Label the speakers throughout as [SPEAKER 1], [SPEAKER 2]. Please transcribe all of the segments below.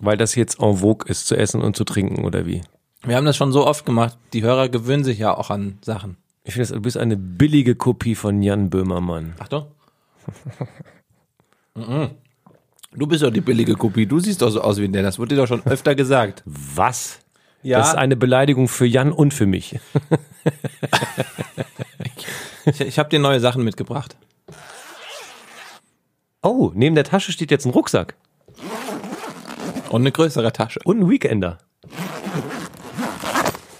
[SPEAKER 1] Weil das jetzt en vogue ist, zu essen und zu trinken oder wie?
[SPEAKER 2] Wir haben das schon so oft gemacht. Die Hörer gewöhnen sich ja auch an Sachen.
[SPEAKER 1] Ich finde, du bist eine billige Kopie von Jan Böhmermann.
[SPEAKER 2] Achtung. Mhm. Du bist doch die billige Kopie. Du siehst doch so aus wie der. Das wurde dir doch schon öfter gesagt.
[SPEAKER 1] Was?
[SPEAKER 2] Ja.
[SPEAKER 1] Das ist eine Beleidigung für Jan und für mich.
[SPEAKER 2] Ich, ich habe dir neue Sachen mitgebracht.
[SPEAKER 1] Oh, neben der Tasche steht jetzt ein Rucksack
[SPEAKER 2] Und eine größere Tasche.
[SPEAKER 1] und ein Weekender.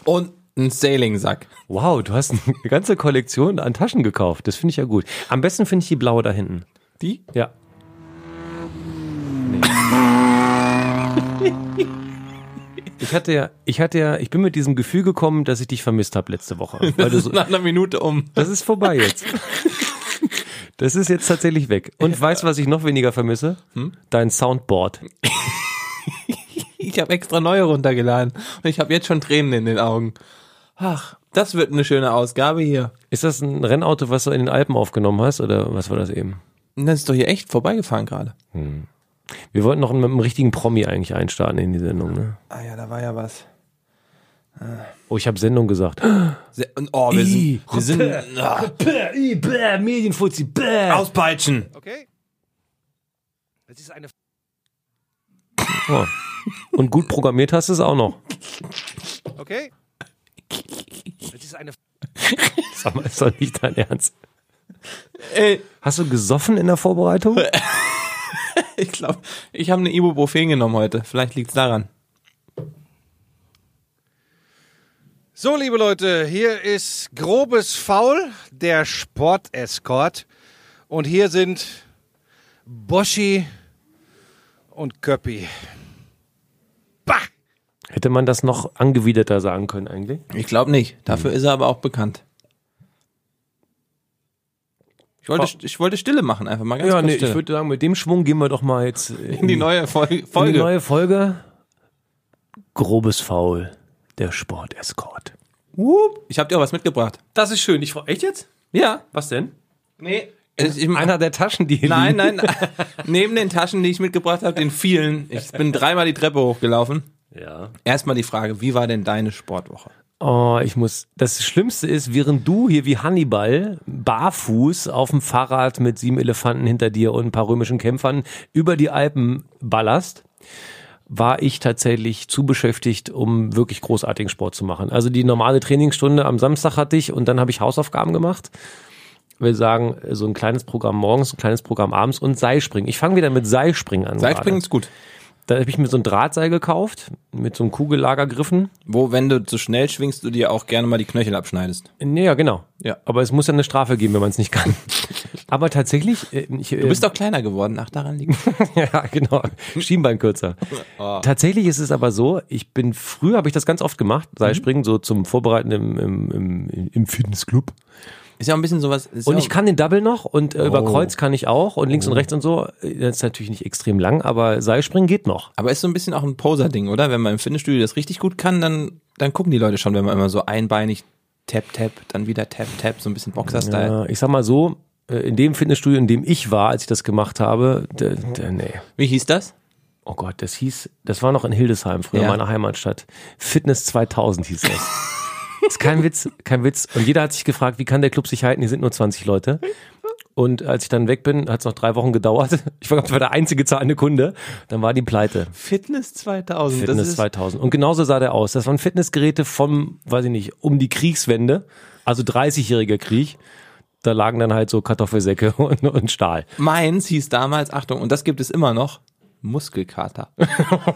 [SPEAKER 2] Und einen Sailing-Sack.
[SPEAKER 1] Wow, du hast eine ganze Kollektion an Taschen gekauft. Das finde ich ja gut. Am besten finde ich die blaue da hinten.
[SPEAKER 2] Die?
[SPEAKER 1] Ja. Ich hatte ja, ich hatte ja, ich bin mit diesem Gefühl gekommen, dass ich dich vermisst habe letzte Woche. Weil
[SPEAKER 2] Das
[SPEAKER 1] du
[SPEAKER 2] ist
[SPEAKER 1] so,
[SPEAKER 2] nach einer Minute um.
[SPEAKER 1] das ist vorbei jetzt. Das ist jetzt tatsächlich weg. Und weißt du, was ich noch weniger vermisse? Dein Soundboard.
[SPEAKER 2] Ich habe extra neue runtergeladen. Und ich habe jetzt schon Tränen in den Augen. Ach, das wird eine schöne Ausgabe hier.
[SPEAKER 1] Ist das ein Rennauto, was du in den Alpen aufgenommen hast? Oder was war das eben?
[SPEAKER 2] Und das ist doch hier echt vorbeigefahren gerade.
[SPEAKER 1] Wir wollten noch mit einem richtigen Promi eigentlich einstarten in die Sendung, ne?
[SPEAKER 2] Ah ja, da war ja was.
[SPEAKER 1] Oh, ich habe Sendung gesagt.
[SPEAKER 2] Se- und- Oh, wir
[SPEAKER 1] Ih,
[SPEAKER 2] sind, wir sind ah,
[SPEAKER 1] Bäh, ih, bäh, Medienfuzzi, bäh.
[SPEAKER 2] auspeitschen.
[SPEAKER 3] Okay. Das ist eine
[SPEAKER 1] Oh. Und gut programmiert hast du es auch noch.
[SPEAKER 3] Okay. Das ist eine
[SPEAKER 1] Sag mal, ist doch nicht dein Ernst.
[SPEAKER 2] Ey,
[SPEAKER 1] Hast du gesoffen in der Vorbereitung?
[SPEAKER 2] ich glaube, ich habe eine Ibuprofen genommen heute. Vielleicht liegt's daran.
[SPEAKER 3] So, liebe Leute, hier ist grobes Faul, der Sportescort. Und hier sind Boschi und Köppi. Bah!
[SPEAKER 1] Hätte man das noch angewiderter sagen können eigentlich?
[SPEAKER 2] Ich glaube nicht. Hm. Dafür ist er aber auch bekannt. Ich wollte, ich wollte Stille machen, einfach mal ganz
[SPEAKER 1] Ja,
[SPEAKER 2] kurz
[SPEAKER 1] nee,
[SPEAKER 2] Stille.
[SPEAKER 1] ich würde sagen, mit dem Schwung gehen wir doch mal jetzt äh,
[SPEAKER 2] Hm. in die neue Folge.
[SPEAKER 1] in
[SPEAKER 2] Folge.
[SPEAKER 1] die neue Folge. Grobes Faul, der Sportescort.
[SPEAKER 2] Whoop. Ich habe dir auch was mitgebracht.
[SPEAKER 1] Das ist schön. Ich freue echt jetzt?
[SPEAKER 2] Ja.
[SPEAKER 1] Was denn?
[SPEAKER 2] Nee. Ich, ich,
[SPEAKER 1] Einer der Taschen, die hier
[SPEAKER 2] nein,
[SPEAKER 1] liegen.
[SPEAKER 2] nein. neben den Taschen, die ich mitgebracht habe, den vielen. Ich bin dreimal die Treppe hochgelaufen.
[SPEAKER 1] Ja.
[SPEAKER 2] Erstmal die Frage, wie war denn deine Sportwoche?
[SPEAKER 1] Oh, ich muss. Das Schlimmste ist, während du hier wie Hannibal barfuß auf dem Fahrrad mit sieben Elefanten hinter dir und ein paar römischen Kämpfern über die Alpen ballerst, war ich tatsächlich zu beschäftigt, um wirklich großartigen Sport zu machen. Also die normale Trainingsstunde am Samstag hatte ich und dann habe ich Hausaufgaben gemacht. Wir sagen, so ein kleines Programm morgens, ein kleines Programm abends und Seilspringen. Ich fange wieder mit Seilspringen an.
[SPEAKER 2] Seilspringen
[SPEAKER 1] gerade.
[SPEAKER 2] ist gut.
[SPEAKER 1] Da habe ich mir so ein Drahtseil gekauft, mit so einem Kugellagergriffen.
[SPEAKER 2] Wo, wenn du zu schnell schwingst, du dir auch gerne mal die Knöchel abschneidest.
[SPEAKER 1] Nee, ja, genau.
[SPEAKER 2] Ja.
[SPEAKER 1] Aber es muss ja eine Strafe geben, wenn man es nicht kann. Aber tatsächlich, äh, ich,
[SPEAKER 2] Du bist doch kleiner geworden, ach, daran liegt.
[SPEAKER 1] ja, genau, Schienbein kürzer.
[SPEAKER 2] Ah.
[SPEAKER 1] Tatsächlich ist es aber so, ich bin früher habe ich das ganz oft gemacht,
[SPEAKER 2] Mhm.
[SPEAKER 1] Seilspringen, so zum Vorbereiten im, im, im, im Fitnessclub.
[SPEAKER 2] Ist ja auch ein bisschen sowas. Ist
[SPEAKER 1] Und
[SPEAKER 2] ja Oh.
[SPEAKER 1] ich kann den Double noch und äh, über Kreuz kann ich auch und links und rechts und so. Äh, Das ist natürlich nicht extrem lang, aber Seilspringen geht noch.
[SPEAKER 2] Aber ist so ein bisschen auch ein Poser-Ding, oder? Wenn man im Fitnessstudio das richtig gut kann, dann, dann gucken die Leute schon, wenn man immer so einbeinig tap, tap, dann wieder tap, tap, so ein bisschen Boxer-Style.
[SPEAKER 1] Äh, ich sag mal so, äh, in dem Fitnessstudio, in dem ich war, als ich das gemacht habe, d- d- nee.
[SPEAKER 2] Wie hieß das?
[SPEAKER 1] Oh Gott, das hieß, das war noch in Hildesheim, früher
[SPEAKER 2] Ja.
[SPEAKER 1] meine Heimatstadt. Fitness 2000 hieß das. ist kein Witz, kein Witz. Und jeder hat sich gefragt, wie kann der Club sich halten? Hier sind nur 20 Leute. Und als ich dann weg bin, hat es noch drei Wochen gedauert. Ich war, glaub, ich war der einzige zahlende Kunde. Dann war die Pleite.
[SPEAKER 2] Fitness 2000.
[SPEAKER 1] Fitness 2000. Und genauso sah der aus. Das waren Fitnessgeräte vom, weiß ich nicht, um die Kriegswende. Also 30-jähriger Krieg. Da lagen dann halt so Kartoffelsäcke und, und Stahl.
[SPEAKER 2] Meins hieß damals, Achtung, und das gibt es immer noch, Muskelkater.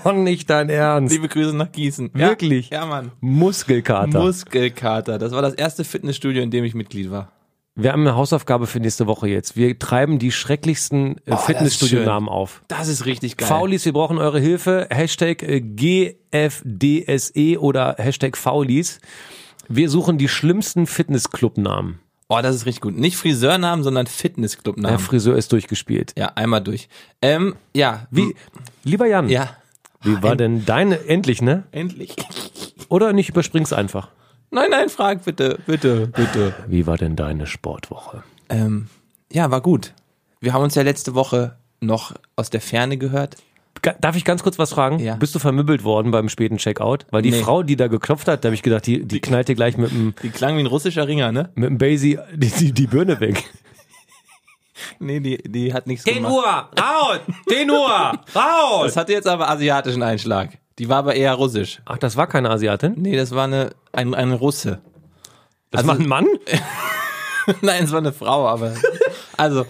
[SPEAKER 1] Oh, nicht dein Ernst.
[SPEAKER 2] Liebe Grüße nach Gießen.
[SPEAKER 1] Wirklich?
[SPEAKER 2] Ja, ja Mann.
[SPEAKER 1] Muskelkater.
[SPEAKER 2] Muskelkater. Das war das erste Fitnessstudio, in dem ich Mitglied war.
[SPEAKER 1] Wir haben eine Hausaufgabe für nächste Woche jetzt. Wir treiben die schrecklichsten äh, Fitnessstudio-Namen auf.
[SPEAKER 2] Das ist richtig geil.
[SPEAKER 1] Faulis, wir brauchen eure Hilfe. Hashtag äh, GFDSE E oder Hashtag Faulis. Wir suchen die schlimmsten Fitnessclub-Namen.
[SPEAKER 2] Oh, das ist richtig gut. Nicht Friseurnamen, sondern
[SPEAKER 1] Der
[SPEAKER 2] Fitnessclubnamen.
[SPEAKER 1] Friseur ist durchgespielt.
[SPEAKER 2] ja, einmal durch. Ähm, ja, wie?
[SPEAKER 1] Lieber Jan,
[SPEAKER 2] Ja.
[SPEAKER 1] wie war denn deine, endlich, ne?
[SPEAKER 2] Endlich.
[SPEAKER 1] Oder nicht, überspring's einfach.
[SPEAKER 2] Nein, nein, frag bitte, bitte, bitte.
[SPEAKER 1] Wie war denn deine Sportwoche?
[SPEAKER 2] Ähm, ja, war gut. Wir haben uns ja letzte Woche noch aus der Ferne gehört.
[SPEAKER 1] Ga- Darf ich ganz kurz was fragen?
[SPEAKER 2] Ja.
[SPEAKER 1] Bist du vermöbelt worden beim späten Checkout? Weil die
[SPEAKER 2] Nee.
[SPEAKER 1] Frau, die da geklopft hat, da habe ich gedacht, die, die knallt dir gleich mit dem,
[SPEAKER 2] Die klang wie ein russischer Ringer, ne?
[SPEAKER 1] mit dem Basie die, die, die Birne weg.
[SPEAKER 2] Nee, die, die hat nichts gemacht.
[SPEAKER 1] Uhr, raus! 10 Uhr, raus!
[SPEAKER 2] Das hatte jetzt aber asiatischen Einschlag. Die war aber eher russisch.
[SPEAKER 1] Ach, das war keine Asiatin?
[SPEAKER 2] Nee, das war eine, ein, eine Russe.
[SPEAKER 1] Das
[SPEAKER 2] Also-
[SPEAKER 1] macht ein Mann?
[SPEAKER 2] Nein, es war eine Frau, aber. Also,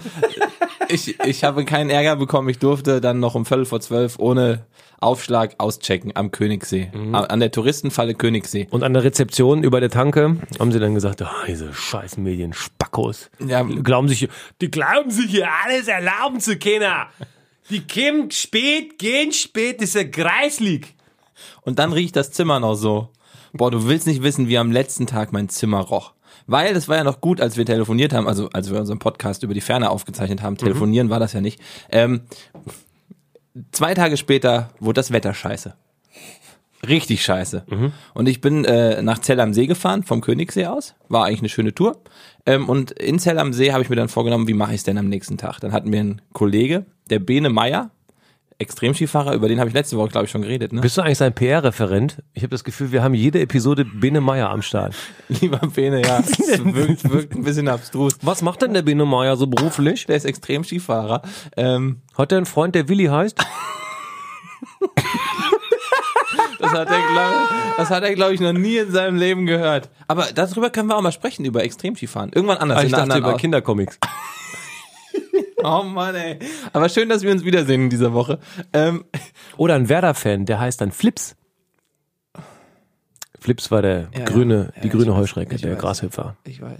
[SPEAKER 2] ich, ich habe keinen Ärger bekommen. Ich durfte dann noch um Viertel vor zwölf ohne Aufschlag auschecken am Königssee. An an der Touristenfalle Königssee.
[SPEAKER 1] Und an der Rezeption über der Tanke haben sie dann gesagt, ah, diese scheiß Medien, Spackos.
[SPEAKER 2] Ja.
[SPEAKER 1] Die glauben sich, die glauben sich hier alles erlauben zu können. Die kommen spät, gehen spät, ist ja greislig.
[SPEAKER 2] Und dann riecht das Zimmer noch so. Boah, du willst nicht wissen, wie am letzten Tag mein Zimmer roch. Weil das war ja noch gut, als wir telefoniert haben, also als wir unseren Podcast über die Ferne aufgezeichnet haben. Telefonieren war das ja nicht. Ähm, zwei Tage später wurde das Wetter scheiße. Richtig scheiße. Und ich bin äh, nach Zell am See gefahren, vom Königssee aus. War eigentlich eine schöne Tour. Ähm, und in Zell am See habe ich mir dann vorgenommen, wie mache ich es denn am nächsten Tag? Dann hat mir ein Kollege, der Bene Meier, Extremskifahrer, über den habe ich letzte Woche, glaube ich, schon geredet. Ne?
[SPEAKER 1] Bist du eigentlich sein PR-Referent? Ich habe das Gefühl, wir haben jede Episode Bene Meier am Start.
[SPEAKER 2] Lieber Bene, ja. Es wirkt, wirkt ein bisschen abstrus.
[SPEAKER 1] Was macht denn der Bene Meier so beruflich?
[SPEAKER 2] Der ist extrem Skifahrer. Ähm,
[SPEAKER 1] Hat er einen Freund, der Willi heißt?
[SPEAKER 2] das hat er, glaube das hat er, glaub ich, noch nie in seinem Leben gehört. Aber darüber können wir auch mal sprechen, über Extremskifahren. Irgendwann anders. in einer anderen Aus-
[SPEAKER 1] Kindercomics.
[SPEAKER 2] Oh Mann, ey. Aber schön, dass wir uns wiedersehen in dieser Woche. Ähm,
[SPEAKER 1] Oder ein Werder-Fan, der heißt dann Flips. Flips war der
[SPEAKER 2] ja.
[SPEAKER 1] grüne,
[SPEAKER 2] Ja,
[SPEAKER 1] die
[SPEAKER 2] ich
[SPEAKER 1] grüne
[SPEAKER 2] weiß,
[SPEAKER 1] Heuschrecke,
[SPEAKER 2] ich
[SPEAKER 1] der
[SPEAKER 2] weiß.
[SPEAKER 1] Grashüpfer.
[SPEAKER 2] ich weiß.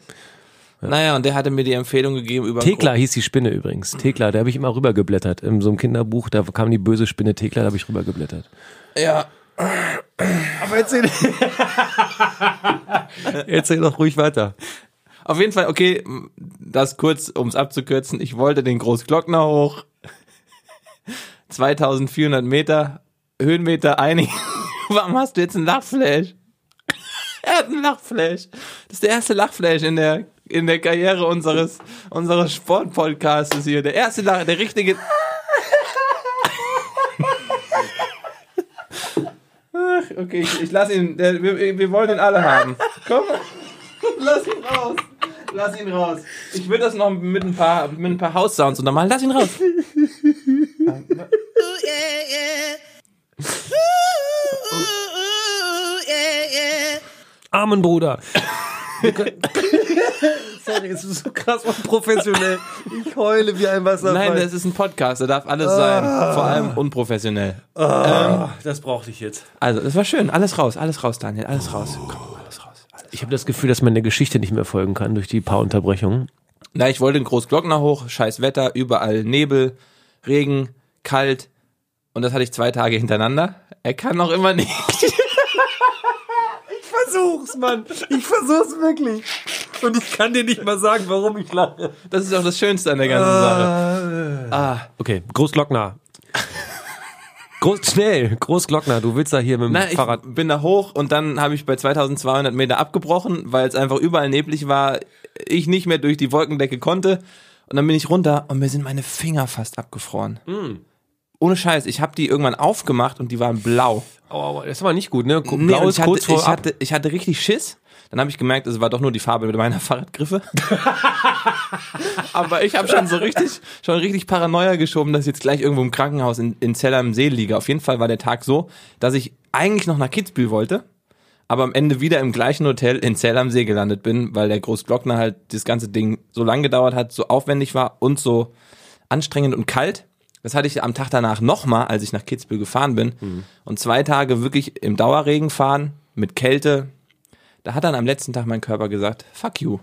[SPEAKER 2] Naja, und der hatte mir die Empfehlung gegeben über...
[SPEAKER 1] Thekla hieß die Spinne übrigens. Thekla, da habe ich immer rübergeblättert. In so einem Kinderbuch, da kam die böse Spinne Thekla, da habe ich rübergeblättert.
[SPEAKER 2] Ja.
[SPEAKER 3] Aber jetzt sehen-
[SPEAKER 1] Äh, Erzähl doch ruhig weiter.
[SPEAKER 2] Auf jeden Fall, okay, das kurz, um es abzukürzen, ich wollte den Großglockner hoch. 2400 Meter, Höhenmeter einig. Warum hast du jetzt einen Lachflash? Er hat einen Lachflash. Das ist der erste Lachflash in der, in der Karriere unseres, unseres Sportpodcasts hier. Der erste Lach, der richtige. Ach, okay, ich, ich lass ihn, der, wir, wir wollen ihn alle haben. Komm. Lass ihn raus. Lass ihn raus. Ich würde das noch mit ein paar, mit ein paar Haussounds untermalen. Lass ihn raus.
[SPEAKER 1] Armen Bruder. Sorry, es ist so krass unprofessionell. Ich heule wie ein Wasserfall.
[SPEAKER 2] Nein, das Ah. ist ein Podcast. Da darf alles sein. Vor allem unprofessionell.
[SPEAKER 1] das brauchte ich jetzt.
[SPEAKER 2] Also, es war schön. Alles raus. Alles raus, Daniel. Alles raus. Komm, alles raus. Alles.
[SPEAKER 1] Ich habe das Gefühl, dass man der Geschichte nicht mehr folgen kann durch die paar Unterbrechungen.
[SPEAKER 2] Na, ich wollte in Großglockner hoch. Scheiß Wetter. Überall Nebel, Regen, kalt. Und das hatte ich zwei Tage hintereinander. Er kann noch immer nicht.
[SPEAKER 1] Versuch's, Mann. Ich versuch's wirklich. Und ich kann dir nicht mal sagen, warum ich lache.
[SPEAKER 2] Das ist auch das Schönste an der ganzen Sache. Ah.
[SPEAKER 1] Okay, Großglockner. Groß, schnell, Großglockner, du willst da hier mit dem
[SPEAKER 2] Nein, ich
[SPEAKER 1] Fahrrad.
[SPEAKER 2] bin da hoch und dann habe ich bei 2200 Meter abgebrochen, weil es einfach überall neblig war, ich nicht mehr durch die Wolkendecke konnte und dann bin ich runter und mir sind meine Finger fast abgefroren. Ohne Scheiß, ich habe die irgendwann aufgemacht und die waren blau.
[SPEAKER 1] Oh, das war nicht gut, ne? Blau
[SPEAKER 2] Nee, und
[SPEAKER 1] ist
[SPEAKER 2] ich, hatte,
[SPEAKER 1] kurz vor
[SPEAKER 2] ich,
[SPEAKER 1] ab.
[SPEAKER 2] hatte, ich hatte richtig Schiss. Dann habe ich gemerkt, es war doch nur die Farbe mit meiner Fahrradgriffe. Aber ich habe schon so richtig, schon richtig Paranoia geschoben, dass ich jetzt gleich irgendwo im Krankenhaus in, in Zeller am See liege. Auf jeden Fall war der Tag so, dass ich eigentlich noch nach Kitzbühel wollte. Aber am Ende wieder im gleichen Hotel in Zell am See gelandet bin, weil der Großglockner halt das ganze Ding so lang gedauert hat, so aufwendig war und so anstrengend und kalt. Das hatte ich am Tag danach nochmal, als ich nach Kitzbühel gefahren bin. Und zwei Tage wirklich im Dauerregen fahren, mit Kälte. Da hat dann am letzten Tag mein Körper gesagt, fuck you.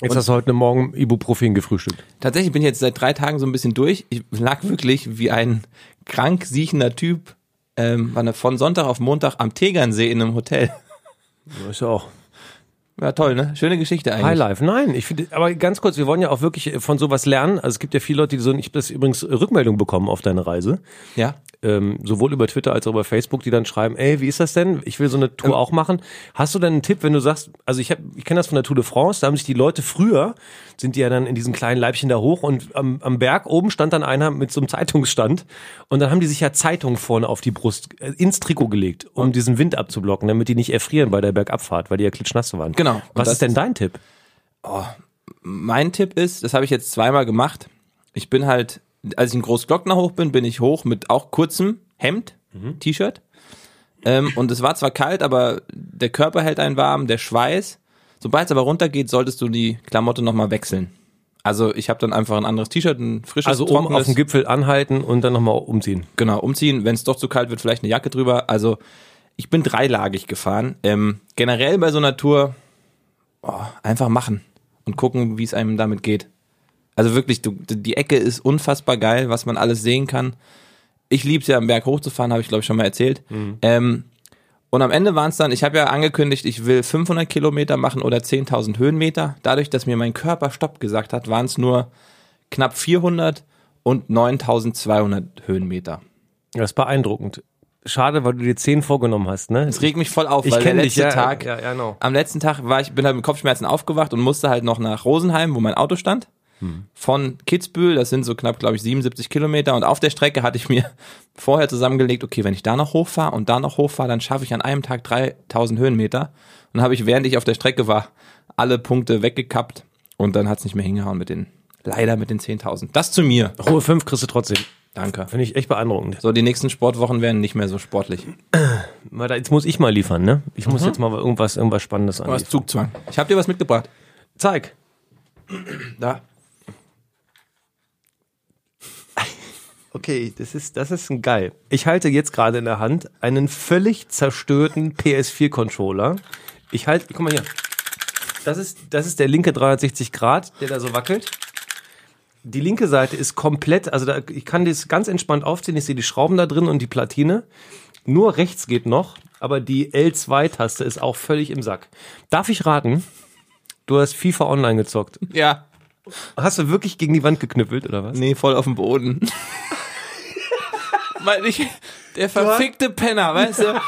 [SPEAKER 1] Jetzt hast du heute Morgen Ibuprofen gefrühstückt.
[SPEAKER 2] Tatsächlich bin ich jetzt seit drei Tagen so ein bisschen durch. Ich lag wirklich wie ein krank siechender Typ ähm, war ne- von Sonntag auf Montag am Tegernsee in einem Hotel.
[SPEAKER 1] Ist ja auch
[SPEAKER 2] Ja, toll, ne? Schöne Geschichte eigentlich.
[SPEAKER 1] Highlife. Nein, ich finde, aber ganz kurz, wir wollen ja auch wirklich von sowas lernen. Also es gibt ja viele Leute, die so, ich habe das übrigens Rückmeldung bekommen auf deine Reise.
[SPEAKER 2] Ja.
[SPEAKER 1] ähm, sowohl über Twitter als auch über Facebook, die dann schreiben, ey, wie ist das denn? Ich will so eine
[SPEAKER 2] Ähm.
[SPEAKER 1] Tour auch machen. Hast du denn einen Tipp, wenn du sagst, also ich, hab- ich kenne das von der Tour de France, da haben sich die Leute früher, sind die ja dann in diesen kleinen Leibchen da hoch und am, am Berg oben stand dann einer mit so einem Zeitungsstand und dann haben die sich ja Zeitungen vorne auf die Brust äh, ins Trikot gelegt, um diesen Wind abzublocken, damit die nicht erfrieren bei der Bergabfahrt, weil die ja klitschnass waren.
[SPEAKER 2] Genau. Und
[SPEAKER 1] Was
[SPEAKER 2] das
[SPEAKER 1] ist denn
[SPEAKER 2] ist-
[SPEAKER 1] dein Tipp?
[SPEAKER 2] mein Tipp ist, das habe ich jetzt zweimal gemacht. Ich bin halt, als ich in Großglockner hoch bin, bin ich hoch mit auch kurzem Hemd,
[SPEAKER 1] Mhm.
[SPEAKER 2] T-Shirt. Ähm, und es war zwar kalt, aber der Körper hält einen warm, der Schweiß. Sobald es aber runtergeht, solltest du die Klamotte nochmal wechseln. Also ich habe dann einfach ein anderes T-Shirt, ein frisches,
[SPEAKER 1] Also oben auf dem Gipfel anhalten und dann nochmal umziehen.
[SPEAKER 2] Genau, umziehen, wenn es doch zu kalt wird, vielleicht eine Jacke drüber. Also ich bin dreilagig gefahren. Ähm, generell bei so einer Tour oh, einfach machen und gucken, wie es einem damit geht. Also wirklich, du, die Ecke ist unfassbar geil, was man alles sehen kann. Ich lieb's ja, am Berg hochzufahren, habe ich glaube ich schon mal erzählt. Ähm, und am Ende waren es dann, ich habe ja angekündigt, ich will 500 Kilometer machen oder 10.000 Höhenmeter. Dadurch, dass mir mein Körper Stopp gesagt hat, waren es nur knapp 400 und 9.200 Höhenmeter.
[SPEAKER 1] Das ist beeindruckend. Schade, weil du dir zehn vorgenommen hast, ne?
[SPEAKER 2] Es regt mich voll auf, weil der
[SPEAKER 1] kenn
[SPEAKER 2] letzte
[SPEAKER 1] dich, ja,
[SPEAKER 2] Tag,
[SPEAKER 1] ja, ja, genau.
[SPEAKER 2] am letzten Tag war ich, bin halt mit Kopfschmerzen aufgewacht und musste halt noch nach Rosenheim, wo mein Auto stand,
[SPEAKER 1] Hm.
[SPEAKER 2] von Kitzbühel, das sind so knapp, glaube ich, 77 Kilometer und auf der Strecke hatte ich mir vorher zusammengelegt, okay, wenn ich da noch hochfahre und da noch hochfahre, dann schaffe ich an einem Tag 3000 Höhenmeter und habe ich, während ich auf der Strecke war, alle Punkte weggekappt und dann hat's nicht mehr hingehauen mit den, leider mit den 10.000. Das zu mir.
[SPEAKER 1] Ruhe 5 kriegst du trotzdem.
[SPEAKER 2] Danke.
[SPEAKER 1] Finde ich echt beeindruckend.
[SPEAKER 2] So, die nächsten Sportwochen werden nicht mehr so sportlich.
[SPEAKER 1] Weil da- Jetzt muss ich mal liefern, ne? Ich muss jetzt mal irgendwas, irgendwas Spannendes
[SPEAKER 2] Du hast
[SPEAKER 1] anliefern.
[SPEAKER 2] Zugzwang. Ich habe dir was mitgebracht.
[SPEAKER 1] Zeig.
[SPEAKER 2] Da.
[SPEAKER 1] Okay, das ist, das ist ein geil. Ich halte jetzt gerade in der Hand einen völlig zerstörten PS4-Controller. Ich halte, guck mal hier. Das ist, das ist der linke 360 Grad, der da so wackelt. Die linke Seite ist komplett, also da, ich kann das ganz entspannt aufziehen. Ich sehe die Schrauben da drin und die Platine. Nur rechts geht noch, aber die L2-Taste ist auch völlig im Sack. Darf ich raten? Du hast FIFA Online gezockt.
[SPEAKER 2] Ja.
[SPEAKER 1] Hast du wirklich gegen die Wand geknüppelt oder was?
[SPEAKER 2] Nee, voll auf dem Boden. Weil ich, der verfickte Penner, weißt du?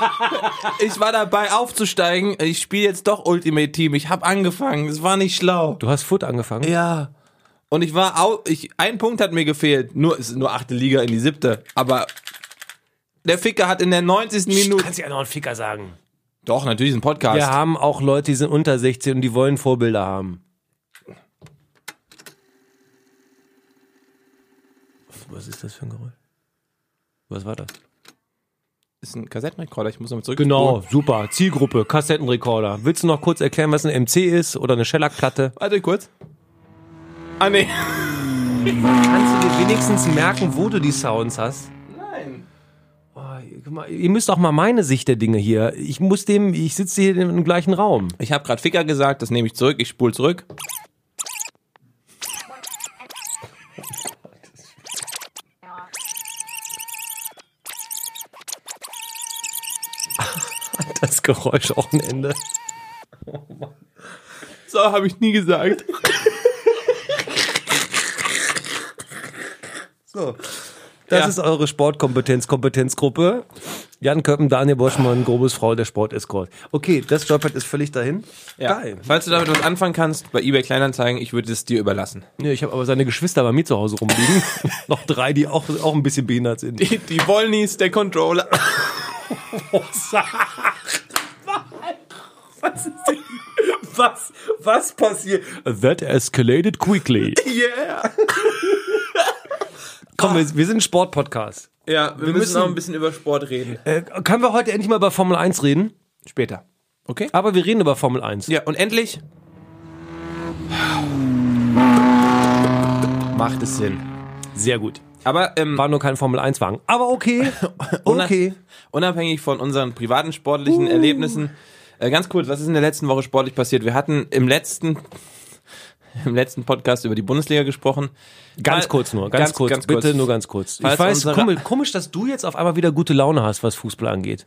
[SPEAKER 2] Ich war dabei aufzusteigen. Ich spiele jetzt doch Ultimate Team. Ich habe angefangen. Es war nicht schlau.
[SPEAKER 1] Du hast Foot angefangen?
[SPEAKER 2] Ja. Und ich war au, ich, ein Punkt hat mir gefehlt. Nur, es ist nur achte Liga in die siebte. Aber der Ficker hat in der 90. Minute.
[SPEAKER 1] ja noch einen Ficker sagen.
[SPEAKER 2] Doch, natürlich ist ein Podcast.
[SPEAKER 1] Wir haben auch Leute, die sind unter 16 und die wollen Vorbilder haben. Was ist das für ein Geräusch? Was war das?
[SPEAKER 2] Ist ein Kassettenrekorder. Ich muss nochmal zurück.
[SPEAKER 1] Genau, super. Zielgruppe, Kassettenrekorder. Willst du noch kurz erklären, was ein MC ist oder eine Shellac-Platte?
[SPEAKER 2] Warte kurz. Ah, nee.
[SPEAKER 1] Kannst du dir wenigstens merken, wo du die Sounds hast?
[SPEAKER 2] Nein.
[SPEAKER 1] Oh, guck mal, ihr müsst auch mal meine Sicht der Dinge hier. Ich muss dem, ich sitze hier im gleichen Raum.
[SPEAKER 2] Ich habe gerade Ficker gesagt, das nehme ich zurück, ich spule zurück.
[SPEAKER 1] Das Geräusch auch ein Ende.
[SPEAKER 2] So habe ich nie gesagt.
[SPEAKER 1] Das
[SPEAKER 2] Ja.
[SPEAKER 1] ist eure Sportkompetenz-Kompetenzgruppe. Jan Köppen, Daniel Boschmann, grobes Frau der Sportescort. Okay, das stolpert ist völlig dahin.
[SPEAKER 2] Ja.
[SPEAKER 1] Geil.
[SPEAKER 2] Falls du damit was anfangen kannst, bei eBay Kleinanzeigen, ich würde es dir überlassen.
[SPEAKER 1] Nee, ich habe aber seine Geschwister bei mir zu Hause rumliegen. Noch drei, die auch, auch ein bisschen behindert sind.
[SPEAKER 2] Die, die Wollnies, der Controller.
[SPEAKER 1] Was ist denn? Was, was passiert? That escalated quickly.
[SPEAKER 2] Yeah.
[SPEAKER 1] Komm,
[SPEAKER 2] Ah.
[SPEAKER 1] wir, wir sind ein Sportpodcast.
[SPEAKER 2] Ja, wir, müssen,
[SPEAKER 1] müssen-
[SPEAKER 2] auch ein bisschen über Sport reden.
[SPEAKER 1] Äh, können wir heute endlich mal über Formel 1 reden?
[SPEAKER 2] Später. Okay?
[SPEAKER 1] Aber wir reden über Formel 1.
[SPEAKER 2] Ja, und endlich macht es Sinn.
[SPEAKER 1] Sehr gut.
[SPEAKER 2] Aber ähm,
[SPEAKER 1] War nur kein Formel 1-Wagen. Aber okay. Okay.
[SPEAKER 2] unabhängig von unseren privaten sportlichen Erlebnissen. Äh, ganz kurz, was ist in der letzten Woche sportlich passiert? Wir hatten im letzten im letzten Podcast über die Bundesliga gesprochen.
[SPEAKER 1] Ganz
[SPEAKER 2] Mal-
[SPEAKER 1] kurz nur, ganz, kurz, bitte nur ganz kurz. Ich
[SPEAKER 2] Falls
[SPEAKER 1] weiß,
[SPEAKER 2] unsere-
[SPEAKER 1] komisch, komisch, dass du jetzt auf einmal wieder gute Laune hast, was Fußball angeht.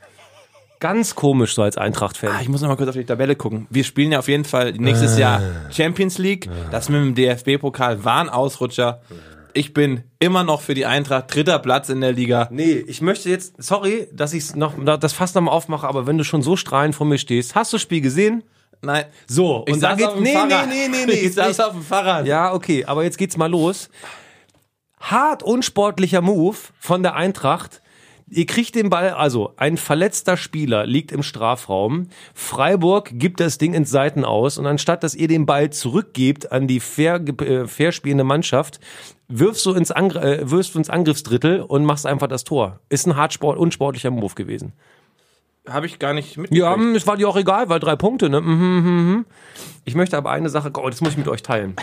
[SPEAKER 1] Ganz komisch so als
[SPEAKER 2] Ah,
[SPEAKER 1] Eintracht-Fan.
[SPEAKER 2] Ich muss noch mal kurz auf die Tabelle gucken. Wir spielen ja auf Ah. jeden Fall nächstes Jahr Champions League. Das mit dem DFB-Pokal war ein Ausrutscher. ich bin immer noch für die Eintracht dritter Platz in der Liga.
[SPEAKER 1] Nee, ich möchte jetzt, sorry, dass ich noch, das Fass nochmal aufmache, aber wenn du schon so strahlend vor mir stehst, hast du das Spiel gesehen?
[SPEAKER 2] Nein.
[SPEAKER 1] So,
[SPEAKER 2] Ich
[SPEAKER 1] und da
[SPEAKER 2] saß
[SPEAKER 1] geht's,
[SPEAKER 2] auf dem
[SPEAKER 1] nee, nee,
[SPEAKER 2] Fahrrad.
[SPEAKER 1] nee, nee, nee,
[SPEAKER 2] Ich saß
[SPEAKER 1] nicht-
[SPEAKER 2] auf dem Fahrrad.
[SPEAKER 1] Ja, okay, aber jetzt geht's mal los. Hart unsportlicher Move von der Eintracht. Ihr kriegt den Ball, also ein verletzter Spieler liegt im Strafraum. Freiburg gibt das Ding ins Seiten aus und anstatt dass ihr den Ball zurückgebt an die fair, ge- äh, fair spielende Mannschaft, wirfst du ins, Angr äh, wirfst du ins Angriffsdrittel und machst einfach das Tor. Ist ein hart sport unsportlicher Move gewesen.
[SPEAKER 2] Habe ich gar nicht mitgekriegt.
[SPEAKER 1] Ja, hm, es war dir auch egal, weil drei Punkte, ne? Mhm, mhm, mhm. Ich möchte aber eine Sache, oh, das muss ich mit euch teilen.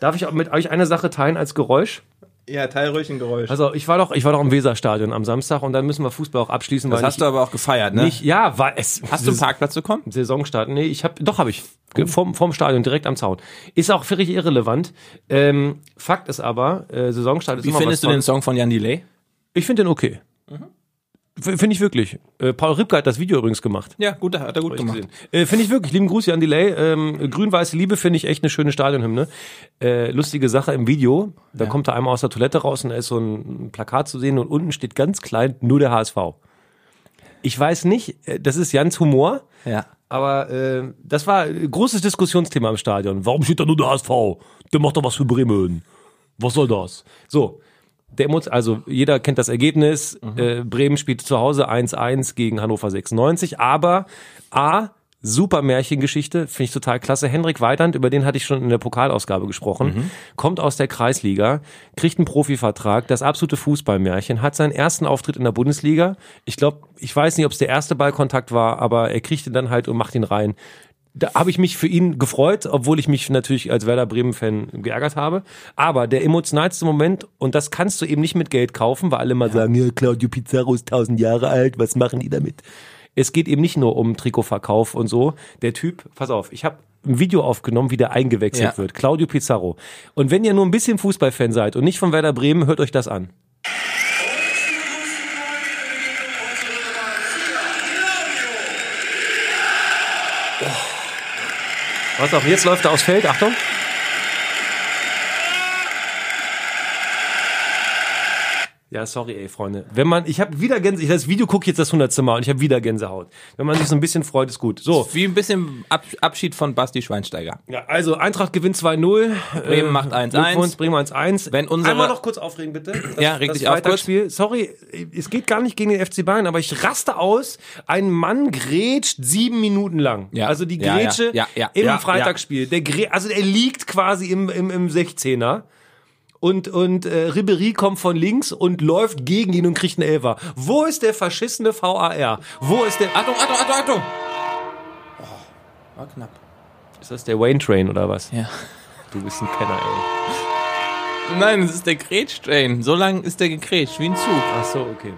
[SPEAKER 1] Darf ich auch mit euch eine Sache teilen als Geräusch?
[SPEAKER 2] ja teil ruhig ein Geräusch.
[SPEAKER 1] Also, ich war doch, ich war doch im Weserstadion am Samstag und dann müssen wir Fußball auch abschließen,
[SPEAKER 2] das
[SPEAKER 1] weil
[SPEAKER 2] hast
[SPEAKER 1] ich,
[SPEAKER 2] du aber auch gefeiert, ne?
[SPEAKER 1] ich, ja, weil es
[SPEAKER 2] hast du Oh. einen Parkplatz bekommen?
[SPEAKER 1] Saisonstart. Nee, ich habe doch habe ich Ge- vom vom Stadion direkt am Zaun. Ist auch völlig irrelevant. Ähm, Fakt ist aber, äh, Saisonstart ist
[SPEAKER 2] Wie
[SPEAKER 1] immer
[SPEAKER 2] findest du Mhm.
[SPEAKER 1] was
[SPEAKER 2] den Song von Jan Delay?
[SPEAKER 1] Ich finde den okay. F- Finde ich wirklich. Äh, Paul Ripke hat das Video übrigens gemacht.
[SPEAKER 2] Ja, gut, hat er gut gemacht.
[SPEAKER 1] Äh, finde ich wirklich. Lieben Gruß, Jan Delay. Ähm, Grün-Weiße Liebe finde ich echt eine schöne Stadionhymne. Äh, lustige Sache im Video. Da kommt er einmal aus der Toilette raus und da ist so ein Plakat zu sehen und unten steht ganz klein nur der HSV. Ich weiß nicht, äh, das ist Jans Humor,
[SPEAKER 2] Ja.
[SPEAKER 1] aber äh, das war ein großes Diskussionsthema im Stadion. Warum steht da nur der HSV? Der macht doch was für Bremen. Was soll das? So. Der Emot also jeder kennt das Ergebnis. Äh, Bremen spielt zu Hause 1-1 gegen Hannover 96. Aber A, super Märchengeschichte, finde ich total klasse. Henrik Weidand, über den hatte ich schon in der Pokalausgabe gesprochen, kommt aus der Kreisliga, kriegt einen Profivertrag, das absolute Fußballmärchen, hat seinen ersten Auftritt in der Bundesliga. Ich glaube, ich weiß nicht, ob es der erste Ballkontakt war, aber er kriegt ihn dann halt und macht ihn rein. Da habe ich mich für ihn gefreut, obwohl ich mich natürlich als Werder Bremen-Fan geärgert habe. Aber der emotionalste Moment, und das kannst du eben nicht mit Geld kaufen, weil alle mal sagen, ja, Claudio Pizarro ist tausend Jahre alt, was machen die damit? Es geht eben nicht nur um Trikotverkauf und so. Der Typ, pass auf, ich habe ein Video aufgenommen, wie der eingewechselt
[SPEAKER 2] Ja.
[SPEAKER 1] wird. Claudio Pizarro. Und wenn ihr nur ein bisschen Fußballfan seid und nicht von Werder Bremen, hört euch das an. Was auch, jetzt läuft er aufs Feld, Achtung. Ja, sorry, ey, Freunde. Wenn man, ich habe wieder Gänsehaut, das Video gucke ich jetzt das 100. Mal und ich habe wieder Gänsehaut. Wenn man sich so ein bisschen freut, ist gut. So,
[SPEAKER 2] Wie ein bisschen Ab Abschied von Basti Schweinsteiger.
[SPEAKER 1] ja, also Eintracht gewinnt 2-0.
[SPEAKER 2] Bremen macht 1-1.
[SPEAKER 1] Glückwunsch, Bremen 1-1.
[SPEAKER 2] Wenn unsere-
[SPEAKER 1] Einmal noch kurz aufregen, bitte. Das,
[SPEAKER 2] Ja, reg
[SPEAKER 1] das
[SPEAKER 2] dich auf kurz.
[SPEAKER 1] Freitagsspiel. Sorry, es geht gar nicht gegen den FC Bayern, aber ich raste aus. Ein Mann grätscht sieben Minuten lang.
[SPEAKER 2] Ja.
[SPEAKER 1] Also die
[SPEAKER 2] Ja, ja,
[SPEAKER 1] Grätsche
[SPEAKER 2] ja, ja,
[SPEAKER 1] im
[SPEAKER 2] ja,
[SPEAKER 1] Freitagsspiel. Der grä also der liegt quasi im, im, im 16er. Und, und äh, Ribery kommt von links und läuft gegen ihn und kriegt einen Elfer. Wo ist der verschissene VAR? Wo ist der...
[SPEAKER 2] Achtung, Achtung, Achtung, Achtung! Oh, war knapp.
[SPEAKER 1] Ist das der Wayne Train oder was?
[SPEAKER 2] Ja.
[SPEAKER 1] Du bist ein Kenner, ey.
[SPEAKER 2] Nein, es ist der Grätsch-Train. So lang ist der gegrätscht, wie ein Zug.
[SPEAKER 1] Ach so, okay.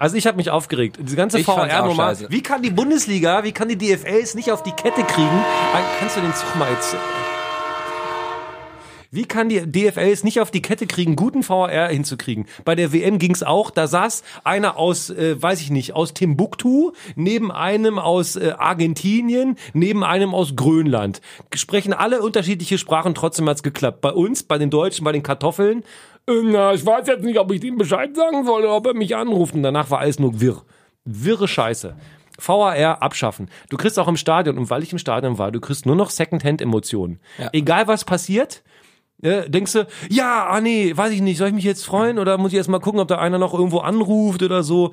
[SPEAKER 1] Also ich habe mich aufgeregt. Diese ganze
[SPEAKER 2] Ich fand's auch
[SPEAKER 1] VR-Nummer.
[SPEAKER 2] scheiße.
[SPEAKER 1] Wie kann die Bundesliga, wie kann die DFL es nicht auf die Kette kriegen? Ah, Kannst du den Zug mal jetzt... Wie kann die DFL es nicht auf die Kette kriegen, guten VR hinzukriegen? Bei der WM ging's auch, da saß einer aus, äh, weiß ich nicht, aus Timbuktu, neben einem aus äh, Argentinien, neben einem aus Grönland. Sprechen alle unterschiedliche Sprachen, trotzdem hat's geklappt. Bei uns, bei den Deutschen, bei den Kartoffeln. äh, Na, ich weiß jetzt nicht, ob ich dem Bescheid sagen soll oder ob er mich anruft. Und danach war alles nur wirr. Wirre Scheiße. VAR abschaffen. Du kriegst auch im Stadion, und weil ich im Stadion war, du kriegst nur noch Secondhand-Emotionen.
[SPEAKER 2] Ja.
[SPEAKER 1] Egal was passiert, äh, denkst du, ja, ah nee, weiß ich nicht, soll ich mich jetzt freuen oder muss ich erst mal gucken, ob da einer noch irgendwo anruft oder so.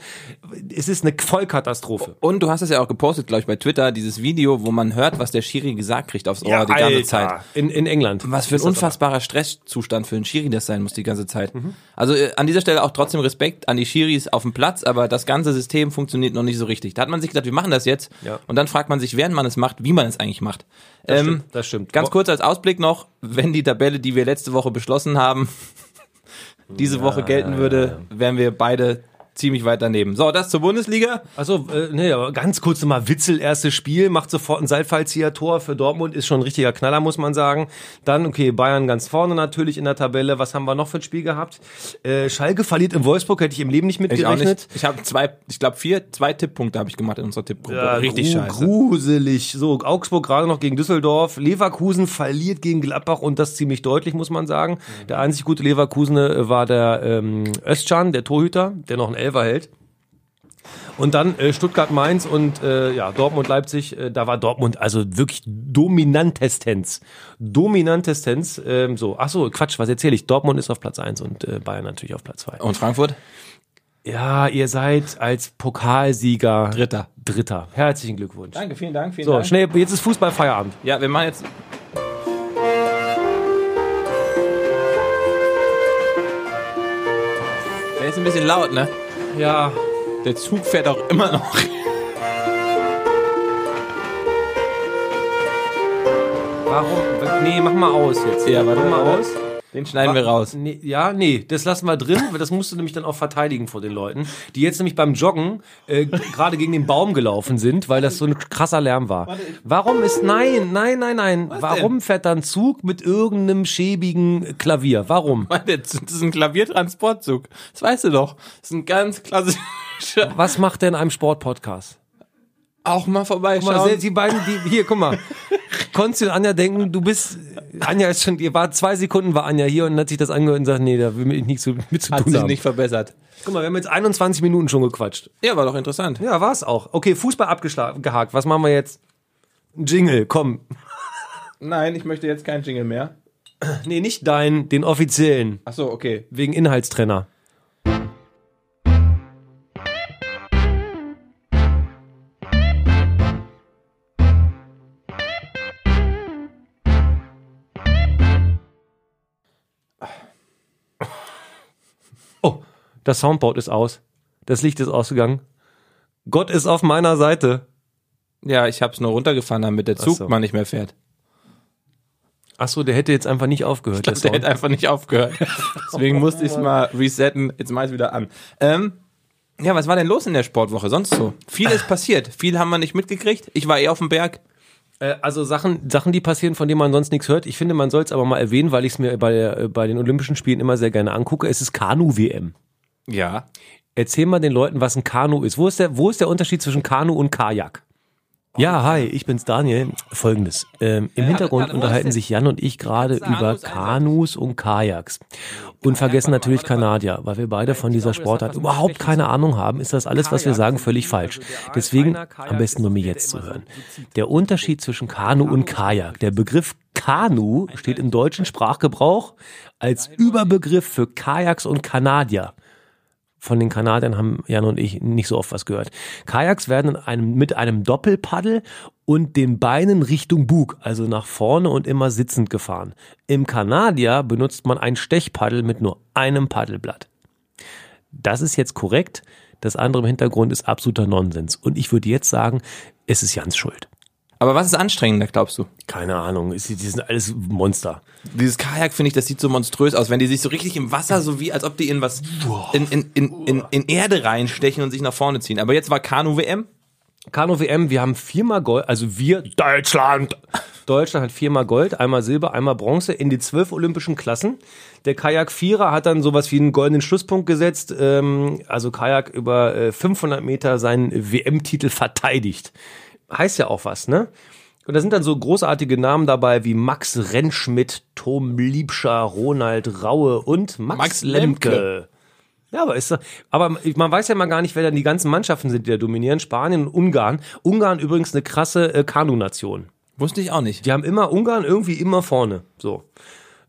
[SPEAKER 1] Es ist eine Vollkatastrophe.
[SPEAKER 2] Und du hast es ja auch gepostet, glaube ich, bei Twitter, dieses Video, wo man hört, was der Schiri gesagt kriegt aufs Ohr die ganze Zeit.
[SPEAKER 1] In, in England.
[SPEAKER 2] Was für ein
[SPEAKER 1] Ist das
[SPEAKER 2] unfassbarer Stresszustand für einen Schiri das sein muss die ganze Zeit. Also äh, an dieser Stelle auch trotzdem Respekt an die Schiris auf dem Platz, aber das ganze System funktioniert noch nicht so richtig. Da hat man sich gedacht, wir machen das jetzt
[SPEAKER 1] Ja.
[SPEAKER 2] und dann fragt man sich, während man es macht, wie man es eigentlich macht. Das,
[SPEAKER 1] stimmt, das stimmt.
[SPEAKER 2] Ganz kurz als Ausblick noch, wenn die Tabelle, die wir letzte Woche beschlossen haben, diese Woche gelten würde, wären wir beide ziemlich weit daneben. So, das zur Bundesliga.
[SPEAKER 1] Also, äh, nee, aber ganz kurz nochmal Witzel, erstes Spiel, macht sofort ein Seitfallzieher-Tor für Dortmund, ist schon ein richtiger Knaller, muss man sagen. Dann, okay, Bayern ganz vorne natürlich in der Tabelle. Was haben wir noch für ein Spiel gehabt? Äh, Schalke verliert in Wolfsburg, hätte ich im Leben nicht
[SPEAKER 2] Ich auch
[SPEAKER 1] mitgerechnet.
[SPEAKER 2] nicht. Ich habe zwei, ich glaube vier, zwei Tipppunkte habe ich gemacht in unserer Tippgruppe.
[SPEAKER 1] Ja,
[SPEAKER 2] Richtig
[SPEAKER 1] gru-
[SPEAKER 2] scheiße.
[SPEAKER 1] Gruselig. So, Augsburg gerade noch gegen Düsseldorf. Leverkusen verliert gegen Gladbach und das ziemlich deutlich, muss man sagen.
[SPEAKER 2] Mhm.
[SPEAKER 1] Der einzig gute Leverkusener war der ähm, Özcan, der Torhüter, der noch einen Elfer hält. Und dann äh, Stuttgart-Mainz und äh, ja, Dortmund-Leipzig, äh, da war Dortmund also wirklich dominantestens. Dominantestens. Ähm, so, ach so, Quatsch, was erzähle ich? Dortmund ist auf Platz 1 und äh, Bayern natürlich auf Platz 2.
[SPEAKER 2] Und Frankfurt?
[SPEAKER 1] Ja, ihr seid als Pokalsieger
[SPEAKER 2] Dritter.
[SPEAKER 1] Dritter. Herzlichen Glückwunsch.
[SPEAKER 2] Danke, vielen Dank, vielen
[SPEAKER 1] So, schnell, jetzt ist Fußballfeierabend.
[SPEAKER 2] Ja, wir machen jetzt. Der ist ein bisschen laut, ne?
[SPEAKER 1] Ja.
[SPEAKER 2] Der Zug fährt auch immer noch.
[SPEAKER 1] Warum? Nee, mach mal aus jetzt.
[SPEAKER 2] Ja, warte,
[SPEAKER 1] mach mal
[SPEAKER 2] warte.
[SPEAKER 1] aus.
[SPEAKER 2] Den schneiden wir raus.
[SPEAKER 1] Nee, ja, nee, das lassen wir drin, weil das musst du nämlich dann auch verteidigen vor den Leuten, die jetzt nämlich beim Joggen äh, gerade gegen den Baum gelaufen sind, weil das so ein krasser Lärm war. Warum ist, nein, nein, nein, nein, warum fährt dann Zug mit irgendeinem schäbigen Klavier? Warum?
[SPEAKER 2] Mann, der Zug- Das ist ein Klaviertransportzug. Das weißt du doch. Das ist ein ganz klassischer.
[SPEAKER 1] Was macht denn einem Sportpodcast?
[SPEAKER 2] Auch mal vorbeischauen.
[SPEAKER 1] Guck mal, die beiden, die, hier, guck mal. Konntest du Anja denken, du bist, Anja ist schon, ihr war zwei Sekunden war Anja hier und hat sich das angehört und sagt, nee, da will ich nichts mit zu
[SPEAKER 2] Hat
[SPEAKER 1] tun
[SPEAKER 2] sich
[SPEAKER 1] haben.
[SPEAKER 2] nicht verbessert.
[SPEAKER 1] Guck mal, wir haben jetzt 21 Minuten schon gequatscht.
[SPEAKER 2] Ja, war doch interessant.
[SPEAKER 1] Ja, war's auch. Okay, Fußball abgehakt. Was machen wir jetzt? Ein Jingle, komm.
[SPEAKER 2] Nein, ich möchte jetzt keinen Jingle mehr.
[SPEAKER 1] Nee, nicht deinen, den offiziellen,
[SPEAKER 2] Ach so, okay.
[SPEAKER 1] wegen Inhaltstrenner. Oh, das Soundboard ist aus. Das Licht ist ausgegangen. Gott ist auf meiner Seite.
[SPEAKER 2] Ja, ich hab's nur runtergefahren, damit der Zug
[SPEAKER 1] so.
[SPEAKER 2] mal nicht mehr fährt.
[SPEAKER 1] Ach so, der hätte jetzt einfach nicht aufgehört.
[SPEAKER 2] Der, der
[SPEAKER 1] Sound.
[SPEAKER 2] hätte einfach nicht aufgehört. Deswegen musste ich mal resetten. Jetzt mach ich's wieder an. Ähm, ja, was war denn los in der Sportwoche sonst so? Viel ist passiert. Viel haben wir nicht mitgekriegt. Ich war eh auf dem Berg.
[SPEAKER 1] Äh, Also Sachen, Sachen, die passieren, von denen man sonst nichts hört. Ich finde, man soll es aber mal erwähnen, weil ich es mir bei, der, äh, bei den Olympischen Spielen immer sehr gerne angucke. Es ist Kanu-WM.
[SPEAKER 2] Ja.
[SPEAKER 1] Erzähl mal den Leuten, was ein Kanu ist. Wo ist der, wo ist der Unterschied zwischen Kanu und Kajak? Ja, hi, ich bin's Daniel. Folgendes. Ähm, Im Hintergrund
[SPEAKER 2] warte, wo
[SPEAKER 1] unterhalten
[SPEAKER 2] ist
[SPEAKER 1] sich Jan und ich gerade
[SPEAKER 2] Kannst du
[SPEAKER 1] über
[SPEAKER 2] Anus einsetzen?
[SPEAKER 1] Kanus und Kajaks. Und vergessen
[SPEAKER 2] warte,
[SPEAKER 1] natürlich
[SPEAKER 2] warte, warte.
[SPEAKER 1] Kanadier, weil wir beide von dieser
[SPEAKER 2] glaube, das hat
[SPEAKER 1] Sportart
[SPEAKER 2] was mit
[SPEAKER 1] überhaupt
[SPEAKER 2] Schwächen
[SPEAKER 1] keine Ahnung haben, ist das alles, was wir
[SPEAKER 2] Kajak
[SPEAKER 1] sagen,
[SPEAKER 2] sind
[SPEAKER 1] völlig
[SPEAKER 2] die,
[SPEAKER 1] falsch.
[SPEAKER 2] also der
[SPEAKER 1] Deswegen
[SPEAKER 2] einer Kajak
[SPEAKER 1] am besten
[SPEAKER 2] ist
[SPEAKER 1] nur mir
[SPEAKER 2] der, der
[SPEAKER 1] jetzt
[SPEAKER 2] immer
[SPEAKER 1] zu
[SPEAKER 2] so
[SPEAKER 1] hören. Der Unterschied zwischen Kanu und Kajak. Der Begriff Kanu steht im deutschen Sprachgebrauch als Überbegriff für Kajaks und Kanadier von den Kanadiern haben Jan und ich nicht so oft was gehört. Kajaks werden in einem, mit einem Doppelpaddel und den Beinen Richtung Bug, also nach vorne und immer sitzend gefahren. Im Kanadier benutzt man ein Stechpaddel mit nur einem Paddelblatt. Das ist jetzt korrekt, das andere im Hintergrund ist absoluter Nonsens. Und ich würde jetzt sagen, es ist Jans Schuld.
[SPEAKER 2] Aber was ist anstrengender, glaubst du?
[SPEAKER 1] Keine Ahnung, es- die sind alles Monster.
[SPEAKER 2] Dieses Kajak, finde ich, das sieht so monströs aus, wenn die sich so richtig im Wasser, so wie als ob die in was in, in, in, in, in Erde reinstechen und sich nach vorne ziehen. Aber jetzt war Kanu-WM.
[SPEAKER 1] Kanu WM, wir haben viermal Gold, also wir Deutschland. Deutschland hat viermal Gold, einmal Silber, einmal Bronze in die zwölf olympischen Klassen. Der Kajak Vierer hat dann sowas wie einen goldenen Schlusspunkt gesetzt, ähm, also Kajak über äh, 500 Meter seinen WM-Titel verteidigt. Heißt ja auch was, ne? Und da sind dann so großartige Namen dabei wie Max Rentschmidt, Tom Liebscher, Ronald Raue und Max,
[SPEAKER 2] Max
[SPEAKER 1] Lemke.
[SPEAKER 2] Lemke.
[SPEAKER 1] Ja, aber ist doch- aber man weiß ja mal gar nicht, wer dann die ganzen Mannschaften sind, die da dominieren. Spanien und Ungarn. Ungarn übrigens eine krasse äh, Kanu-Nation.
[SPEAKER 2] Wusste ich auch nicht.
[SPEAKER 1] Die haben immer Ungarn irgendwie immer vorne. So.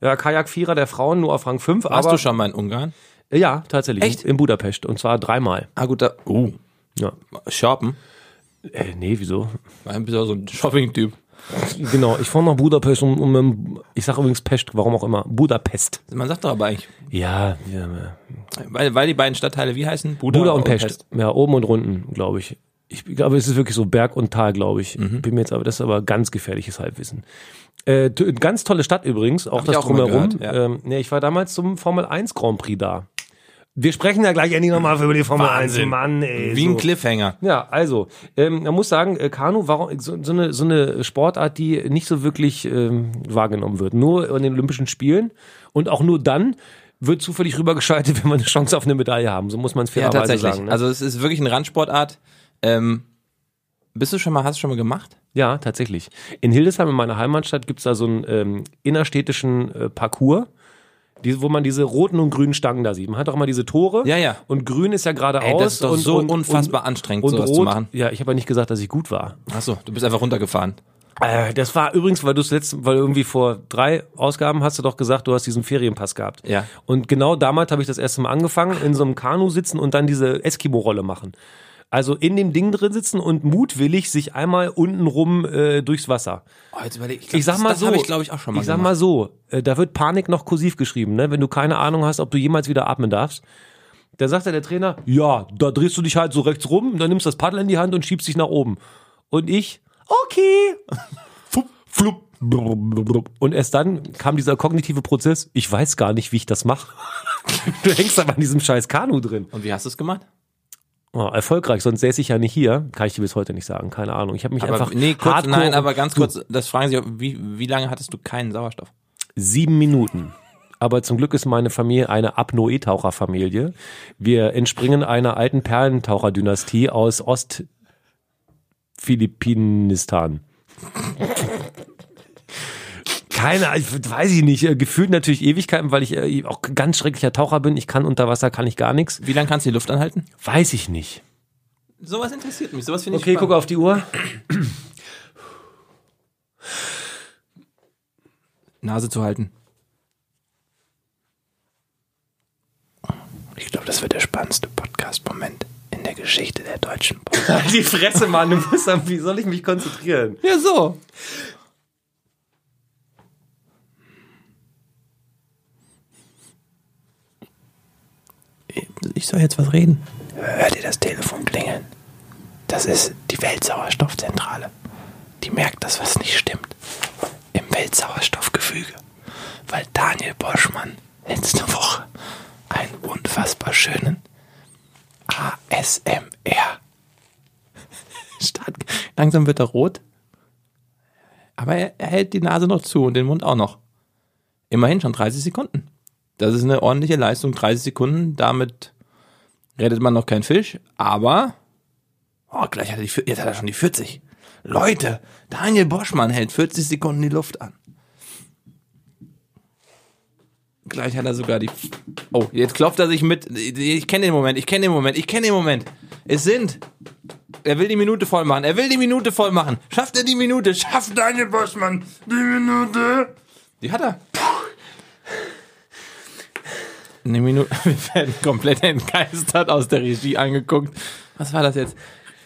[SPEAKER 1] Ja, Kajak-Vierer der Frauen nur auf Rang 5.
[SPEAKER 2] Warst
[SPEAKER 1] aber,
[SPEAKER 2] du schon mal in Ungarn?
[SPEAKER 1] Ja, tatsächlich.
[SPEAKER 2] Echt?
[SPEAKER 1] In Budapest. Und zwar dreimal.
[SPEAKER 2] Ah, gut, da. Oh.
[SPEAKER 1] Ja.
[SPEAKER 2] Shoppen.
[SPEAKER 1] Äh, nee, wieso?
[SPEAKER 2] Ein bisschen so ein Shopping-Typ.
[SPEAKER 1] Genau, ich fahre nach Budapest und, und, ähm, ich sage übrigens Pest, warum auch immer. Budapest.
[SPEAKER 2] Man sagt doch aber eigentlich,
[SPEAKER 1] Ja, ja
[SPEAKER 2] weil, weil die beiden Stadtteile wie heißen?
[SPEAKER 1] Buda und Pest. Ja, oben und unten, glaube ich. Ich glaube, es ist wirklich so Berg und Tal, glaube ich.
[SPEAKER 2] Mhm.
[SPEAKER 1] Bin mir jetzt aber das ist aber ganz gefährliches Halbwissen. Äh, t- ganz tolle Stadt übrigens, auch
[SPEAKER 2] ich
[SPEAKER 1] das
[SPEAKER 2] auch immer
[SPEAKER 1] drumherum.
[SPEAKER 2] gehört, ja.
[SPEAKER 1] ähm, nee, ich war damals zum Formel 1 Grand Prix da. Wir sprechen ja gleich endlich nochmal über die Formel 1.
[SPEAKER 2] Wahnsinn.
[SPEAKER 1] Mann, ey.
[SPEAKER 2] Wie ein
[SPEAKER 1] so.
[SPEAKER 2] Cliffhanger.
[SPEAKER 1] Ja, also, ähm, man muss sagen, äh, Kanu, warum, so, so, eine, so eine Sportart, die nicht so wirklich ähm, wahrgenommen wird. Nur in den Olympischen Spielen und auch nur dann wird zufällig rübergeschaltet, wenn wir eine Chance auf eine Medaille haben. So muss man es
[SPEAKER 2] Ja,
[SPEAKER 1] fairerweise
[SPEAKER 2] tatsächlich.
[SPEAKER 1] sagen. Ne?
[SPEAKER 2] Also es ist wirklich eine Randsportart. Ähm, bist du schon mal, hast du schon mal gemacht?
[SPEAKER 1] ja, tatsächlich. In Hildesheim, in meiner Heimatstadt, gibt's da so einen ähm, innerstädtischen äh, Parcours, die, wo man diese roten und grünen Stangen da sieht. Man hat auch immer diese Tore.
[SPEAKER 2] Ja, ja.
[SPEAKER 1] Und grün ist ja geradeaus.
[SPEAKER 2] Ey, das ist doch
[SPEAKER 1] und,
[SPEAKER 2] so
[SPEAKER 1] und,
[SPEAKER 2] unfassbar anstrengend,
[SPEAKER 1] und, und
[SPEAKER 2] sowas
[SPEAKER 1] rot.
[SPEAKER 2] zu machen.
[SPEAKER 1] Ja, ich habe ja nicht gesagt, dass ich gut war.
[SPEAKER 2] Achso, du bist einfach runtergefahren.
[SPEAKER 1] Äh, das war übrigens, weil du es letzten, weil irgendwie vor drei Ausgaben hast du doch gesagt, du hast diesen Ferienpass gehabt.
[SPEAKER 2] Ja.
[SPEAKER 1] Und genau damals habe ich das erste Mal angefangen, in so einem Kanu sitzen und dann diese Eskimo-Rolle machen. Also in dem Ding drin sitzen und mutwillig sich einmal untenrum äh, durchs Wasser.
[SPEAKER 2] Oh, jetzt überleg,
[SPEAKER 1] Ich sag mal
[SPEAKER 2] das
[SPEAKER 1] so,
[SPEAKER 2] habe ich glaube ich auch schon mal
[SPEAKER 1] Ich sag
[SPEAKER 2] gemacht.
[SPEAKER 1] mal so, äh, da wird Panik noch kursiv geschrieben, ne? Wenn du keine Ahnung hast, ob du jemals wieder atmen darfst. Da sagt ja der Trainer, ja, da drehst du dich halt so rechts rum, dann nimmst das Paddel in die Hand und schiebst dich nach oben. Und ich, okay. Fupp, flupp, blub, blub, blub. Und erst dann kam dieser kognitive Prozess, ich weiß gar nicht, wie ich das mache. Du hängst aber in diesem scheiß Kanu drin.
[SPEAKER 2] Und wie hast du es gemacht?
[SPEAKER 1] Oh, erfolgreich, sonst säße ich ja nicht hier. Kann ich dir bis heute nicht sagen, keine Ahnung. Ich habe mich einfach
[SPEAKER 2] nee, kurz,
[SPEAKER 1] hardcore
[SPEAKER 2] nein, aber ganz kurz, das fragen sich, auch, wie, wie lange hattest du keinen Sauerstoff?
[SPEAKER 1] sieben Minuten. Aber zum Glück ist meine Familie eine Apnoe-Taucherfamilie. Wir entspringen einer alten Perlentaucherdynastie aus Ostphilippinistan. Keine, Ahnung, ich weiß ich nicht, äh, gefühlt natürlich Ewigkeiten, weil ich äh, auch ganz schrecklicher Taucher bin. Ich kann unter Wasser, kann ich gar nichts.
[SPEAKER 2] Wie lange kannst du die Luft anhalten?
[SPEAKER 1] Weiß ich nicht.
[SPEAKER 2] Sowas interessiert mich, sowas finde
[SPEAKER 1] Okay, gucke auf die Uhr.
[SPEAKER 2] Nase zu halten. Ich glaube, das wird der spannendste Podcast-Moment in der Geschichte der deutschen Podcast.
[SPEAKER 1] Die Fresse, Mann, du musst am, wie soll ich mich konzentrieren?
[SPEAKER 2] ja, so. Ich soll jetzt was reden.
[SPEAKER 4] hört ihr das Telefon klingeln. Das ist die Weltsauerstoffzentrale. Die merkt, dass was nicht stimmt. Im Weltsauerstoffgefüge. Weil Daniel Boschmann letzte Woche einen unfassbar schönen ASMR
[SPEAKER 2] Start. Langsam wird er rot. Aber er, er hält die Nase noch zu und den Mund auch noch. Immerhin schon 30 Sekunden. Das ist eine ordentliche Leistung, 30 Sekunden. Damit rettet man noch keinen Fisch, aber oh, gleich hat er die, vier- jetzt hat er schon die 40. Leute, Daniel Boschmann hält 40 Sekunden die Luft an. Gleich hat er sogar die. Oh, jetzt klopft er sich mit. Ich kenne den Moment, ich kenne den Moment, ich kenne den Moment. Es sind er will die Minute voll machen. Er will die Minute voll machen. Schafft er die Minute? Schafft Daniel Boschmann die Minute? Die hat er. Eine Minute. Wir werden komplett entgeistert aus der Regie angeguckt. Was war das jetzt?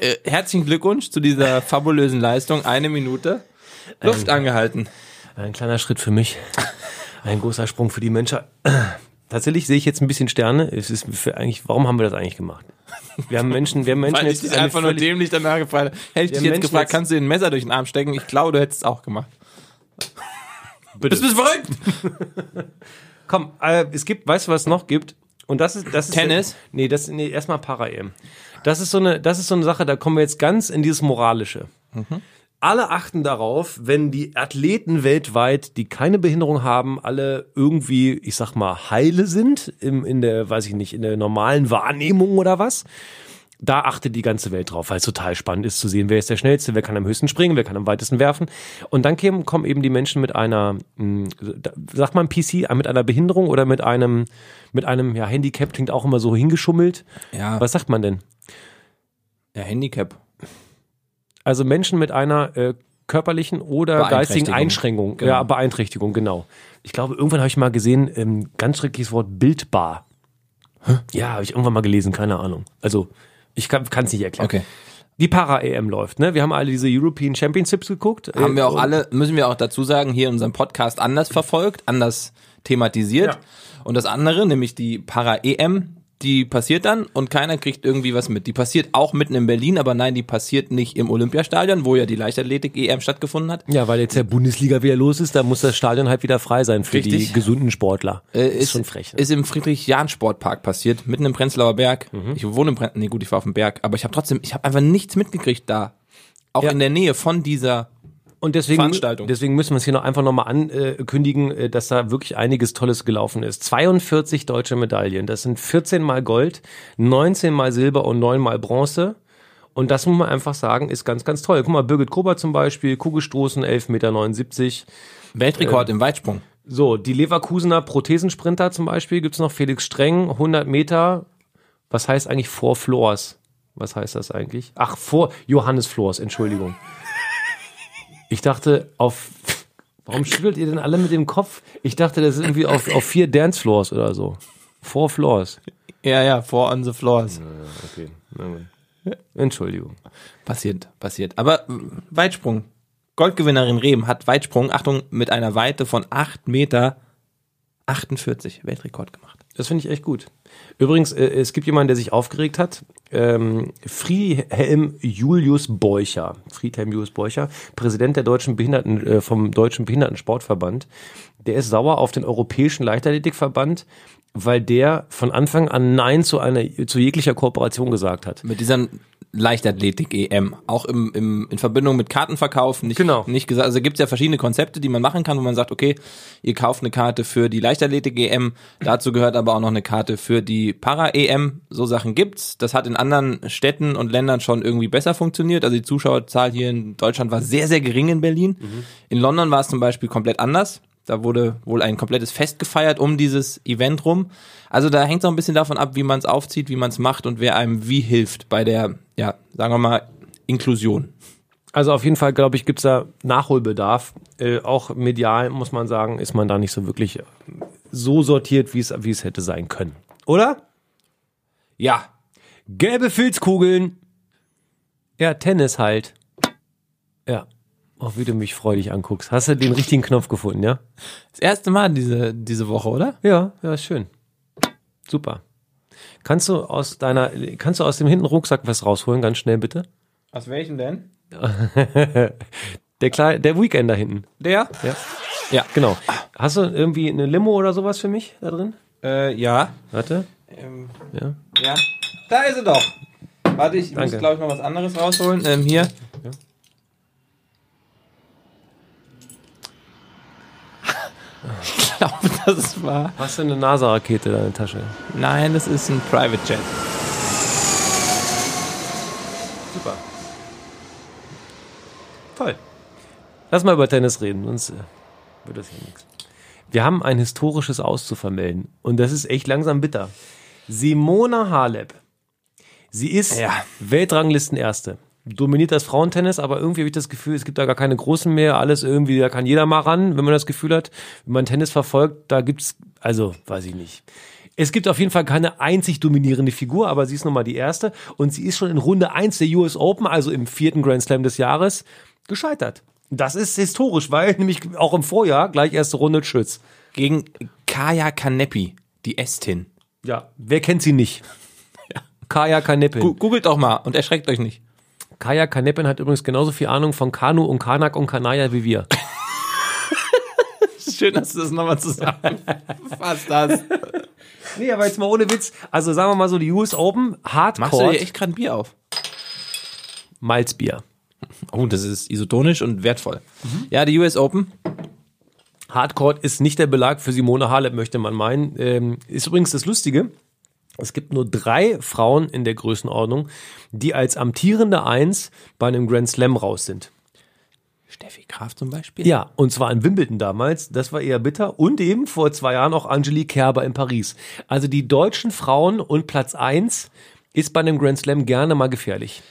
[SPEAKER 2] Äh, herzlichen Glückwunsch zu dieser fabulösen Leistung. Eine Minute. Luft angehalten.
[SPEAKER 1] Ein kleiner Schritt für mich. Ein großer Sprung für die Menschheit. Tatsächlich sehe ich jetzt ein bisschen Sterne. Es ist für eigentlich, warum haben wir das eigentlich gemacht? Wir haben Menschen, wir haben Menschen
[SPEAKER 2] Weil ich dich
[SPEAKER 1] eine
[SPEAKER 2] einfach nur
[SPEAKER 1] völlig-
[SPEAKER 2] dämlich danach gefragt habe. Hätte ich dich
[SPEAKER 1] Ja,
[SPEAKER 2] jetzt
[SPEAKER 1] Menschen
[SPEAKER 2] gefragt,
[SPEAKER 1] jetzt-
[SPEAKER 2] kannst du dir ein Messer durch den Arm stecken? Ich glaube, du hättest es auch gemacht.
[SPEAKER 1] Bitte.
[SPEAKER 2] Das bist verrückt.
[SPEAKER 1] Komm, äh, es gibt, weißt du, was es noch gibt? Und das ist, das ist
[SPEAKER 2] Tennis?
[SPEAKER 1] nee, das nee, erstmal Para-EM. Das ist so eine, das ist so eine Sache, da kommen wir jetzt ganz in dieses moralische. Alle achten darauf, wenn die Athleten weltweit, die keine Behinderung haben, alle irgendwie, ich sag mal, heile sind im, in der, weiß ich nicht, in der normalen Wahrnehmung oder was. Da achtet die ganze Welt drauf, weil es total spannend ist zu sehen, wer ist der Schnellste, wer kann am höchsten springen, wer kann am weitesten werfen. Und dann kämen, kommen eben die Menschen mit einer, mh, da- sagt man PC, mit einer Behinderung oder mit einem, mit einem, ja, Handicap klingt auch immer so hingeschummelt.
[SPEAKER 2] Ja.
[SPEAKER 1] Was sagt man denn?
[SPEAKER 2] Ja, Handicap.
[SPEAKER 1] Also Menschen mit einer äh, körperlichen oder geistigen
[SPEAKER 2] Beeinträchtigung.
[SPEAKER 1] Einschränkung, ja, Beeinträchtigung, genau. Ich glaube, irgendwann habe ich mal gesehen, ähm, ganz schreckliches Wort, bildbar. Ja, habe ich irgendwann mal gelesen, keine Ahnung. Also ich kann es nicht erklären.
[SPEAKER 2] Okay.
[SPEAKER 1] Die Para-EM läuft, ne? Wir haben alle diese European Championships geguckt. Äh,
[SPEAKER 2] Haben wir auch
[SPEAKER 1] alle.
[SPEAKER 2] alle, müssen wir auch dazu sagen, hier unseren Podcast anders verfolgt, anders thematisiert.
[SPEAKER 1] Ja.
[SPEAKER 2] Und das andere, nämlich die Para-EM, E die passiert dann und keiner kriegt irgendwie was mit. Die passiert auch mitten in Berlin, aber nein, die passiert nicht im Olympiastadion, wo ja die Leichtathletik-EM stattgefunden hat.
[SPEAKER 1] Ja, weil jetzt der Bundesliga wieder los ist, da muss das Stadion halt wieder frei sein für die
[SPEAKER 2] Richtig.
[SPEAKER 1] gesunden Sportler.
[SPEAKER 2] Äh,
[SPEAKER 1] ist, schon frech. Ne?
[SPEAKER 2] Ist im Friedrich-Jahn-Sportpark passiert, mitten im Prenzlauer Berg. Ich wohne im Prenzlauer, nee gut, ich war auf dem Berg, aber ich habe trotzdem, ich habe einfach nichts mitgekriegt da. Auch in der Nähe von dieser
[SPEAKER 1] Und deswegen,
[SPEAKER 2] Veranstaltung.
[SPEAKER 1] deswegen müssen wir es hier noch einfach nochmal ankündigen, äh, dass da wirklich einiges Tolles gelaufen ist. 42 deutsche Medaillen. Das sind 14 mal Gold, 19 mal Silber und 9 mal Bronze. Und das muss man einfach sagen, ist ganz, ganz toll. Guck mal, Birgit Kober zum Beispiel, Kugelstoßen, 11,79 Meter.
[SPEAKER 2] Weltrekord im Weitsprung.
[SPEAKER 1] So, die Leverkusener Prothesensprinter zum Beispiel gibt's noch. Felix Streng, 100 Meter. Was heißt eigentlich vor Flors? Was heißt das eigentlich? Ach, vor Johannes Flors, Entschuldigung. Ich dachte, auf. Warum schüttelt ihr denn alle mit dem Kopf? Ich dachte, das ist irgendwie auf, auf vier Dance Floors oder so. Vor Floors.
[SPEAKER 2] Ja, ja, four on the floors.
[SPEAKER 1] Okay. Entschuldigung.
[SPEAKER 2] Passiert, passiert. Aber äh, Weitsprung. Goldgewinnerin Rehm hat Weitsprung, Achtung, mit einer Weite von 8 Meter 48 Weltrekord gemacht.
[SPEAKER 1] Das finde ich echt gut. Übrigens, äh, es gibt jemanden, der sich aufgeregt hat. Ähm, Friedhelm Julius Beucher, Friedhelm Julius Beucher, Präsident der deutschen Behinderten, äh, vom Deutschen Behindertensportverband, der ist sauer auf den Europäischen Leichtathletikverband, weil der von Anfang an Nein zu einer zu jeglicher Kooperation gesagt hat.
[SPEAKER 2] Mit dieser Leichtathletik-EM. Auch im, im, in Verbindung mit Kartenverkauf. Nicht,
[SPEAKER 1] Genau.
[SPEAKER 2] Nicht gesagt, also gibt es ja verschiedene Konzepte, die man machen kann, wo man sagt, okay, ihr kauft eine Karte für die Leichtathletik-EM. Dazu gehört aber auch noch eine Karte für die Para-EM. So Sachen gibt's. Das hat in anderen Städten und Ländern schon irgendwie besser funktioniert. Also die Zuschauerzahl hier in Deutschland war sehr, sehr gering in Berlin. In London war es zum Beispiel komplett anders. Da wurde wohl ein komplettes Fest gefeiert um dieses Event rum. Also da hängt es auch ein bisschen davon ab, wie man es aufzieht, wie man es macht und wer einem wie hilft bei der, ja, sagen wir mal, Inklusion.
[SPEAKER 1] Also auf jeden Fall, glaube ich, gibt's da Nachholbedarf. Äh, auch medial, muss man sagen, ist man da nicht so wirklich so sortiert, wie es wie es hätte sein können. Oder?
[SPEAKER 2] Ja,
[SPEAKER 1] Gelbe Filzkugeln. Ja, Tennis halt. Ja. Auch wie du mich freudig anguckst. Hast du den richtigen Knopf gefunden, ja?
[SPEAKER 2] das erste Mal diese, diese Woche, oder?
[SPEAKER 1] Ja, ja, ist schön. Super. Kannst du aus deiner, kannst du aus dem hinten Rucksack was rausholen, ganz schnell bitte?
[SPEAKER 2] Aus welchem denn?
[SPEAKER 1] Der kleine, der Weekend da hinten.
[SPEAKER 2] Der?
[SPEAKER 1] Ja.
[SPEAKER 2] Ja.
[SPEAKER 1] Genau. Hast du irgendwie eine Limo oder sowas für mich da drin?
[SPEAKER 2] Äh, ja.
[SPEAKER 1] Warte.
[SPEAKER 2] Ähm,
[SPEAKER 1] Ja.
[SPEAKER 2] ja. Da ist sie doch. Warte, ich
[SPEAKER 1] Danke.
[SPEAKER 2] muss, glaube ich, noch was anderes rausholen. Ähm, hier. Ich glaube, das war.
[SPEAKER 1] Hast du eine NASA-Rakete in deiner Tasche?
[SPEAKER 2] Nein, das ist ein Private Jet.
[SPEAKER 1] Super. Toll. Lass mal über Tennis reden, sonst äh, wird das hier nichts. Wir haben ein historisches auszuvermelden und das ist echt langsam bitter. Simona Halep. Sie ist
[SPEAKER 2] Ja.
[SPEAKER 1] Weltranglistenerste. Dominiert das Frauentennis, aber irgendwie habe ich das Gefühl, es gibt da gar keine Großen mehr. Alles irgendwie, da kann jeder mal ran, wenn man das Gefühl hat. Wenn man Tennis verfolgt, da gibt's also, weiß ich nicht. Es gibt auf jeden Fall keine einzig dominierende Figur, aber sie ist nochmal die erste. Und sie ist schon in Runde 1 der US Open, also im vierten Grand Slam des Jahres, gescheitert. Das ist historisch, weil nämlich auch im Vorjahr gleich erste Runde Schütz.
[SPEAKER 2] Gegen Kaya Kanepi, die Estin.
[SPEAKER 1] Ja, wer kennt sie nicht? Kaya Kaneppin.
[SPEAKER 2] Gu- Googelt doch mal und erschreckt euch nicht.
[SPEAKER 1] Kaya Kaneppin hat übrigens genauso viel Ahnung von Kanu und Kanak und Kanaya wie wir.
[SPEAKER 2] Schön, dass du das nochmal zusammenfasst hast.
[SPEAKER 1] Nee, aber jetzt mal ohne Witz. Also sagen wir mal so, die US Open,
[SPEAKER 2] Machst du dir
[SPEAKER 1] Hardcore,
[SPEAKER 2] echt gerade ein Bier auf?
[SPEAKER 1] Malzbier.
[SPEAKER 2] Oh, das ist isotonisch und wertvoll.
[SPEAKER 1] Mhm.
[SPEAKER 2] Ja, die US Open.
[SPEAKER 1] Hardcore ist nicht der Belag für Simone Halep, möchte man meinen. Ähm, ist übrigens das Lustige. Es gibt nur drei Frauen in der Größenordnung, die als amtierende Eins bei einem Grand Slam raus sind.
[SPEAKER 2] Steffi Graf zum Beispiel.
[SPEAKER 1] Ja, und zwar in Wimbledon damals, das war eher bitter. Und eben vor zwei Jahren auch Angelique Kerber in Paris. Also die deutschen Frauen und Platz eins ist bei einem Grand Slam gerne mal gefährlich.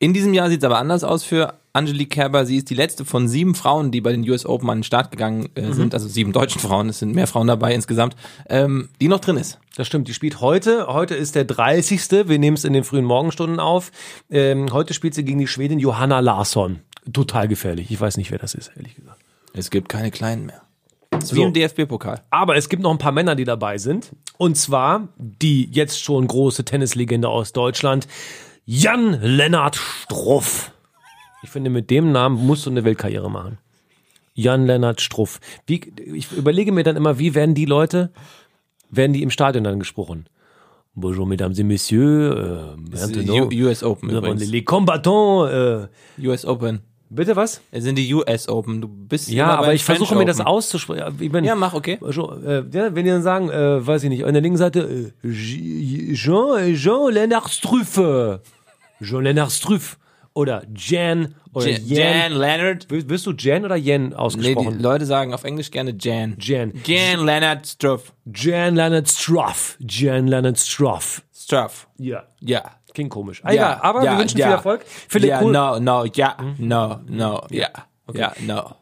[SPEAKER 2] In diesem Jahr sieht es aber anders aus für Angelique Kerber. Sie ist die letzte von sieben Frauen, die bei den US Open an den Start gegangen äh,
[SPEAKER 1] Mhm.
[SPEAKER 2] sind. Also sieben deutschen Frauen. Es sind mehr Frauen dabei insgesamt, ähm, die noch drin ist.
[SPEAKER 1] Das stimmt, die spielt heute. Heute ist der 30. Wir nehmen es in den frühen Morgenstunden auf. Ähm, heute spielt sie gegen die Schwedin Johanna Larsson. Total gefährlich. Ich weiß nicht, wer das ist, ehrlich gesagt.
[SPEAKER 2] Es gibt keine Kleinen mehr. Wie im DFB-Pokal.
[SPEAKER 1] Aber es gibt noch ein paar Männer, die dabei sind. Und zwar die jetzt schon große Tennislegende aus Deutschland, Jan Lennart Struff. Ich finde, mit dem Namen musst du eine Weltkarriere machen. Jan Lennart Struff. Wie, ich überlege mir dann immer, wie werden die Leute, werden die im Stadion dann gesprochen? Bonjour, mesdames et messieurs. Äh,
[SPEAKER 2] Das ist
[SPEAKER 1] Antonio.
[SPEAKER 2] die U- US Open übrigens.
[SPEAKER 1] Les combattants. Äh,
[SPEAKER 2] US Open.
[SPEAKER 1] bitte was?
[SPEAKER 2] Es sind die US Open. Du bist
[SPEAKER 1] Ja,
[SPEAKER 2] immer bei
[SPEAKER 1] aber ich
[SPEAKER 2] French
[SPEAKER 1] versuche mir das
[SPEAKER 2] Open.
[SPEAKER 1] auszusprechen. Ich bin-
[SPEAKER 2] Ja, mach, okay.
[SPEAKER 1] Bonjour, äh, ja, wenn die dann sagen, äh, weiß ich nicht, an der linken Seite äh, Jean, äh, Jean Lennart Struff. äh, Jean Lennart Struff. Oder Jan oder
[SPEAKER 2] Jan,
[SPEAKER 1] Jan.
[SPEAKER 2] Jan Leonard.
[SPEAKER 1] Wi- Wirst du Jan oder Jan
[SPEAKER 2] Nee, die
[SPEAKER 1] ausgesprochen?
[SPEAKER 2] Leute sagen auf Englisch gerne Jan.
[SPEAKER 1] Jan.
[SPEAKER 2] Jan Leonard Struff.
[SPEAKER 1] Jan Leonard Struff. Jan Leonard Struff.
[SPEAKER 2] Struff.
[SPEAKER 1] Ja.
[SPEAKER 2] Ja.
[SPEAKER 1] Klingt komisch. Ah, egal, aber wir wünschen viel Erfolg. Philipp,
[SPEAKER 2] ja,
[SPEAKER 1] Kohl,
[SPEAKER 2] no, no, ja, no, no, ja, ja, no.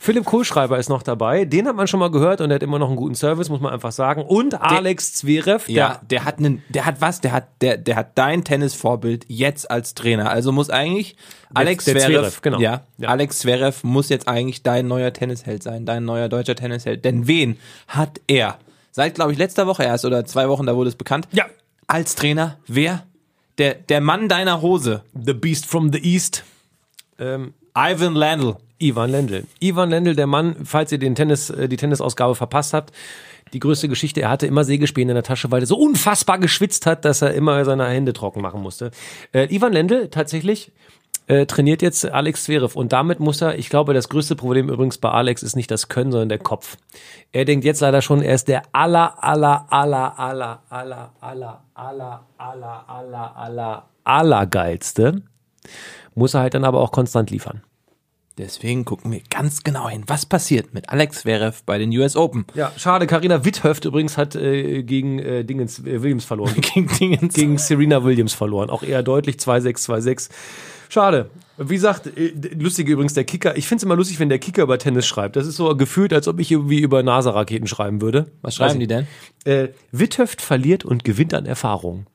[SPEAKER 1] Philipp Kohlschreiber ist noch dabei. Den hat man schon mal gehört und der hat immer noch einen guten Service, muss man einfach sagen. Und Alex Zverev,
[SPEAKER 2] Ja,
[SPEAKER 1] der
[SPEAKER 2] der hat nen, der hat was, der hat, der, der hat dein Tennisvorbild jetzt als Trainer. Also muss eigentlich Alex
[SPEAKER 1] der
[SPEAKER 2] Zverev,
[SPEAKER 1] Zverev, genau.
[SPEAKER 2] ja,
[SPEAKER 1] Ja.
[SPEAKER 2] Alex Zverev muss jetzt eigentlich dein neuer Tennisheld sein, dein neuer deutscher Tennisheld. Denn wen hat er? Seit, glaube ich, letzter Woche erst oder zwei Wochen, da wurde es bekannt.
[SPEAKER 1] Ja.
[SPEAKER 2] Als Trainer, wer? Der, der Mann deiner Hose,
[SPEAKER 1] The Beast from the East. Ähm,
[SPEAKER 2] Ivan Landl.
[SPEAKER 1] Ivan Lendl. Ivan Lendl, der Mann, falls ihr den Tennis, äh, die Tennisausgabe verpasst habt, die größte Geschichte, er hatte immer Sägespäne in der Tasche, weil er so unfassbar geschwitzt hat, dass er immer seine Hände trocken machen musste. Äh, Ivan Lendl tatsächlich äh, trainiert jetzt Alex Zverev und damit muss er, ich glaube, das größte Problem übrigens bei Alex ist nicht das Können, sondern der Kopf. Er denkt jetzt leider schon, er ist der aller, aller, aller, aller, aller, aller, aller, aller, aller, aller, allergeilste. Muss er halt dann aber auch konstant liefern.
[SPEAKER 2] Deswegen gucken wir ganz genau hin, was passiert mit Alex Zverev bei den US Open.
[SPEAKER 1] Ja, schade. Karina Witthöft übrigens hat äh, gegen äh, Dingens äh, Williams verloren.
[SPEAKER 2] Gegen Dingens.
[SPEAKER 1] gegen Serena Williams verloren. Auch eher deutlich 2-6, 2-6. Schade. Wie gesagt, äh, d- lustig übrigens der Kicker. Ich find's immer lustig, wenn der Kicker über Tennis schreibt. Das ist so gefühlt, als ob ich irgendwie über NASA-Raketen schreiben würde.
[SPEAKER 2] Was schreiben die denn?
[SPEAKER 1] Äh, Witthöft verliert und gewinnt an Erfahrung.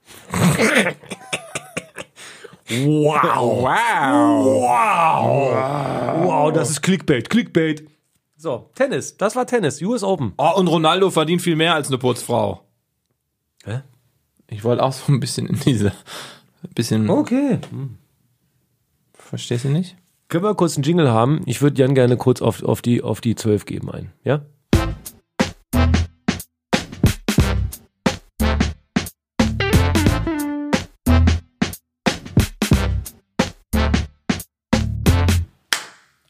[SPEAKER 1] wow.
[SPEAKER 2] Wow.
[SPEAKER 1] Wow, das ist Clickbait. Clickbait. So, Tennis. Das war Tennis. US Open.
[SPEAKER 2] Oh, und Ronaldo verdient viel mehr als eine Putzfrau.
[SPEAKER 1] Hä?
[SPEAKER 2] Ich wollte auch so ein bisschen in diese. Ein bisschen.
[SPEAKER 1] Okay.
[SPEAKER 2] Verstehst du nicht?
[SPEAKER 1] Hm. Können wir kurz einen Jingle haben? Ich würde Jan gerne kurz auf, auf, die, auf die 12 geben ein. Ja?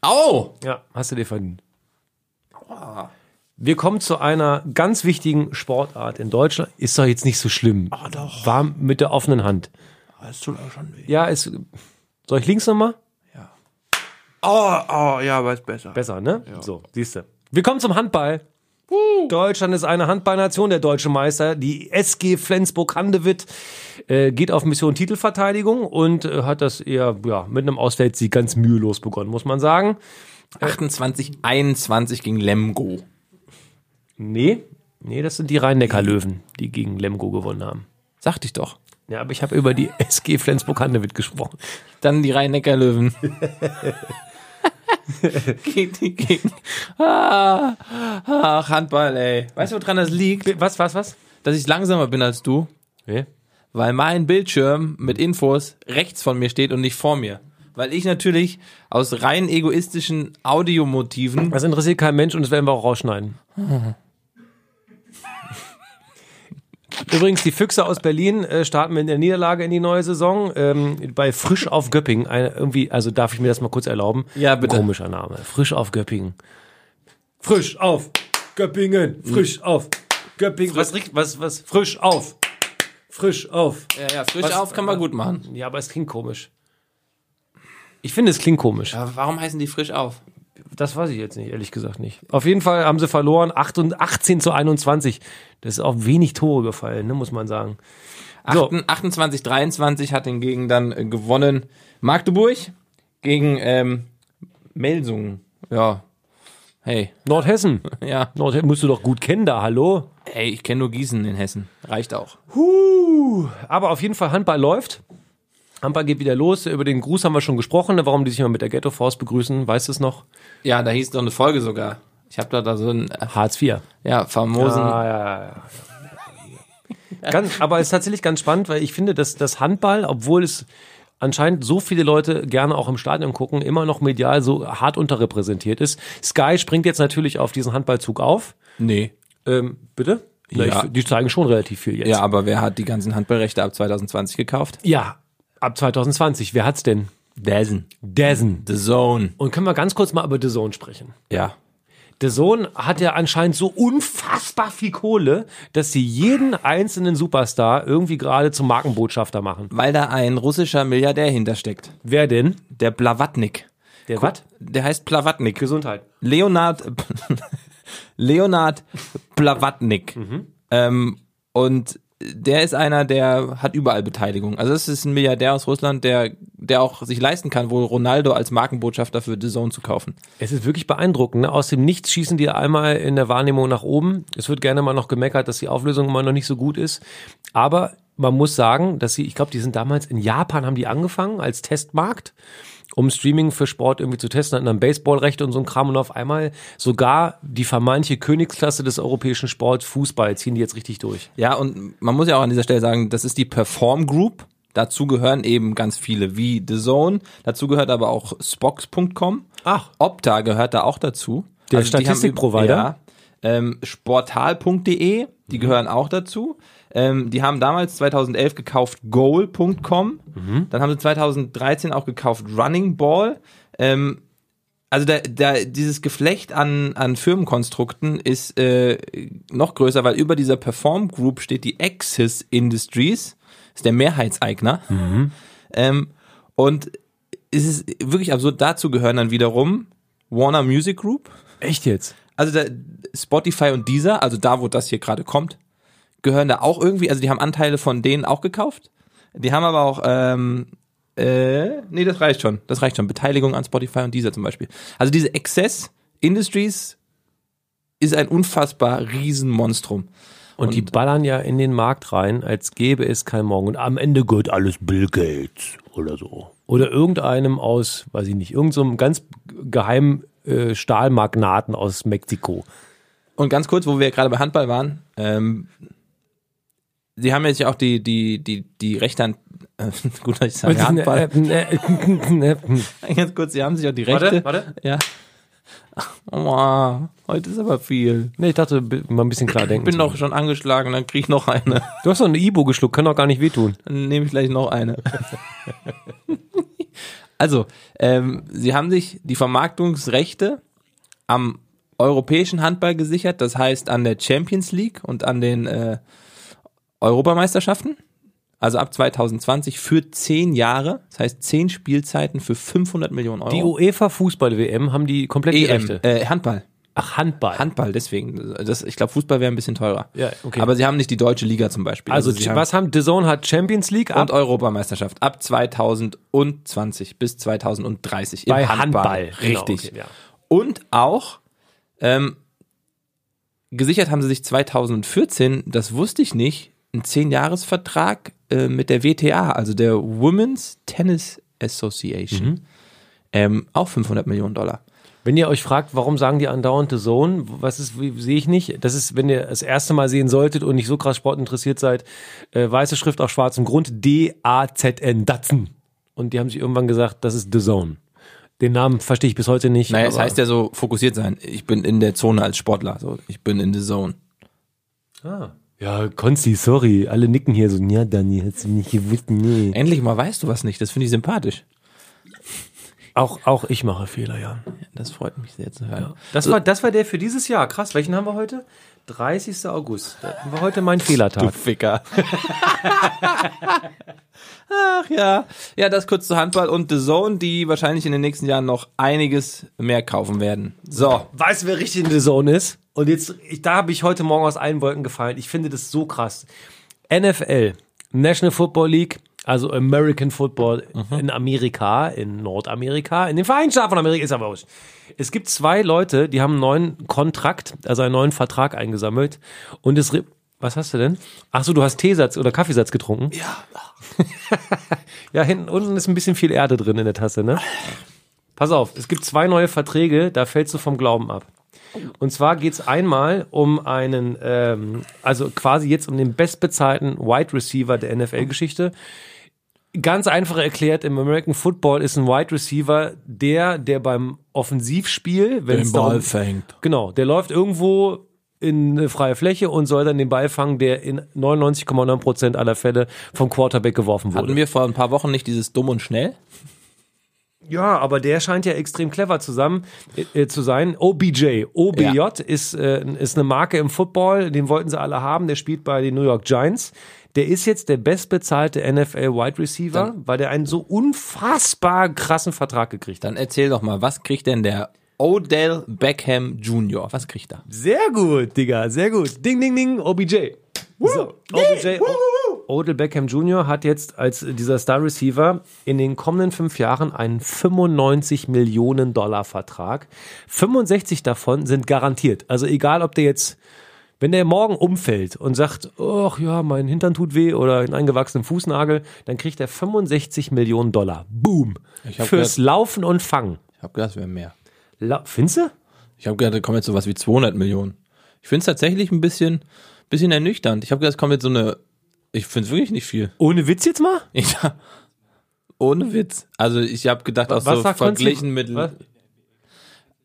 [SPEAKER 2] Au!
[SPEAKER 1] Ja. Hast du dir verdient. Wir kommen zu einer ganz wichtigen Sportart in Deutschland. Ist doch jetzt nicht so schlimm. Ah, doch. War mit der offenen Hand.
[SPEAKER 4] Ah, Es tut auch schon weh.
[SPEAKER 1] Ja, ist. Soll ich links nochmal?
[SPEAKER 4] Oh, oh, ja, weiß besser.
[SPEAKER 1] Besser, ne? So, siehst du. Wir kommen zum Handball. Deutschland ist eine Handballnation, der deutsche Meister. Die SG Flensburg-Handewitt äh, geht auf Mission Titelverteidigung und äh, hat das eher ja, mit einem Auswärtssieg ganz mühelos begonnen, muss man sagen.
[SPEAKER 2] 28, 21 gegen Lemgo.
[SPEAKER 1] Nee, nee, das sind die Rhein-Neckar-Löwen, die gegen Lemgo gewonnen haben.
[SPEAKER 2] Sagte ich doch.
[SPEAKER 1] Ja, aber ich habe über die SG Flensburg-Handewitt gesprochen.
[SPEAKER 2] Dann die Rhein-Neckar-Löwen. gegen, die- gegen. Ah, ach, Handball, ey. Weißt du, woran das liegt?
[SPEAKER 1] Was, was, was?
[SPEAKER 2] Dass ich langsamer bin als du.
[SPEAKER 1] Nee.
[SPEAKER 2] weil mein Bildschirm mit Infos rechts von mir steht und nicht vor mir. Weil ich natürlich aus rein egoistischen Audiomotiven.
[SPEAKER 1] Das interessiert kein Mensch und das werden wir auch rausschneiden. Übrigens, die Füchse aus Berlin äh, starten mit der Niederlage in die neue Saison. Ähm, bei Frisch auf Göppingen. Ein, irgendwie, also darf ich mir das mal kurz erlauben?
[SPEAKER 2] Ja, bitte.
[SPEAKER 1] Komischer Name. Frisch auf Göppingen. Frisch auf Göppingen. Frisch auf Göppingen. Was riecht, was, was? Frisch auf. Frisch auf.
[SPEAKER 2] Ja, ja, frisch auf kann man gut machen.
[SPEAKER 1] Ja, aber es klingt komisch. Ich finde, es klingt komisch.
[SPEAKER 2] Aber warum heißen die frisch auf?
[SPEAKER 1] Das weiß ich jetzt nicht, ehrlich gesagt nicht. Auf jeden Fall haben sie verloren, 8 und 18 zu 21. Das ist auch wenig Tore gefallen, ne, muss man sagen. So.
[SPEAKER 2] 28, 28, 23 hat hingegen dann äh, gewonnen Magdeburg gegen ähm, Melsungen. Ja. Hey,
[SPEAKER 1] Nordhessen.
[SPEAKER 2] ja.
[SPEAKER 1] Nordhessen musst du doch gut kennen da, hallo?
[SPEAKER 2] Hey, ich kenne nur Gießen in Hessen. Reicht auch.
[SPEAKER 1] Huh. Aber auf jeden Fall, Handball läuft. Handball geht wieder los. Über den ne, Gruß haben wir schon gesprochen, warum die sich mal mit der Ghetto Force begrüßen, weißt du es noch?
[SPEAKER 2] Ja, da hieß doch eine Folge sogar. Ich habe da, da so einen äh,
[SPEAKER 1] Hartz IV.
[SPEAKER 2] ja, famosen.
[SPEAKER 1] Ah, ja, ja, ja. Ganz, aber es ist tatsächlich ganz spannend, weil ich finde, dass das Handball, obwohl es anscheinend so viele Leute gerne auch im Stadion gucken, immer noch medial so hart unterrepräsentiert ist. Sky springt jetzt natürlich auf diesen Handballzug auf.
[SPEAKER 2] Nee.
[SPEAKER 1] Ähm, bitte? Na,
[SPEAKER 2] Ja.
[SPEAKER 1] ich, die zeigen schon relativ viel jetzt.
[SPEAKER 2] Ja, aber wer hat die ganzen Handballrechte ab 2020 gekauft?
[SPEAKER 1] Ja, ab 2020. Wer hat's denn?
[SPEAKER 2] Dessen.
[SPEAKER 1] Dessen.
[SPEAKER 2] The Zone.
[SPEAKER 1] Und können wir ganz kurz mal über The Zone sprechen?
[SPEAKER 2] Ja.
[SPEAKER 1] Der Sohn hat ja anscheinend so unfassbar viel Kohle, dass sie jeden einzelnen Superstar irgendwie gerade zum Markenbotschafter machen.
[SPEAKER 2] Weil da ein russischer Milliardär hintersteckt.
[SPEAKER 1] Wer denn?
[SPEAKER 2] Der Blavatnik.
[SPEAKER 1] Der was?
[SPEAKER 2] Der heißt Blavatnik.
[SPEAKER 1] Gesundheit.
[SPEAKER 2] Leonard Leonard Blavatnik. Ähm, und der ist einer, der hat überall Beteiligung. Also es ist ein Milliardär aus Russland, der, der auch sich leisten kann, wohl Ronaldo als Markenbotschafter für The Zone zu kaufen.
[SPEAKER 1] Es ist wirklich beeindruckend. Ne? Aus dem Nichts schießen die einmal in der Wahrnehmung nach oben. Es wird gerne mal noch gemeckert, dass die Auflösung immer noch nicht so gut ist. Aber man muss sagen, dass sie, ich glaube, die sind damals in Japan, haben die angefangen als Testmarkt, um Streaming für Sport irgendwie zu testen, hatten dann Baseballrechte und so ein Kram und auf einmal sogar die vermeintliche Königsklasse des europäischen Sports, Fußball, ziehen die jetzt richtig durch.
[SPEAKER 2] Ja, und man muss ja auch an dieser Stelle sagen, das ist die Perform Group. Dazu gehören eben ganz viele, wie The Zone. Dazu gehört aber auch Spox.com.
[SPEAKER 1] Ach.
[SPEAKER 2] Opta gehört da auch dazu.
[SPEAKER 1] Der
[SPEAKER 2] Also die haben-
[SPEAKER 1] Statistikprovider? Mhm.
[SPEAKER 2] Ja. Ähm, Sportal.de, die gehören auch dazu. Ähm, die haben damals 2011 gekauft Goal.com.
[SPEAKER 1] Mhm.
[SPEAKER 2] Dann haben sie 2013 auch gekauft Running Ball. Ähm, also da, da, dieses Geflecht an, an Firmenkonstrukten ist äh, noch größer, weil über dieser Perform Group steht die Axis Industries, ist der Mehrheitseigner.
[SPEAKER 1] Mhm.
[SPEAKER 2] Ähm, und es ist wirklich absurd, dazu gehören dann wiederum Warner Music Group,
[SPEAKER 1] Echt jetzt?
[SPEAKER 2] also da, Spotify und Deezer, also da, wo das hier gerade kommt, gehören da auch irgendwie, also die haben Anteile von denen auch gekauft. Die haben aber auch, ähm, äh, nee, das reicht schon, das reicht schon. Beteiligung an Spotify und Deezer zum Beispiel. Also diese Excess Industries ist ein unfassbar Riesenmonstrum.
[SPEAKER 1] Und, die ballern ja in den Markt rein, als gäbe es kein Morgen. Und am Ende gehört alles Bill Gates oder so. Oder irgendeinem aus, weiß ich nicht, irgendeinem so ganz geheimen äh, Stahlmagnaten aus Mexiko.
[SPEAKER 2] Und ganz kurz, wo wir gerade bei Handball waren, ähm, sie haben jetzt ja auch die, die, die, die Rechte an, äh, gut, dass ich sage
[SPEAKER 1] äh,
[SPEAKER 2] Handball. Ganz kurz, sie haben sich auch die Rechte.
[SPEAKER 1] warte.
[SPEAKER 2] Ja. Aua, heute ist aber viel.
[SPEAKER 1] Nee, ich dachte, b- mal ein bisschen klar
[SPEAKER 2] Ich
[SPEAKER 1] denken.
[SPEAKER 2] bin doch schon angeschlagen, dann krieg ich noch eine.
[SPEAKER 1] Du hast doch eine Ibo geschluckt, kann doch gar nicht wehtun.
[SPEAKER 2] Dann nehme ich gleich noch eine. also, ähm, sie haben sich die Vermarktungsrechte am europäischen Handball gesichert, das heißt an der Champions League und an den äh, Europameisterschaften. Also ab 2020 für zehn Jahre, das heißt zehn Spielzeiten für 500 Millionen Euro.
[SPEAKER 1] Die UEFA Fußball-WM haben die komplett die
[SPEAKER 2] EM,
[SPEAKER 1] Rechte.
[SPEAKER 2] äh, Handball.
[SPEAKER 1] Ach, Handball.
[SPEAKER 2] Handball, deswegen. Das, ich glaube, Fußball wäre ein bisschen teurer.
[SPEAKER 1] Ja, okay.
[SPEAKER 2] Aber sie haben nicht die deutsche Liga zum Beispiel.
[SPEAKER 1] also,
[SPEAKER 2] sie haben-
[SPEAKER 1] was haben, The Zone hat Champions League
[SPEAKER 2] und
[SPEAKER 1] ab.
[SPEAKER 2] Europameisterschaft ab 2020 bis 2030 im
[SPEAKER 1] Bei Handball. Genau,
[SPEAKER 2] Richtig.
[SPEAKER 1] okay, ja.
[SPEAKER 2] Und auch ähm, gesichert haben sie sich 2014, das wusste ich nicht, einen 10-Jahres-Vertrag äh, mit der WTA, also der Women's Tennis Association.
[SPEAKER 1] Mhm.
[SPEAKER 2] Ähm, auch 500 Millionen Dollar.
[SPEAKER 1] Wenn ihr euch fragt, warum sagen die andauernd The Zone, was ist, wie- sehe ich nicht, das ist, wenn ihr das erste Mal sehen solltet und nicht so krass sportinteressiert seid, äh, weiße Schrift auf schwarzem Grund, D-A-Z-N, Datsen. Und die haben sich irgendwann gesagt, das ist The Zone. Den Namen verstehe ich bis heute nicht.
[SPEAKER 2] Naja, es
[SPEAKER 1] aber-
[SPEAKER 2] heißt ja so, fokussiert sein. Ich bin in der Zone als Sportler. So, ich bin in the Zone.
[SPEAKER 1] ja, Konsti, sorry, alle nicken hier so, ja, Dani, hättest du nicht gewusst, nee.
[SPEAKER 2] Endlich mal weißt du was nicht. Das finde ich sympathisch.
[SPEAKER 1] Auch, auch ich mache Fehler, ja.
[SPEAKER 2] Das freut mich sehr zu hören.
[SPEAKER 1] Das war, das war der für dieses Jahr. Krass, welchen haben wir heute? 30. August. Das war heute mein
[SPEAKER 2] Du
[SPEAKER 1] Fehlertag.
[SPEAKER 2] Ficker. Ach ja. Ja, das kurz zu Handball und The Zone, die wahrscheinlich in den nächsten Jahren noch einiges mehr kaufen werden. So.
[SPEAKER 1] weiß, wer richtig in der Zone ist. Und jetzt, ich, da habe ich heute Morgen aus allen Wolken gefallen. Ich finde das so krass. NFL, National Football League, also American Football in Amerika, in Nordamerika, in den Vereinigten Staaten von Amerika, ist aber wurscht. Es gibt zwei Leute, die haben einen neuen Kontrakt, also einen neuen Vertrag eingesammelt. Und es, re- was hast du denn? Ach so, du hast Teesatz oder Kaffeesatz getrunken? Ja. ja, hinten unten ist ein bisschen viel Erde drin in der Tasse, ne? Pass auf, es gibt zwei neue Verträge, da fällst du vom Glauben ab. Und zwar geht es einmal um einen, ähm, also quasi jetzt um den bestbezahlten Wide Receiver der NFL-Geschichte. Ganz einfach erklärt, im American Football ist ein Wide Receiver der, der beim Offensivspiel, wenn
[SPEAKER 2] Den
[SPEAKER 1] es darum,
[SPEAKER 2] Ball fängt.
[SPEAKER 1] Genau, der läuft irgendwo in eine freie Fläche und soll dann den Ball fangen, der in 99,9% aller Fälle vom Quarterback geworfen wurde.
[SPEAKER 2] Hatten wir vor ein paar Wochen nicht dieses dumm und schnell?
[SPEAKER 1] Ja, aber der scheint ja extrem clever zusammen äh, zu sein. OBJ, OBJ
[SPEAKER 2] Ja.
[SPEAKER 1] ist, äh, ist eine Marke im Football, den wollten sie alle haben, der spielt bei den New York Giants. Der ist jetzt der bestbezahlte NFL Wide Receiver, weil der einen so unfassbar krassen Vertrag gekriegt hat.
[SPEAKER 2] Dann erzähl doch mal, was kriegt denn der Odell Beckham Jr.? Was kriegt er?
[SPEAKER 1] Sehr gut, Digga, sehr gut. Ding, ding, ding, OBJ. So, OBJ, Odell Beckham Jr. hat jetzt als dieser Star Receiver in den kommenden fünf Jahren einen 95 Millionen Dollar Vertrag. 65 davon sind garantiert. Also egal, ob der jetzt, wenn der morgen umfällt und sagt, ach ja, mein Hintern tut weh oder einen eingewachsenen Fußnagel, dann kriegt er 65 Millionen Dollar. Boom.
[SPEAKER 2] hab
[SPEAKER 1] Fürs Laufen und Fangen.
[SPEAKER 2] Ich habe gedacht, es wäre mehr.
[SPEAKER 1] La Findest du?
[SPEAKER 2] Ich habe gedacht, da kommt jetzt sowas wie 200 Millionen. Ich finde es tatsächlich ein bisschen, bisschen ernüchternd. Ich habe gedacht, es kommt jetzt so eine, ich finde es wirklich nicht viel.
[SPEAKER 1] Ohne Witz jetzt mal?
[SPEAKER 2] Ich, ohne Witz. Also ich habe gedacht, auch
[SPEAKER 1] Was
[SPEAKER 2] so
[SPEAKER 1] sagt Konsti?
[SPEAKER 2] verglichen mit,
[SPEAKER 1] Was?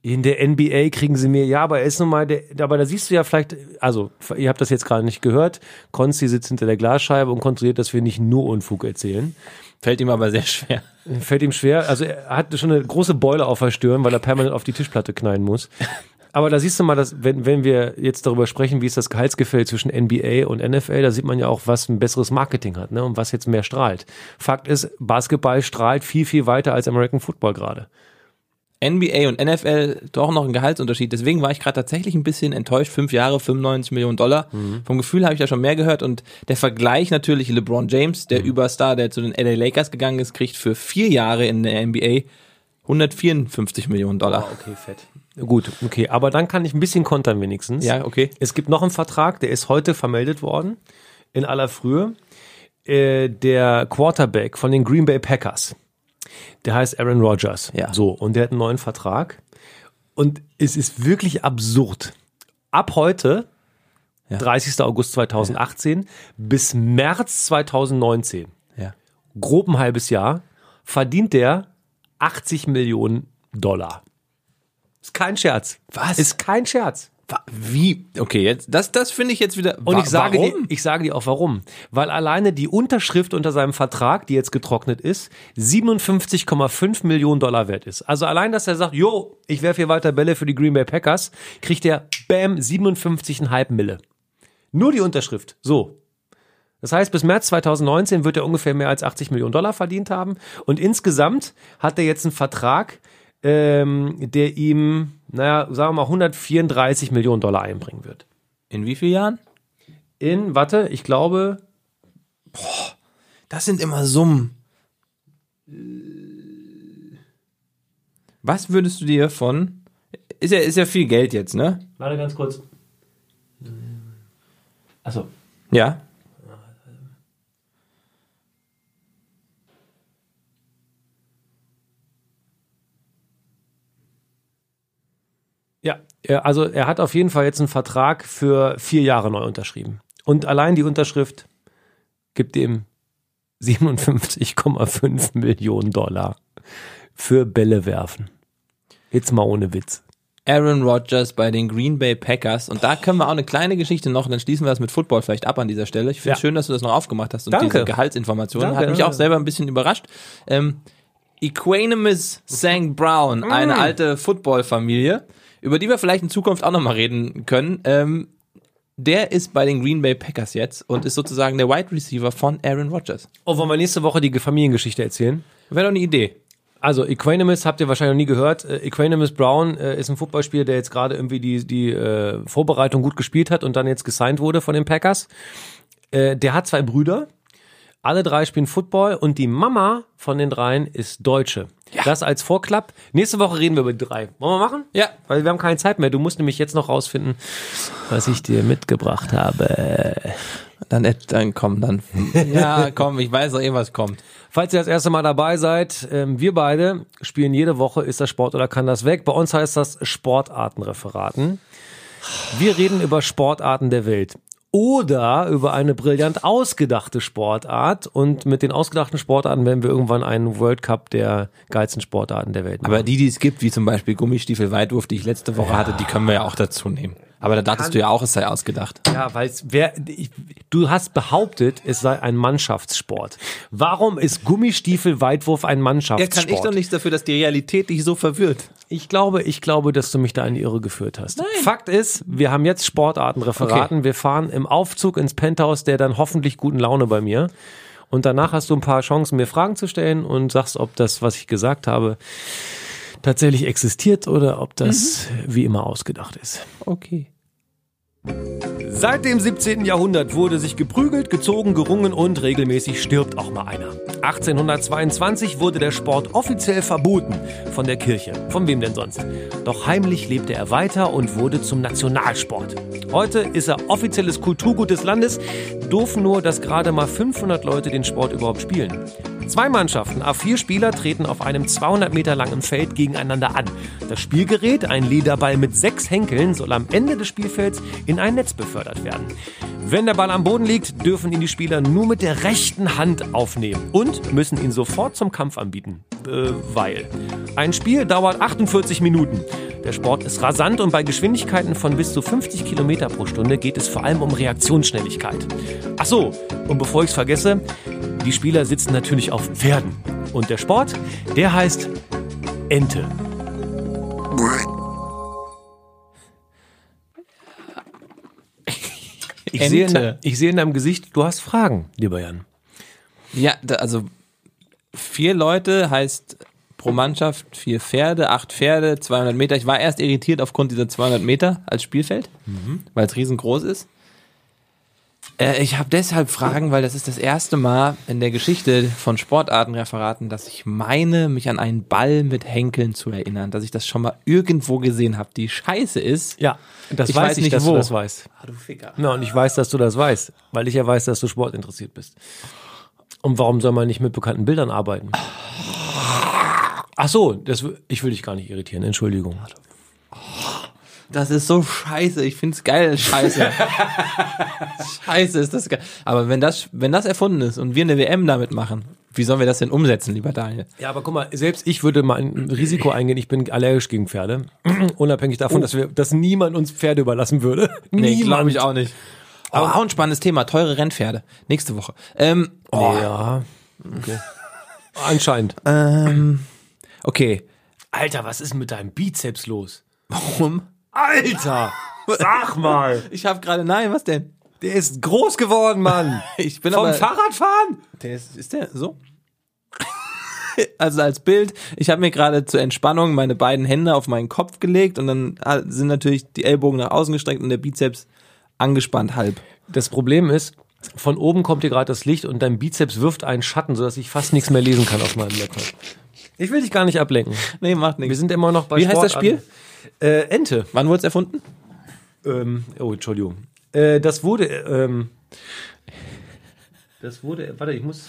[SPEAKER 1] In der NBA kriegen sie mir, ja, aber er ist nun mal, der, aber da siehst du ja vielleicht, also ihr habt das jetzt gerade nicht gehört, Konsti sitzt hinter der Glasscheibe und kontrolliert, dass wir nicht nur Unfug erzählen.
[SPEAKER 2] fällt ihm aber sehr schwer.
[SPEAKER 1] Fällt ihm schwer, also er hat schon eine große Beule auf der Stirn, weil er permanent auf die Tischplatte knallen muss. Aber da siehst du mal, dass, wenn, wenn wir jetzt darüber sprechen, wie ist das Gehaltsgefälle zwischen NBA und NFL, da sieht man ja auch, was ein besseres Marketing hat ne, und was jetzt mehr strahlt. Fakt ist, Basketball strahlt viel, viel weiter als American Football gerade.
[SPEAKER 2] NBA und NFL doch noch ein Gehaltsunterschied. Deswegen war ich gerade tatsächlich ein bisschen enttäuscht. Fünf Jahre, 95 Millionen Dollar.
[SPEAKER 1] Mhm.
[SPEAKER 2] Vom Gefühl habe ich ja schon mehr gehört. Und der Vergleich natürlich LeBron James,
[SPEAKER 1] Mhm.
[SPEAKER 2] der Überstar, der zu den LA Lakers gegangen ist, kriegt für vier Jahre in der NBA 154 Millionen Dollar.
[SPEAKER 1] Okay, fett. Gut, okay, aber dann kann ich ein bisschen kontern wenigstens.
[SPEAKER 2] Ja, okay.
[SPEAKER 1] Es gibt noch einen Vertrag, der ist heute vermeldet worden, in aller Frühe. Äh, der Quarterback von den Green Bay Packers, der heißt Aaron Rodgers.
[SPEAKER 2] Ja.
[SPEAKER 1] So, und der hat einen neuen Vertrag. Und es ist wirklich absurd. Ab heute, 30. August 2018, bis März 2019,
[SPEAKER 2] Ja.
[SPEAKER 1] grob ein halbes Jahr, verdient der 80 Millionen Dollar. Ist kein Scherz.
[SPEAKER 2] Was?
[SPEAKER 1] Ist kein Scherz.
[SPEAKER 2] Wa- Wie? Okay, jetzt, das, das finde ich jetzt wieder.
[SPEAKER 1] Und ich sage, dir,
[SPEAKER 2] warum?
[SPEAKER 1] ich sage dir auch warum. Weil alleine die Unterschrift unter seinem Vertrag, die jetzt getrocknet ist, 57,5 Millionen Dollar wert ist. Also allein, dass er sagt, jo, ich werfe hier weiter Bälle für die Green Bay Packers, kriegt er, bam, 57,5 Mille. Nur die Unterschrift. So. Das heißt, bis März 2019 wird er ungefähr mehr als 80 Millionen Dollar verdient haben. Und insgesamt hat er jetzt einen Vertrag, ähm, der ihm, naja, sagen wir mal, 134 Millionen Dollar einbringen wird
[SPEAKER 2] In wie vielen Jahren?
[SPEAKER 1] in, warte, ich glaube,
[SPEAKER 2] Das sind immer Summen. Was würdest du dir von. Ist ja, ist ja viel Geld jetzt, ne?
[SPEAKER 1] warte ganz kurz. Also, Achso.
[SPEAKER 2] Ja.
[SPEAKER 1] Ja, er- also er hat auf jeden Fall jetzt einen Vertrag für vier Jahre neu unterschrieben. Und allein die Unterschrift gibt ihm 57,5 Millionen Dollar für Bälle werfen. Jetzt mal ohne Witz.
[SPEAKER 2] Aaron Rodgers bei den Green Bay Packers. Und da können wir auch eine kleine Geschichte noch, dann schließen wir das mit Football vielleicht ab an dieser Stelle. Ich finde es
[SPEAKER 1] Ja.
[SPEAKER 2] schön, dass du das noch aufgemacht hast und
[SPEAKER 1] Danke.
[SPEAKER 2] diese Gehaltsinformationen.
[SPEAKER 1] Danke,
[SPEAKER 2] Hat mich
[SPEAKER 1] danke.
[SPEAKER 2] auch selber ein bisschen überrascht. Ähm, Equanimous St. Brown,
[SPEAKER 1] Mm.
[SPEAKER 2] eine alte Football-Familie, über die wir vielleicht in Zukunft auch nochmal reden können. Ähm, der ist bei den Green Bay Packers jetzt und ist sozusagen der Wide Receiver von Aaron Rodgers.
[SPEAKER 1] Oh, wollen wir nächste Woche die Familiengeschichte erzählen?
[SPEAKER 2] Wäre doch eine Idee.
[SPEAKER 1] Also Equanimous habt ihr wahrscheinlich noch nie gehört. Äh, Equanimous Brown äh, ist ein Footballspieler, der jetzt gerade irgendwie die, die äh, Vorbereitung gut gespielt hat und dann jetzt gesigned wurde von den Packers. Äh, der hat zwei Brüder. Alle drei spielen Football und die Mama von den dreien ist Deutsche. Das als Vorklapp. Nächste Woche reden wir über die drei. Wollen wir machen?
[SPEAKER 2] Ja.
[SPEAKER 1] Weil wir haben keine Zeit mehr. Du musst nämlich jetzt noch rausfinden, was ich dir mitgebracht habe.
[SPEAKER 2] Dann, äh, dann komm, dann. Ja, komm, ich weiß doch eh, was kommt.
[SPEAKER 1] Falls ihr das erste Mal dabei seid, ähm, wir beide spielen jede Woche Ist das Sport oder kann das weg? Bei uns heißt das Sportartenreferaten. Wir reden über Sportarten der Welt oder über eine brillant ausgedachte Sportart und mit den ausgedachten Sportarten werden wir irgendwann einen World Cup der geilsten Sportarten der Welt machen.
[SPEAKER 2] Aber die, die es gibt, wie zum Beispiel Gummistiefel-Weitwurf, die ich letzte Woche hatte, die können wir ja auch dazu nehmen. Aber da dachtest du ja auch, es sei ausgedacht.
[SPEAKER 1] Ja, weil es- wer, ich, du hast behauptet, es sei ein Mannschaftssport. Warum ist Gummistiefel-Weitwurf ein Mannschaftssport?
[SPEAKER 2] nichts dafür, dass die Realität dich so verwirrt.
[SPEAKER 1] Ich glaube, ich glaube, dass du mich da in die Irre geführt hast. Fakt ist, wir haben jetzt Sportartenreferaten. Wir fahren im Aufzug ins Penthouse, der dann hoffentlich guten Laune bei mir. Und danach hast du ein paar Chancen, mir Fragen zu stellen und sagst, ob das, was ich gesagt habe, tatsächlich existiert oder ob das wie immer ausgedacht ist.
[SPEAKER 2] Okay.
[SPEAKER 1] Seit dem 17. Jahrhundert wurde sich geprügelt, gezogen, gerungen und regelmäßig stirbt auch mal einer. 1822 wurde der Sport offiziell verboten von der Kirche. Von wem denn sonst? Doch heimlich lebte er weiter und wurde zum Nationalsport. Heute ist er offizielles Kulturgut des Landes, doof nur, dass gerade mal 500 Leute den Sport überhaupt spielen. Zwei Mannschaften, A4 Spieler, treten auf einem 200 Meter langen Feld gegeneinander an. Das Spielgerät, ein Lederball mit sechs Henkeln, soll am Ende des Spielfelds in ein Netz befördert werden. Wenn der Ball am Boden liegt, dürfen ihn die Spieler nur mit der rechten Hand aufnehmen und müssen ihn sofort zum Kampf anbieten. Äh, weil. Ein Spiel dauert 48 Minuten. Der Sport ist rasant und bei Geschwindigkeiten von bis zu 50 Kilometer pro Stunde geht es vor allem um Reaktionsschnelligkeit. Ach so, und bevor ich es vergesse, die Spieler sitzen natürlich auf Pferden. Und der Sport, der heißt Ente. Ich,
[SPEAKER 2] Ente.
[SPEAKER 1] Sehe in, de- ich sehe in deinem Gesicht, du hast Fragen, lieber Jan.
[SPEAKER 2] Ja, da, also vier Leute heißt pro Mannschaft vier Pferde, acht Pferde, 200 Meter. Ich war erst irritiert aufgrund dieser 200 Meter als Spielfeld, weil es riesengroß ist. Äh, ich habe deshalb Fragen, weil das ist das erste Mal in der Geschichte von Sportartenreferaten, dass ich meine, mich an einen Ball mit Henkeln zu erinnern, dass ich das schon mal irgendwo gesehen habe. Die Scheiße ist.
[SPEAKER 1] Ja, das
[SPEAKER 2] Ich
[SPEAKER 1] weiß,
[SPEAKER 2] weiß
[SPEAKER 1] ich,
[SPEAKER 2] nicht,
[SPEAKER 1] dass
[SPEAKER 2] wo.
[SPEAKER 1] du das weißt.
[SPEAKER 2] Ah, du Ficker.
[SPEAKER 1] Ja, und ich weiß, dass du das weißt, weil ich ja weiß, dass du sportinteressiert bist. Und warum soll man nicht mit bekannten Bildern arbeiten? Ach so, das, w- ich will dich gar nicht irritieren,
[SPEAKER 2] Ah,
[SPEAKER 1] Entschuldigung.
[SPEAKER 2] Das ist so scheiße. Ich find's geil, scheiße. scheiße ist das geil. Aber wenn das, wenn das erfunden ist und wir eine WM damit machen, wie sollen wir das denn umsetzen, lieber Daniel?
[SPEAKER 1] Ja, aber guck mal, selbst ich würde mal ein Risiko eingehen, ich bin allergisch gegen Pferde. Unabhängig davon, dass, wir, dass niemand uns Pferde überlassen würde. Niemand.
[SPEAKER 2] glaub auch nicht. Aber auch ein spannendes Thema. Teure Rennpferde. Nächste Woche. Ähm, oh,
[SPEAKER 1] Ja. Okay. Anscheinend.
[SPEAKER 2] ähm, okay.
[SPEAKER 1] Alter, was ist mit deinem Bizeps los?
[SPEAKER 2] Warum?
[SPEAKER 1] Alter! Sag mal!
[SPEAKER 2] Ich habe gerade, nein, was denn?
[SPEAKER 1] Der ist groß geworden, Mann!
[SPEAKER 2] Ich bin
[SPEAKER 1] Vom
[SPEAKER 2] aber,
[SPEAKER 1] Fahrradfahren?
[SPEAKER 2] Der ist, ist der so? Also als Bild, ich habe mir gerade zur Entspannung meine beiden Hände auf meinen Kopf gelegt und dann ah, sind natürlich die Ellbogen nach außen gestreckt und der Bizeps angespannt halb.
[SPEAKER 1] Das Problem ist, von oben kommt dir gerade das Licht und dein Bizeps wirft einen Schatten, sodass ich fast nichts mehr lesen kann auf meinem Laptop. Ich will dich gar nicht ablenken.
[SPEAKER 2] Nee, macht
[SPEAKER 1] Wir
[SPEAKER 2] nichts.
[SPEAKER 1] sind immer noch bei
[SPEAKER 2] Wie heißt das
[SPEAKER 1] Sportarten. Äh, Ente.
[SPEAKER 2] Wann wurde es erfunden?
[SPEAKER 1] Ähm, oh, Entschuldigung. Äh, das wurde. äh, Ähm, das wurde. Warte, ich muss.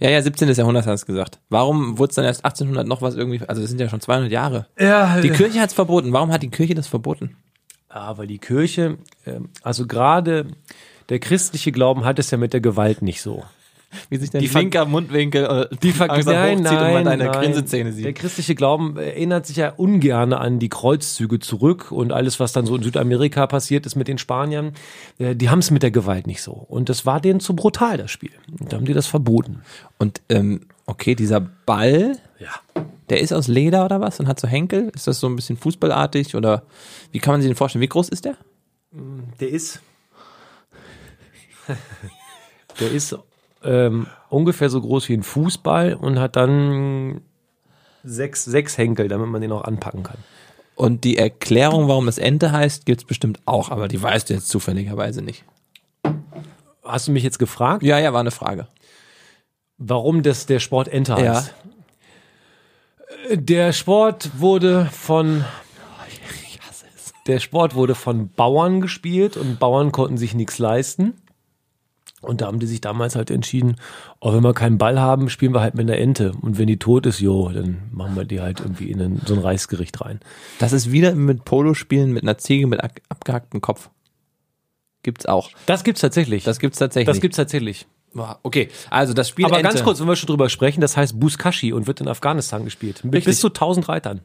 [SPEAKER 2] Ja, ja, 17. Jahrhundert hast du gesagt. Warum wurde es dann erst 1800 noch was irgendwie, also das sind ja schon 200 Jahre.
[SPEAKER 1] Ja, äh,
[SPEAKER 2] Die Kirche hat es verboten. Warum hat die Kirche das verboten?
[SPEAKER 1] Aber die Kirche, ähm, also gerade der christliche Glauben hat es ja mit der Gewalt nicht so.
[SPEAKER 2] Wie sich dein
[SPEAKER 1] Die ver-
[SPEAKER 2] linker Mundwinkel äh, die
[SPEAKER 1] Vergleiche
[SPEAKER 2] hochzieht und man deine Grinsezähne
[SPEAKER 1] Der
[SPEAKER 2] sieht.
[SPEAKER 1] christliche Glauben erinnert sich ja ungern an die Kreuzzüge zurück und alles, was dann so in Südamerika passiert ist mit den Spaniern. Äh, Die haben es mit der Gewalt nicht so. Und das war denen zu brutal, das Spiel. Und da haben die das verboten.
[SPEAKER 2] Und ähm, okay, dieser Ball,
[SPEAKER 1] Ja.
[SPEAKER 2] Der ist aus Leder oder was und hat so Henkel? Ist das so ein bisschen fußballartig oder wie kann man sich den vorstellen? Wie groß ist der?
[SPEAKER 1] Der ist. der ist ähm, ungefähr so groß wie ein Fußball und hat dann sechs, sechs Henkel, damit man den auch anpacken kann.
[SPEAKER 2] Und die Erklärung, warum das Ente heißt, gibt's bestimmt auch, aber die weißt du jetzt zufälligerweise nicht.
[SPEAKER 1] Hast du mich jetzt gefragt,
[SPEAKER 2] Ja, ja, war eine Frage.
[SPEAKER 1] warum das der Sport Enter
[SPEAKER 2] Ja.
[SPEAKER 1] heißt? Der Sport wurde von der Sport wurde von Bauern gespielt und Bauern konnten sich nichts leisten. Und da haben die sich damals halt entschieden, oh, wenn wir keinen Ball haben, spielen wir halt mit einer Ente. Und wenn die tot ist, jo, dann machen wir die halt irgendwie in einen, so ein Reisgericht rein.
[SPEAKER 2] Das ist wieder mit Polo spielen mit einer Ziege mit ab- abgehacktem Kopf. Gibt's auch.
[SPEAKER 1] Das gibt's tatsächlich.
[SPEAKER 2] Das gibt's tatsächlich.
[SPEAKER 1] Das gibt's tatsächlich.
[SPEAKER 2] Boah, Okay, also das Spiel
[SPEAKER 1] Aber
[SPEAKER 2] Ente.
[SPEAKER 1] ganz kurz, wenn wir schon drüber sprechen, das heißt Buskashi und wird in Afghanistan gespielt. Mit bis zu 1000 Reitern.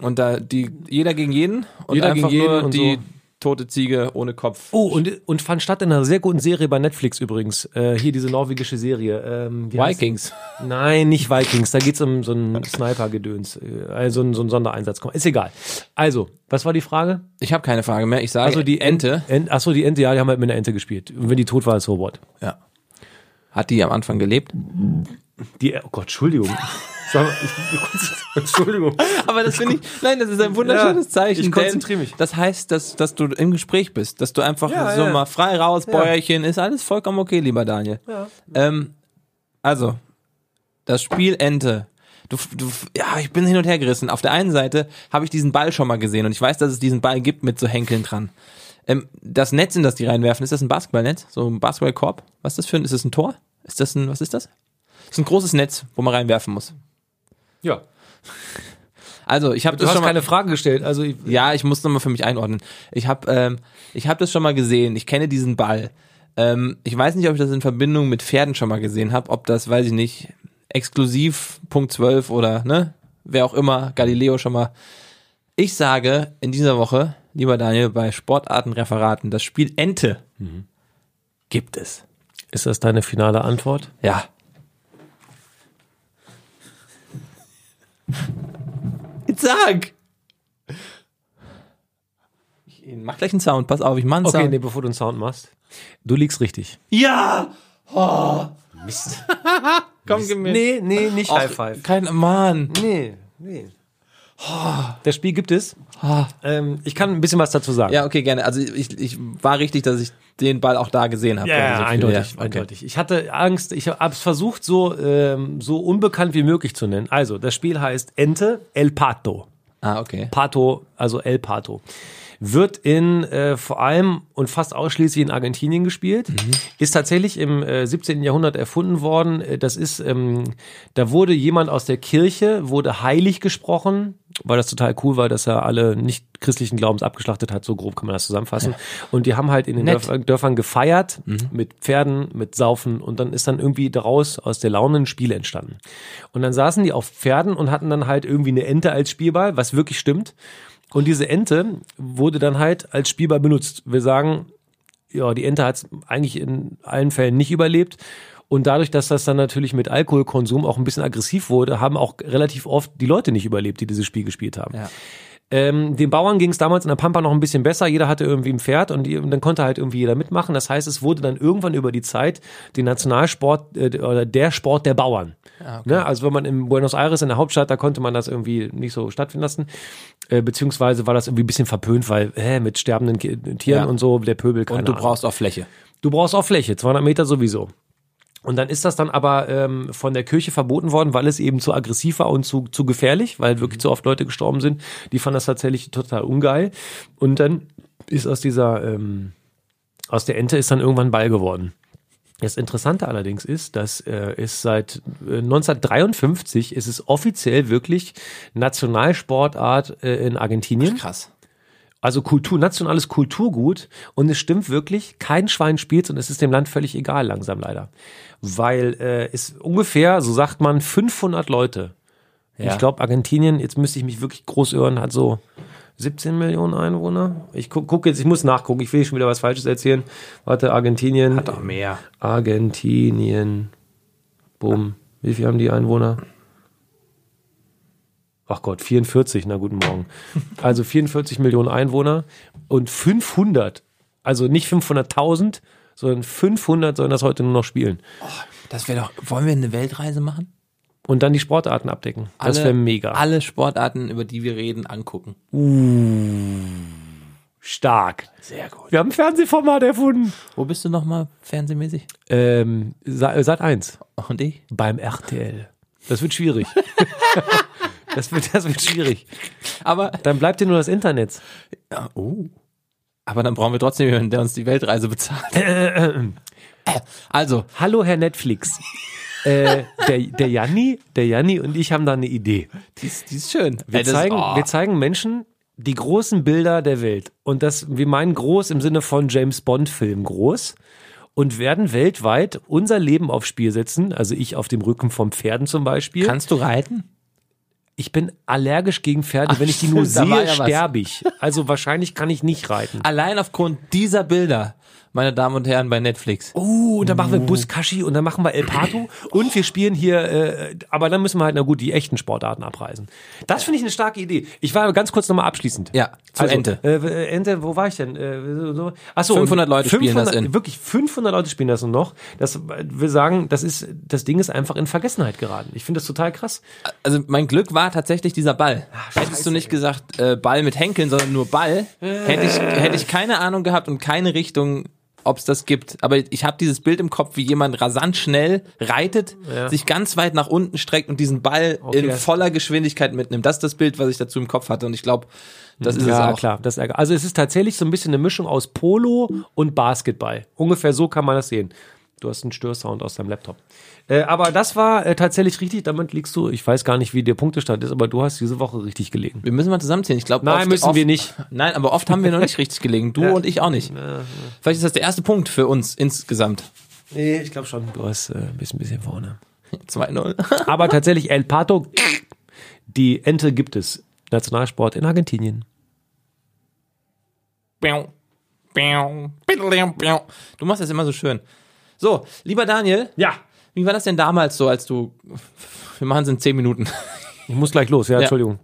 [SPEAKER 2] und da die jeder gegen jeden und
[SPEAKER 1] Jeder
[SPEAKER 2] einfach
[SPEAKER 1] gegen jeden
[SPEAKER 2] nur
[SPEAKER 1] und
[SPEAKER 2] die
[SPEAKER 1] so.
[SPEAKER 2] tote Ziege ohne Kopf.
[SPEAKER 1] Oh, und, und fand statt in einer sehr guten Serie bei Netflix übrigens. Äh, hier diese norwegische Serie. Ähm, wie heißt-
[SPEAKER 2] Vikings.
[SPEAKER 1] Nein, nicht Vikings. Da geht's um so einen Sniper-Gedöns. Äh, Also so einen Sondereinsatz. Ist egal. Also, was war die Frage?
[SPEAKER 2] Ich habe keine Frage mehr. Ich sage
[SPEAKER 1] Also die
[SPEAKER 2] Ente.
[SPEAKER 1] Ent, achso, die Ente, ja, die haben halt mit einer Ente gespielt. Und wenn die tot war, ist so what?
[SPEAKER 2] Ja. Hat die am Anfang gelebt?
[SPEAKER 1] Die, oh Gott, Entschuldigung. Sag mal, ich- Entschuldigung.
[SPEAKER 2] Aber das finde ich, nein, das ist ein wunderschönes
[SPEAKER 1] Ja,
[SPEAKER 2] Zeichen.
[SPEAKER 1] ich konzentriere
[SPEAKER 2] denn
[SPEAKER 1] mich.
[SPEAKER 2] Das heißt, dass, dass du im Gespräch bist, dass du einfach
[SPEAKER 1] Ja,
[SPEAKER 2] so
[SPEAKER 1] ja.
[SPEAKER 2] mal frei raus, Bäuerchen, ist alles vollkommen okay, lieber Daniel. Ähm, also, das Spiel Ente. Du, du, ja, ich bin hin und her gerissen. Auf der einen Seite habe ich diesen Ball schon mal gesehen und ich weiß, dass es diesen Ball gibt mit so Henkeln dran. Ähm, das Netz, in das die reinwerfen, ist das ein Basketballnetz? So ein Basketballkorb? Was ist das für ein, ist das ein Tor? Ist das ein, was ist das? Das ist ein großes Netz, wo man reinwerfen muss.
[SPEAKER 1] Ja.
[SPEAKER 2] Also, ich habe
[SPEAKER 1] Du
[SPEAKER 2] das
[SPEAKER 1] hast
[SPEAKER 2] schon mal,
[SPEAKER 1] keine Frage gestellt. Also, ich,
[SPEAKER 2] Ja, ich muss nochmal für mich einordnen. Ich habe ähm, ich hab das schon mal gesehen. Ich kenne diesen Ball. Ähm, ich weiß nicht, ob ich das in Verbindung mit Pferden schon mal gesehen habe. Ob das, weiß ich nicht, exklusiv Punkt 12 oder, ne? Wer auch immer, Galileo schon mal. Ich sage in dieser Woche, lieber Daniel, bei Sportartenreferaten, das Spiel Ente gibt es.
[SPEAKER 1] ist das deine finale Antwort?
[SPEAKER 2] Ja. Jetzt sag! Ich mach gleich einen Sound, pass auf, ich mach einen
[SPEAKER 1] Okay,
[SPEAKER 2] Sound.
[SPEAKER 1] nee, bevor du einen Sound machst. Du liegst richtig.
[SPEAKER 2] Ja! Mist. Komm, gib mir.
[SPEAKER 1] Nee, nee, nicht High Five.
[SPEAKER 2] Kein Mann.
[SPEAKER 1] Nee, nee. Das Spiel gibt es. Ähm, ich kann ein bisschen was dazu sagen.
[SPEAKER 2] Ja, okay, gerne. Also ich, ich war richtig, dass ich den Ball auch da gesehen habe.
[SPEAKER 1] Ja,
[SPEAKER 2] Also
[SPEAKER 1] ja,
[SPEAKER 2] so viel-
[SPEAKER 1] eindeutig,
[SPEAKER 2] ja, okay.
[SPEAKER 1] eindeutig. Ich hatte Angst, ich habe es versucht, so, ähm, so unbekannt wie möglich zu nennen. Also, das Spiel heißt Ente El Pato.
[SPEAKER 2] Ah, okay.
[SPEAKER 1] Pato, also El Pato. Wird in äh, vor allem und fast ausschließlich in Argentinien gespielt. Ist tatsächlich im äh, 17. Jahrhundert erfunden worden. Äh, Das ist, ähm, da wurde jemand aus der Kirche, wurde heilig gesprochen, weil das total cool war, dass er alle nicht christlichen Glaubens abgeschlachtet hat. So grob kann man das zusammenfassen. Und die haben halt in den
[SPEAKER 2] Nett.
[SPEAKER 1] Dörfern, Dörfern gefeiert mit Pferden, mit Saufen und dann ist dann irgendwie daraus aus der Laune ein Spiel entstanden. Und dann saßen die auf Pferden und hatten dann halt irgendwie eine Ente als Spielball, was wirklich stimmt. Und diese Ente wurde dann halt als Spielball benutzt. Wir sagen, ja, die Ente hat es eigentlich in allen Fällen nicht überlebt. Und dadurch, dass das dann natürlich mit Alkoholkonsum auch ein bisschen aggressiv wurde, haben auch relativ oft die Leute nicht überlebt, die dieses Spiel gespielt haben.
[SPEAKER 2] Ja.
[SPEAKER 1] Ähm, den Bauern ging es damals in der Pampa noch ein bisschen besser. Jeder hatte irgendwie ein Pferd und, die, und dann konnte halt irgendwie jeder mitmachen. Das heißt, es wurde dann irgendwann über die Zeit den Nationalsport äh, oder der Sport der Bauern.
[SPEAKER 2] Ah,
[SPEAKER 1] ne? Also wenn man in Buenos Aires in der Hauptstadt, da konnte man das irgendwie nicht so stattfinden lassen. Äh, beziehungsweise war das irgendwie ein bisschen verpönt, weil hä, mit sterbenden Ki Tieren
[SPEAKER 2] Ja.
[SPEAKER 1] und so, der Pöbel, keine
[SPEAKER 2] Und du
[SPEAKER 1] Ahnung.
[SPEAKER 2] brauchst auch Fläche.
[SPEAKER 1] Du brauchst auch Fläche, 200 Meter sowieso. Und dann ist das dann aber ähm, von der Kirche verboten worden, weil es eben zu aggressiv war und zu, zu gefährlich, weil wirklich zu oft Leute gestorben sind. Die fanden das tatsächlich total ungeil. Und dann ist aus dieser, ähm, aus der Ente ist dann irgendwann Ball geworden. Das Interessante allerdings ist, dass äh, es seit äh, 1953 ist es offiziell wirklich Nationalsportart äh, in Argentinien.
[SPEAKER 2] Krass.
[SPEAKER 1] Also Kultur, nationales Kulturgut. Und es stimmt wirklich, kein Schwein spielt und es ist dem Land völlig egal, langsam leider. Weil äh, es ungefähr, so sagt man, 500 Leute.
[SPEAKER 2] Ja.
[SPEAKER 1] Ich glaube, Argentinien, jetzt müsste ich mich wirklich groß irren, hat so 17 Millionen Einwohner. Ich gucke guck jetzt, ich muss nachgucken, ich will nicht schon wieder was Falsches erzählen. Warte, Argentinien. Hat
[SPEAKER 2] Doch mehr.
[SPEAKER 1] Argentinien. Bumm. Wie viel haben die Einwohner? Ach Gott, 44, na guten Morgen. Also 44 Millionen Einwohner und 500, also nicht 500.000, sondern 500 sollen das heute nur noch spielen.
[SPEAKER 2] Das wäre doch. Wollen wir eine Weltreise machen?
[SPEAKER 1] Und dann die Sportarten abdecken. Das
[SPEAKER 2] Alle-
[SPEAKER 1] wäre mega.
[SPEAKER 2] Alle Sportarten, über die wir reden, angucken.
[SPEAKER 1] Stark.
[SPEAKER 2] Sehr gut.
[SPEAKER 1] Wir haben ein Fernsehformat erfunden.
[SPEAKER 2] Wo bist du nochmal fernsehmäßig?
[SPEAKER 1] Ähm, Sat 1
[SPEAKER 2] Und ich?
[SPEAKER 1] beim RTL. Das wird schwierig. das, wird, das wird schwierig.
[SPEAKER 2] Aber
[SPEAKER 1] Dann bleibt dir nur das Internet.
[SPEAKER 2] Äh, Aber dann brauchen wir trotzdem jemanden, der uns die Weltreise bezahlt. Also,
[SPEAKER 1] Hallo, Herr Netflix. äh, der, der Janni, der Janni und ich haben da eine Idee.
[SPEAKER 2] die ist, die ist oh. schön.
[SPEAKER 1] Wir, zeigen, wir zeigen Menschen die großen Bilder der Welt. Und das, wir meinen groß im Sinne von James Bond-Film groß. Und werden weltweit unser Leben aufs Spiel setzen. Also ich auf dem Rücken von Pferden zum Beispiel.
[SPEAKER 2] Kannst du reiten?
[SPEAKER 1] ich bin allergisch gegen Pferde.
[SPEAKER 2] Ach,
[SPEAKER 1] Wenn ich die nur
[SPEAKER 2] stimmt, da war
[SPEAKER 1] sehe,
[SPEAKER 2] ja was.
[SPEAKER 1] sterbe ich. Also wahrscheinlich kann ich nicht reiten.
[SPEAKER 2] Allein aufgrund dieser Bilder, meine Damen und Herren, bei Netflix.
[SPEAKER 1] Oh, und dann machen wir
[SPEAKER 2] Mhm.
[SPEAKER 1] Buskashi und dann machen wir El Pato und wir spielen hier, äh, aber dann müssen wir halt, na gut, die echten Sportarten abreißen. Das finde ich eine starke Idee. Ich war aber ganz kurz nochmal abschließend.
[SPEAKER 2] Ja, zur Ente.
[SPEAKER 1] Äh, äh, Ente, wo war ich denn? Äh, so- so. Achso,
[SPEAKER 2] 500 Leute spielen
[SPEAKER 1] 500
[SPEAKER 2] das in.
[SPEAKER 1] Wirklich, 500 Leute spielen das nur noch. Das äh, will sagen, das ist, das Ding ist einfach in Vergessenheit geraten. Ich finde das total krass.
[SPEAKER 2] Also mein Glück war tatsächlich dieser Ball.
[SPEAKER 1] Ah,
[SPEAKER 2] Hättest du nicht gesagt äh, Ball mit Henkeln, sondern nur Ball, hätte ich,
[SPEAKER 1] Äh.
[SPEAKER 2] hätte ich keine Ahnung gehabt und keine Richtung, ob es das gibt. Aber ich habe dieses Bild im Kopf, wie jemand rasant schnell reitet, sich ganz weit nach unten streckt und diesen Ball in
[SPEAKER 1] das-
[SPEAKER 2] voller Geschwindigkeit mitnimmt. Das ist das Bild, was ich dazu im Kopf hatte. Und ich glaube, das ist
[SPEAKER 1] ja,
[SPEAKER 2] es auch.
[SPEAKER 1] klar. Das, ärgert- also es ist tatsächlich so ein bisschen eine Mischung aus Polo und Basketball. Ungefähr so kann man das sehen. Du hast einen Störsound aus deinem Laptop. Äh, aber das war äh, tatsächlich richtig. Damit liegst du, ich weiß gar nicht, wie der Punktestand ist, aber du hast diese Woche richtig gelegen.
[SPEAKER 2] Wir müssen mal zusammenziehen. Ich glaube,
[SPEAKER 1] Nein,
[SPEAKER 2] oft-
[SPEAKER 1] müssen
[SPEAKER 2] oft,
[SPEAKER 1] wir nicht.
[SPEAKER 2] Nein, aber oft haben wir noch nicht richtig gelegen. Du und ich auch nicht. Vielleicht ist das der erste Punkt für uns insgesamt.
[SPEAKER 1] Nee, ich glaube schon. Du hast äh, bist ein bisschen vorne.
[SPEAKER 2] 2-0.
[SPEAKER 1] Aber tatsächlich El Pato, die Ente gibt es. Nationalsport in Argentinien.
[SPEAKER 2] Du machst das immer so schön. So, lieber Daniel,
[SPEAKER 1] Ja.
[SPEAKER 2] wie war das denn damals so, als du. Wir machen es in 10 Minuten.
[SPEAKER 1] Ich muss gleich los. Ja, Entschuldigung.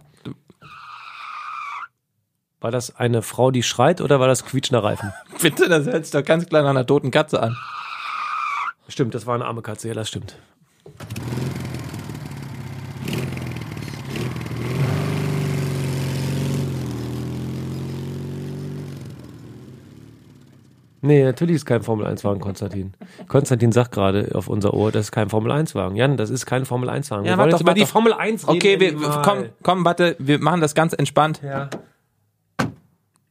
[SPEAKER 1] War das eine Frau, die schreit oder war das quietschender Reifen?
[SPEAKER 2] Bitte, das hört sich doch ganz klein an einer toten Katze an.
[SPEAKER 1] Stimmt, das war eine arme Katze, ja, das stimmt. Nee, natürlich ist kein Formel-1-Wagen, Konstantin. Konstantin sagt gerade auf unser Ohr, das ist kein Formel-1-Wagen. Jan, das ist kein Formel-1-Wagen.
[SPEAKER 2] Ja,
[SPEAKER 1] wir wollen
[SPEAKER 2] warte doch,
[SPEAKER 1] jetzt über
[SPEAKER 2] warte
[SPEAKER 1] die
[SPEAKER 2] doch.
[SPEAKER 1] Formel 1 reden.
[SPEAKER 2] Okay, wir,
[SPEAKER 1] Animal.
[SPEAKER 2] komm, komm, warte, wir machen das ganz entspannt.
[SPEAKER 1] Ja.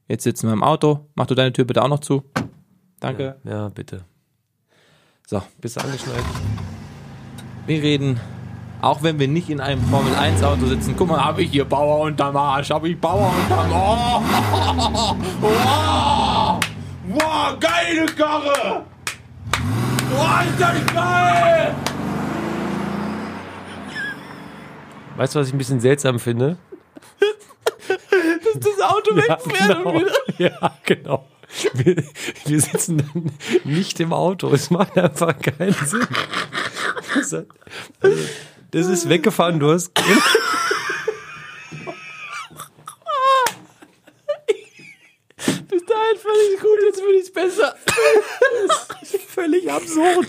[SPEAKER 2] Jetzt sitzen wir im Auto. Mach du deine Tür bitte auch noch zu. Danke.
[SPEAKER 1] ja, bitte.
[SPEAKER 2] So,
[SPEAKER 1] Bist du angeschnallt?
[SPEAKER 2] wir reden. Auch wenn wir nicht in einem Formel-1-Auto sitzen, guck mal, habe ich hier Bauer unterm Arsch, habe ich Bauer unterm Arsch.
[SPEAKER 4] Wow, wow, geile Karre! Wow, ist das geil!
[SPEAKER 1] Weißt du, was ich ein bisschen seltsam finde?
[SPEAKER 2] Das Auto wegfährt und wieder.
[SPEAKER 1] Ja, genau. Wir, wir sitzen dann nicht im Auto. Es macht einfach keinen Sinn. Das, hat, also, das ist weggefahren, du hast.
[SPEAKER 2] Bis dahin völlig gut, jetzt finde ich es besser.
[SPEAKER 1] Völlig absurd.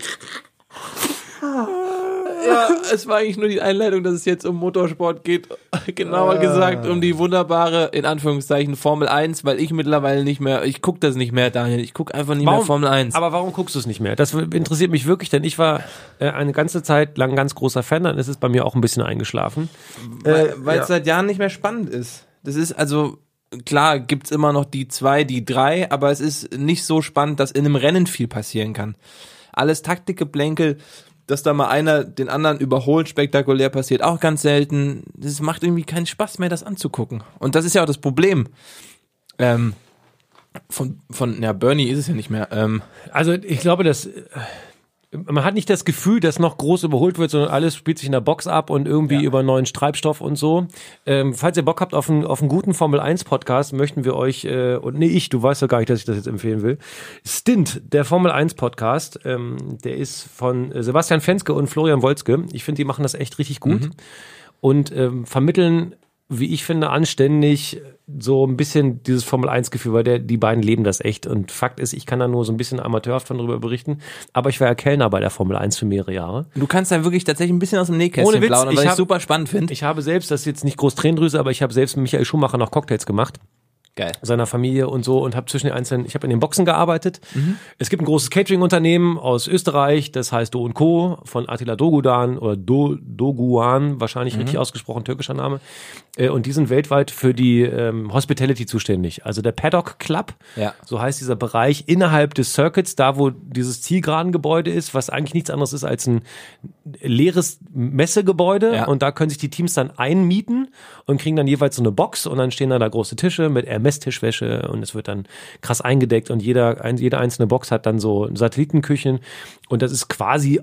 [SPEAKER 2] Ja, es war eigentlich nur die Einleitung, dass es jetzt um Motorsport geht. Genauer gesagt, um die wunderbare, in Anführungszeichen, Formel 1, weil ich mittlerweile nicht mehr, ich gucke das nicht mehr, Daniel. Ich gucke einfach nicht mehr Formel 1.
[SPEAKER 1] Aber warum guckst du es nicht mehr? Das interessiert mich wirklich, denn ich war äh, eine ganze Zeit lang ganz großer Fan, dann ist es bei mir auch ein bisschen eingeschlafen.
[SPEAKER 2] weil es seit Jahren nicht mehr spannend ist. Das ist also, klar, gibt's immer noch die zwei, die drei, aber es ist nicht so spannend, dass in einem Rennen viel passieren kann. Alles Taktikgeplänkel, dass da mal einer den anderen überholt, spektakulär passiert, auch ganz selten. Das macht irgendwie keinen Spaß mehr, das anzugucken. Und das ist ja auch das Problem. Ähm, von, von, ja, Bernie ist es ja nicht mehr. Ähm,
[SPEAKER 1] Also ich glaube, dass äh, man hat nicht das Gefühl, dass noch groß überholt wird, sondern alles spielt sich in der Box ab und irgendwie über neuen Treibstoff und so. Ähm, falls ihr Bock habt auf einen, auf einen guten Formel 1 Podcast, möchten wir euch äh, und nee, ich, du weißt ja gar nicht, dass ich das jetzt empfehlen will. Stint, der Formel 1 Podcast, ähm, der ist von äh, Sebastian Fenske und Florian Wolzke. Ich finde, die machen das echt richtig gut und ähm, vermitteln, wie ich finde, anständig so ein bisschen dieses Formel-1-Gefühl, weil der, die beiden leben das echt. Und Fakt ist, ich kann da nur so ein bisschen amateurhaft von drüber berichten, aber ich war ja Kellner bei der Formel 1 für mehrere Jahre.
[SPEAKER 2] du kannst da wirklich tatsächlich ein bisschen aus dem Nähkästchen
[SPEAKER 1] Ohne Witz,
[SPEAKER 2] plaudern,
[SPEAKER 1] ich
[SPEAKER 2] was ich
[SPEAKER 1] hab-
[SPEAKER 2] super spannend finde.
[SPEAKER 1] Ich habe selbst, das ist jetzt nicht groß Tränendrüse, aber ich habe selbst mit Michael Schumacher noch Cocktails gemacht.
[SPEAKER 2] Geil.
[SPEAKER 1] seiner Familie und so und habe zwischen den einzelnen, ich habe in den Boxen gearbeitet. Es gibt ein großes Catering-Unternehmen aus Österreich, das heißt Do Co. von Attila Dogudan oder Do, Doguan, wahrscheinlich richtig ausgesprochen, türkischer Name. Äh, Und die sind weltweit für die ähm, Hospitality zuständig. Also der Paddock Club,
[SPEAKER 2] Ja.
[SPEAKER 1] so heißt dieser Bereich innerhalb des Circuits, da wo dieses Zielgeradengebäude ist, was eigentlich nichts anderes ist als ein leeres Messegebäude
[SPEAKER 2] Ja.
[SPEAKER 1] und da können sich die Teams dann einmieten und kriegen dann jeweils so eine Box und dann stehen da da große Tische mit Hermes-Tischwäsche und es wird dann krass eingedeckt und jeder, ein, jede einzelne Box hat dann so Satellitenküchen und das ist quasi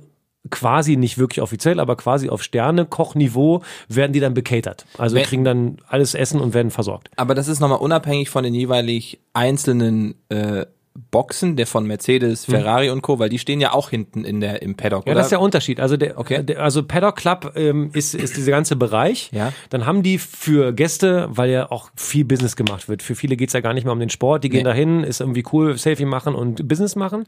[SPEAKER 1] quasi nicht wirklich offiziell, aber quasi auf Sterne-Kochniveau werden die dann bekatert. Also
[SPEAKER 2] Wenn-
[SPEAKER 1] kriegen dann alles Essen und werden versorgt.
[SPEAKER 2] Aber das ist nochmal unabhängig von den jeweilig einzelnen äh, Boxen, der von Mercedes, Ferrari und Co., weil die stehen ja auch hinten in der, im Paddock,
[SPEAKER 1] Hm. Ja,
[SPEAKER 2] oder?
[SPEAKER 1] das ist der Unterschied. Also der,
[SPEAKER 2] Okay.
[SPEAKER 1] der also Paddock Club ähm, ist, ist dieser ganze Bereich.
[SPEAKER 2] Ja.
[SPEAKER 1] Dann haben die für Gäste, weil ja auch viel Business gemacht wird. Für viele geht's ja gar nicht mehr um den Sport. Die gehen
[SPEAKER 2] Nee.
[SPEAKER 1] dahin, ist irgendwie cool, Selfie machen und Business machen.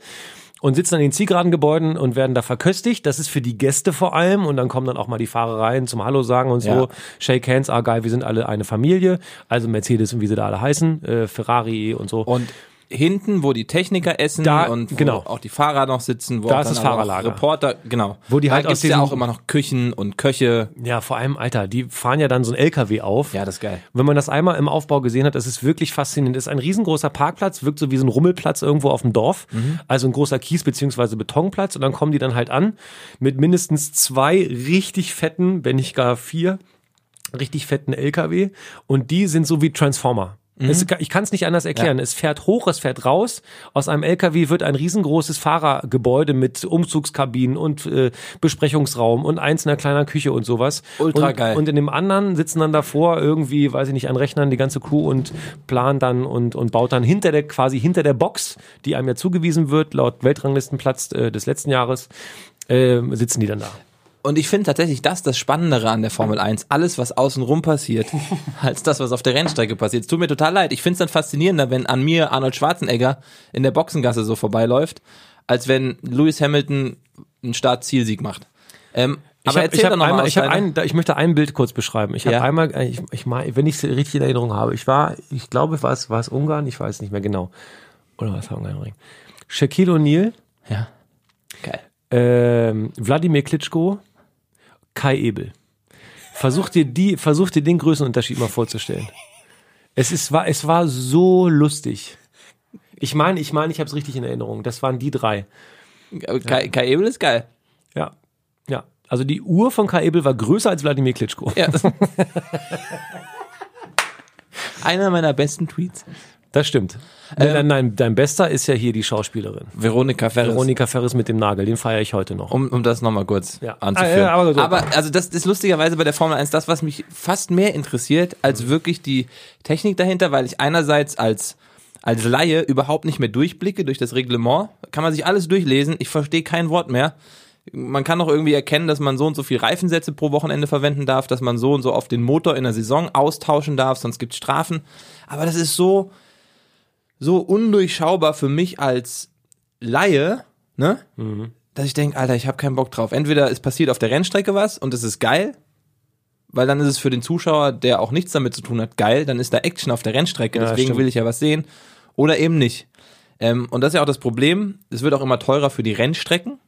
[SPEAKER 1] Und sitzen an den zielgeraden Gebäuden und werden da verköstigt. Das ist für die Gäste vor allem. Und dann kommen dann auch mal die Fahrer rein zum Hallo sagen und so.
[SPEAKER 2] Ja.
[SPEAKER 1] Shake hands, ah geil, wir sind alle eine Familie. Also Mercedes und wie sie da alle heißen, äh, Ferrari und so.
[SPEAKER 2] und hinten, wo die Techniker essen
[SPEAKER 1] Da-
[SPEAKER 2] und wo
[SPEAKER 1] genau.
[SPEAKER 2] auch die Fahrer noch sitzen, wo
[SPEAKER 1] Da
[SPEAKER 2] auch
[SPEAKER 1] ist
[SPEAKER 2] dann
[SPEAKER 1] das
[SPEAKER 2] aber auch
[SPEAKER 1] Fahrerlager.
[SPEAKER 2] Reporter, genau.
[SPEAKER 1] Wo die
[SPEAKER 2] da
[SPEAKER 1] halt aus
[SPEAKER 2] gibt's ja
[SPEAKER 1] diesem-
[SPEAKER 2] auch immer noch Küchen und Köche.
[SPEAKER 1] Ja, vor allem, Alter, die fahren ja dann so ein LKW auf.
[SPEAKER 2] Ja, das ist geil.
[SPEAKER 1] Wenn man das einmal im Aufbau gesehen hat, das ist wirklich faszinierend. Das ist ein riesengroßer Parkplatz, wirkt so wie so ein Rummelplatz irgendwo auf dem Dorf. Also ein großer Kies- beziehungsweise Betonplatz. Und dann kommen die dann halt an mit mindestens zwei richtig fetten, wenn nicht gar vier, richtig fetten LKW. Und die sind so wie Transformer.
[SPEAKER 2] Mhm.
[SPEAKER 1] Es, ich kann es nicht anders erklären. Es fährt hoch, es fährt raus. Aus einem LKW wird ein riesengroßes Fahrergebäude mit Umzugskabinen und äh, Besprechungsraum und einzelner kleiner Küche und sowas.
[SPEAKER 2] Ultra
[SPEAKER 1] und,
[SPEAKER 2] geil.
[SPEAKER 1] Und in dem anderen sitzen dann davor irgendwie, weiß ich nicht, an Rechnern die ganze Crew und plant dann und, und baut dann hinter der, quasi hinter der Box, die einem ja zugewiesen wird, laut Weltranglistenplatz äh, des letzten Jahres, äh, sitzen die dann da.
[SPEAKER 2] Und ich finde tatsächlich das das Spannendere an der Formel 1, alles was außenrum passiert, als das, was auf der Rennstrecke passiert. Es tut mir total leid. Ich finde es dann faszinierender, wenn an mir Arnold Schwarzenegger in der Boxengasse so vorbeiläuft, als wenn Lewis Hamilton einen Start-Zielsieg macht. Ähm, aber
[SPEAKER 1] hab-
[SPEAKER 2] erzähl
[SPEAKER 1] hab
[SPEAKER 2] doch noch
[SPEAKER 1] einmal,
[SPEAKER 2] mal.
[SPEAKER 1] ich, hab
[SPEAKER 2] Aussteiger.
[SPEAKER 1] ein, da- ich möchte ein Bild kurz beschreiben. Ich habe
[SPEAKER 2] Ja.
[SPEAKER 1] einmal, äh, ich, ich mein, wenn ich es richtig in Erinnerung habe, ich war, ich glaube, war es, war es Ungarn, ich weiß nicht mehr genau. Oder was war Ungarn? Shaquille O'Neal,
[SPEAKER 2] Ja. Geil.
[SPEAKER 1] ähm, Wladimir Klitschko, Kai Ebel. Versuch dir die, versuch dir den Größenunterschied mal vorzustellen. Es ist, war, es war so lustig. Ich meine, ich meine, ich habe es richtig in Erinnerung. Das waren die drei.
[SPEAKER 2] Äh, Kai, Kai Ebel ist geil.
[SPEAKER 1] Ja, ja. Also die Uhr von Kai Ebel war größer als Wladimir Klitschko.
[SPEAKER 2] Ja. Einer meiner besten Tweets.
[SPEAKER 1] Das stimmt. nein, nein, nein, dein Bester ist ja hier die Schauspielerin.
[SPEAKER 2] Veronika Ferris.
[SPEAKER 1] Veronika Ferris mit dem Nagel, den feiere ich heute noch.
[SPEAKER 2] um, um das nochmal kurz
[SPEAKER 1] Genau. Ja.
[SPEAKER 2] anzuführen.
[SPEAKER 1] Ah, ja, aber
[SPEAKER 2] aber,
[SPEAKER 1] so.
[SPEAKER 2] also das ist lustigerweise bei der Formel 1 das, was mich fast mehr interessiert, als
[SPEAKER 1] Mhm.
[SPEAKER 2] wirklich die Technik dahinter, weil ich einerseits als als Laie überhaupt nicht mehr durchblicke durch das Reglement, kann man sich alles durchlesen, ich verstehe kein Wort mehr. Man kann auch irgendwie erkennen, dass man so und so viel Reifensätze pro Wochenende verwenden darf, dass man so und so oft den Motor in der Saison austauschen darf, sonst gibt's Strafen. Aber das ist so, so undurchschaubar für mich als Laie, ne?
[SPEAKER 1] Mhm.
[SPEAKER 2] dass ich denke, Alter, ich habe keinen Bock drauf. Entweder es passiert auf der Rennstrecke was und es ist geil, weil dann ist es für den Zuschauer, der auch nichts damit zu tun hat, geil, dann ist da Action auf der Rennstrecke,
[SPEAKER 1] Ja,
[SPEAKER 2] deswegen
[SPEAKER 1] stimmt.
[SPEAKER 2] will ich ja was sehen. Oder eben nicht. Ähm, und das ist ja auch das Problem, es wird auch immer teurer für die Rennstrecken.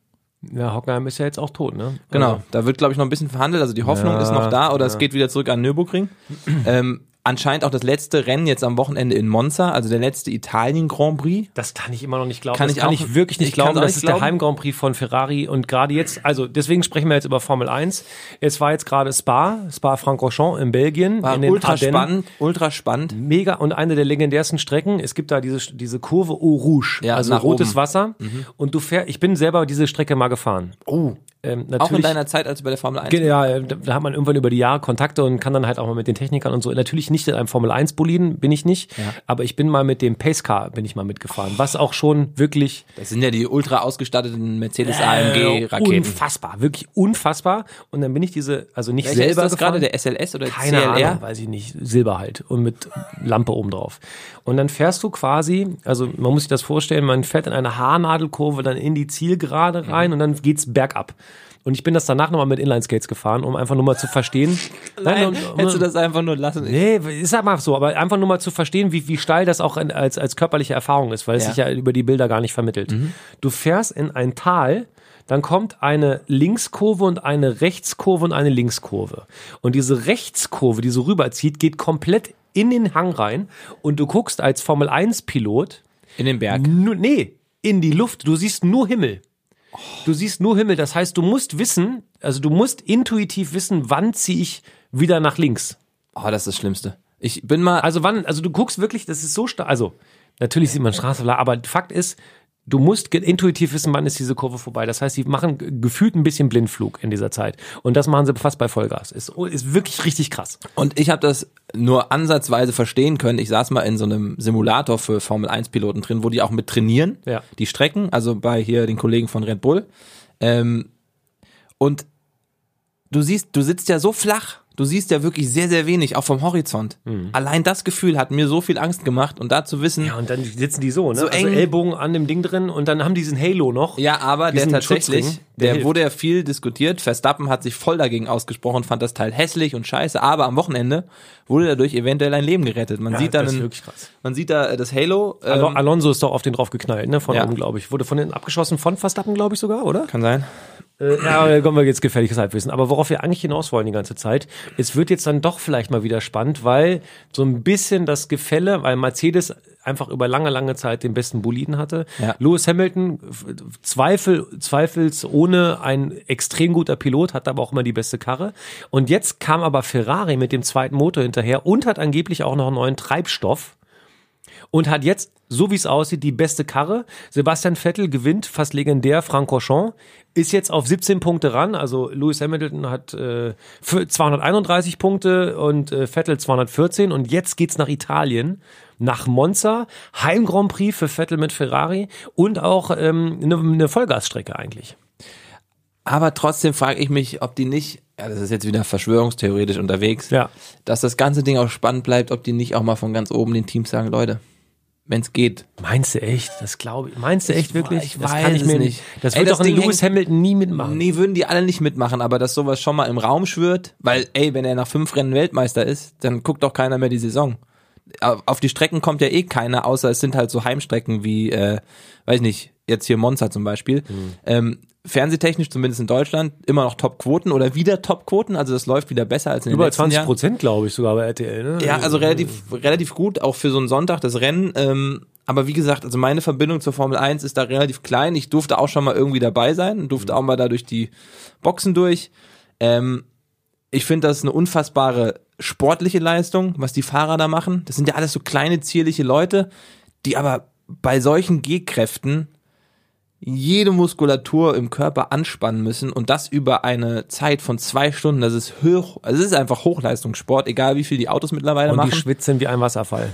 [SPEAKER 1] Ja, Hockenheim ist ja jetzt auch tot, ne?
[SPEAKER 2] Genau,
[SPEAKER 1] Also,
[SPEAKER 2] da wird, glaube ich, noch ein bisschen verhandelt. Also die Hoffnung
[SPEAKER 1] Ja,
[SPEAKER 2] ist noch da oder es geht wieder zurück an Nürburgring. ähm, anscheinend auch das letzte Rennen jetzt am Wochenende in Monza, also der letzte Italien-Grand Prix.
[SPEAKER 1] das kann ich immer noch nicht glauben.
[SPEAKER 2] Kann
[SPEAKER 1] das
[SPEAKER 2] ich
[SPEAKER 1] kann
[SPEAKER 2] auch-
[SPEAKER 1] ich wirklich nicht
[SPEAKER 2] ich kann's
[SPEAKER 1] glauben.
[SPEAKER 2] auch
[SPEAKER 1] Das
[SPEAKER 2] nicht
[SPEAKER 1] ist der
[SPEAKER 2] glauben.
[SPEAKER 1] Heim Grand Prix von Ferrari und gerade jetzt, also deswegen sprechen wir jetzt über Formel 1. Es war jetzt gerade Spa, Spa Francorchamps in Belgien.
[SPEAKER 2] War
[SPEAKER 1] in den
[SPEAKER 2] ultra
[SPEAKER 1] Ardennen.
[SPEAKER 2] spannend, ultra spannend.
[SPEAKER 1] Mega und eine der legendärsten Strecken. Es gibt da diese, diese Kurve Eau Rouge,
[SPEAKER 2] Ja,
[SPEAKER 1] also
[SPEAKER 2] nach
[SPEAKER 1] rotes
[SPEAKER 2] oben. Mhm.
[SPEAKER 1] Wasser. Und du fährst, ich bin selber diese Strecke mal gefahren.
[SPEAKER 2] Oh,
[SPEAKER 1] Ähm,
[SPEAKER 2] auch in
[SPEAKER 1] natürlich-
[SPEAKER 2] deiner Zeit als du bei der Formel 1.
[SPEAKER 1] Ge- Ja, äh, da da hat man irgendwann über die Jahre Kontakte und kann dann halt auch mal mit den Technikern und so. Natürlich nicht in einem Formel 1 Boliden, bin ich nicht, aber ich bin mal mit dem Pace Car bin ich mal mitgefahren, was auch schon wirklich
[SPEAKER 2] Das sind ja die ultra ausgestatteten Mercedes AMG Raketen.
[SPEAKER 1] Äh, unfassbar, wirklich unfassbar und dann bin ich diese also nicht
[SPEAKER 2] Welcher
[SPEAKER 1] selber
[SPEAKER 2] ist das gerade
[SPEAKER 1] gefahren.
[SPEAKER 2] der SLS oder
[SPEAKER 1] keine
[SPEAKER 2] CLR?
[SPEAKER 1] Ahnung, weiß ich nicht, Silber halt und mit Lampe oben drauf. Und dann fährst du quasi, also
[SPEAKER 2] Mhm.
[SPEAKER 1] man muss sich das vorstellen, man fährt in eine Haarnadelkurve dann in die Zielgerade rein und dann geht's bergab. Und ich bin das danach nochmal mit Inlineskates gefahren, um einfach nur mal zu verstehen.
[SPEAKER 2] Nein,
[SPEAKER 1] um- um-
[SPEAKER 2] hättest du das einfach nur lassen.
[SPEAKER 1] Nee, ist halt mal so, aber einfach nur mal zu verstehen, wie, wie steil das auch in, als, als körperliche Erfahrung ist, weil es
[SPEAKER 2] Ja.
[SPEAKER 1] sich ja über die Bilder gar nicht vermittelt. Du fährst in ein Tal, dann kommt eine Linkskurve und eine Rechtskurve und eine Linkskurve. Und diese Rechtskurve, die so rüberzieht, geht komplett in den Hang rein und du guckst als Formel-1-Pilot,
[SPEAKER 2] In den Berg.
[SPEAKER 1] nu- nee, in die Luft, du siehst nur Himmel. Du siehst nur Himmel, das heißt, du musst wissen, also du musst intuitiv wissen, wann ziehe ich wieder nach links.
[SPEAKER 2] Oh, das ist das Schlimmste. Ich bin mal.
[SPEAKER 1] Also wann, also du guckst wirklich, das ist so stark. Also natürlich sieht man Straße, bla, aber Fakt ist, du musst ge- intuitiv wissen, wann ist diese Kurve vorbei. Das heißt, die machen g- gefühlt ein bisschen Blindflug in dieser Zeit. Und das machen sie fast bei Vollgas. Ist, ist wirklich richtig krass.
[SPEAKER 2] Und ich habe das nur ansatzweise verstehen können. Ich saß mal in so einem Simulator für Formel 1 Piloten drin, wo die auch mit trainieren,
[SPEAKER 1] Ja.
[SPEAKER 2] die Strecken, also bei hier den Kollegen von Red Bull. Ähm, und du siehst, du sitzt ja so flach, du siehst ja wirklich sehr, sehr wenig, auch vom Horizont. Allein das Gefühl hat mir so viel Angst gemacht und da zu wissen,
[SPEAKER 1] Ja, und dann sitzen die so, ne?
[SPEAKER 2] So
[SPEAKER 1] also
[SPEAKER 2] eng.
[SPEAKER 1] Ellbogen an dem Ding drin und dann haben die diesen Halo noch.
[SPEAKER 2] Ja, aber der
[SPEAKER 1] Diesen
[SPEAKER 2] tatsächlich,
[SPEAKER 1] Schutzring, der
[SPEAKER 2] der,
[SPEAKER 1] hilft.
[SPEAKER 2] wurde ja viel diskutiert. Verstappen hat sich voll dagegen ausgesprochen, fand das Teil hässlich und scheiße, aber am Wochenende wurde dadurch eventuell ein Leben gerettet. Man sieht da
[SPEAKER 1] das ist
[SPEAKER 2] einen,
[SPEAKER 1] wirklich krass.
[SPEAKER 2] man sieht da äh, das Halo. Ähm,
[SPEAKER 1] Alo- Alonso ist doch auf den drauf geknallt, ne? Von
[SPEAKER 2] Ja.
[SPEAKER 1] oben, glaube ich. Wurde von hinten abgeschossen, von Verstappen, glaube ich sogar, oder?
[SPEAKER 2] kann sein.
[SPEAKER 1] Äh, Ja, aber da kommen wir jetzt gefährliches Halbwissen. Aber worauf wir eigentlich hinaus wollen die ganze Zeit, es wird jetzt dann doch vielleicht mal wieder spannend, weil so ein bisschen das Gefälle, weil Mercedes einfach über lange, lange Zeit den besten Boliden hatte.
[SPEAKER 2] Ja.
[SPEAKER 1] Lewis Hamilton, f- Zweifel, zweifelsohne ein extrem guter Pilot, hat aber auch immer die beste Karre. Und jetzt kam aber Ferrari mit dem zweiten Motor hinterher und hat angeblich auch noch einen neuen Treibstoff und hat jetzt, so wie es aussieht, die beste Karre. Sebastian Vettel gewinnt, fast legendär, Francorchamps, ist jetzt auf 17 Punkte ran. Also Lewis Hamilton hat äh, für 231 Punkte und äh, Vettel 214. Und jetzt geht's nach Italien, nach Monza, Heim Grand Prix für Vettel mit Ferrari und auch eine ähm, ne- ne Vollgasstrecke eigentlich.
[SPEAKER 2] Aber trotzdem frage ich mich, ob die nicht, ja, das ist jetzt wieder verschwörungstheoretisch unterwegs,
[SPEAKER 1] Ja.
[SPEAKER 2] dass das ganze Ding auch spannend bleibt, ob die nicht auch mal von ganz oben den Teams sagen, Leute, wenn's geht.
[SPEAKER 1] Meinst du echt? Das glaube ich. Meinst du echt wirklich?
[SPEAKER 2] ich
[SPEAKER 1] das
[SPEAKER 2] weiß
[SPEAKER 1] kann ich
[SPEAKER 2] es
[SPEAKER 1] mir
[SPEAKER 2] nicht.
[SPEAKER 1] Das
[SPEAKER 2] Ey,
[SPEAKER 1] wird
[SPEAKER 2] das
[SPEAKER 1] doch ein
[SPEAKER 2] Ding
[SPEAKER 1] Lewis
[SPEAKER 2] hängt-
[SPEAKER 1] Hamilton nie mitmachen.
[SPEAKER 2] Nee, würden die alle nicht mitmachen, aber dass sowas schon mal im Raum schwirrt, weil, ey, wenn er nach fünf Rennen Weltmeister ist, dann guckt doch keiner mehr die Saison. Au- Auf die Strecken kommt ja eh keiner, außer es sind halt so Heimstrecken wie, äh, weiß nicht, jetzt hier Monza zum Beispiel.
[SPEAKER 1] Mhm.
[SPEAKER 2] Ähm, fernsehtechnisch, zumindest in Deutschland, immer noch Top-Quoten oder wieder Top-Quoten, also das läuft wieder besser als in den
[SPEAKER 1] Über
[SPEAKER 2] letzten
[SPEAKER 1] 20
[SPEAKER 2] Jahren.
[SPEAKER 1] Prozent, glaube ich, sogar bei RTL. Ne?
[SPEAKER 2] Ja, also relativ, relativ gut, auch für so einen Sonntag, das Rennen. Ähm, aber wie gesagt, also meine Verbindung zur Formel 1 ist da relativ klein. Ich durfte auch schon mal irgendwie dabei sein, durfte auch mal da durch die Boxen durch. Ähm, ich finde das ist eine unfassbare sportliche Leistung, was die Fahrer da machen. Das sind ja alles so kleine, zierliche Leute, die aber bei solchen Gehkräften jede Muskulatur im Körper anspannen müssen und das über eine Zeit von zwei Stunden. Das ist hoch, also es ist einfach Hochleistungssport, egal wie viel die Autos mittlerweile
[SPEAKER 1] Und
[SPEAKER 2] machen.
[SPEAKER 1] die schwitzen wie ein Wasserfall.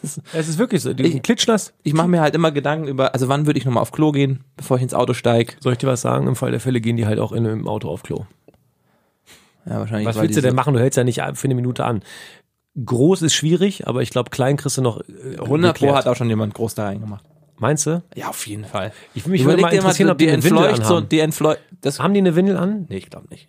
[SPEAKER 1] es ist wirklich so. Die sind
[SPEAKER 2] Ich-
[SPEAKER 1] klitschnass.
[SPEAKER 2] ich mache mir halt immer Gedanken über, also wann würde ich nochmal auf Klo gehen, bevor ich ins Auto steige.
[SPEAKER 1] Soll ich dir was sagen? Im Fall der Fälle gehen die halt auch in, im Auto auf Klo.
[SPEAKER 2] Ja, wahrscheinlich.
[SPEAKER 1] Was
[SPEAKER 2] weil
[SPEAKER 1] willst du
[SPEAKER 2] diese-
[SPEAKER 1] denn machen? Du hältst ja nicht für eine Minute an. Groß ist schwierig, aber ich glaube, klein kriegst du noch. Äh,
[SPEAKER 2] 100 Pro
[SPEAKER 1] geklärt.
[SPEAKER 2] hat auch schon jemand groß da reingemacht.
[SPEAKER 1] Meinst du?
[SPEAKER 2] Ja, auf jeden Fall.
[SPEAKER 1] Ich würde mich mal interessieren, ob die
[SPEAKER 2] die
[SPEAKER 1] eine Windel
[SPEAKER 2] entfleucht
[SPEAKER 1] anhaben.
[SPEAKER 2] so, die entfleucht, das,
[SPEAKER 1] Haben die eine Windel an?
[SPEAKER 2] nee, ich glaube nicht.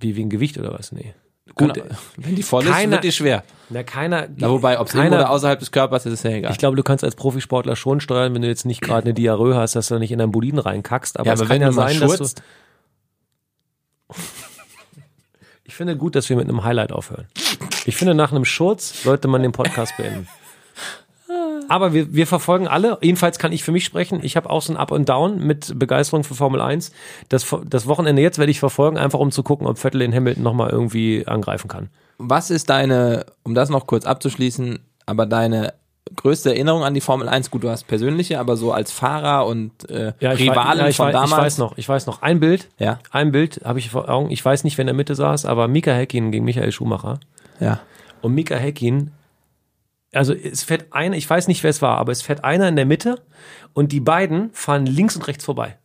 [SPEAKER 1] Wie wegen Gewicht oder was? Nee.
[SPEAKER 2] Gut, wenn die voll ist,
[SPEAKER 1] keiner-
[SPEAKER 2] wird die schwer.
[SPEAKER 1] Na, keiner.
[SPEAKER 2] Na, wobei, ob es innen
[SPEAKER 1] keiner-
[SPEAKER 2] oder außerhalb des Körpers ist, ist ja egal.
[SPEAKER 1] Ich glaube, du kannst als Profisportler schon steuern, wenn du jetzt nicht gerade eine Diarrhoe hast, dass du nicht in deinen Boliden reinkackst. Aber
[SPEAKER 2] Ja,
[SPEAKER 1] es
[SPEAKER 2] aber
[SPEAKER 1] kann
[SPEAKER 2] wenn
[SPEAKER 1] ja
[SPEAKER 2] du mal
[SPEAKER 1] sein, dass du.
[SPEAKER 2] schurzt.
[SPEAKER 1] Ich finde gut, dass wir mit einem Highlight aufhören. Ich finde, nach einem Schurz sollte man den Podcast beenden. Aber wir, wir verfolgen alle, jedenfalls kann ich für mich sprechen, ich habe auch so ein Up und Down mit Begeisterung für Formel 1. Das, Vo- das Wochenende jetzt werde ich verfolgen, einfach um zu gucken, ob Vettel den Hamilton nochmal irgendwie angreifen kann.
[SPEAKER 2] Was ist deine, um das noch kurz abzuschließen, aber deine größte Erinnerung an die Formel 1? Gut, du hast persönliche, aber so als Fahrer und äh,
[SPEAKER 1] wei-
[SPEAKER 2] Rivalen
[SPEAKER 1] ja, ich
[SPEAKER 2] von
[SPEAKER 1] wei-
[SPEAKER 2] damals.
[SPEAKER 1] Ich weiß noch, ich weiß noch. Ein Bild,
[SPEAKER 2] Ja,
[SPEAKER 1] ein Bild habe ich vor Augen, ich weiß nicht, wer in der Mitte saß, aber Mika Häkkinen gegen Michael Schumacher.
[SPEAKER 2] ja.
[SPEAKER 1] Und Mika Häkkinen, also es fährt einer, ich weiß nicht, wer es war, aber es fährt einer in der Mitte und die beiden fahren links und rechts vorbei.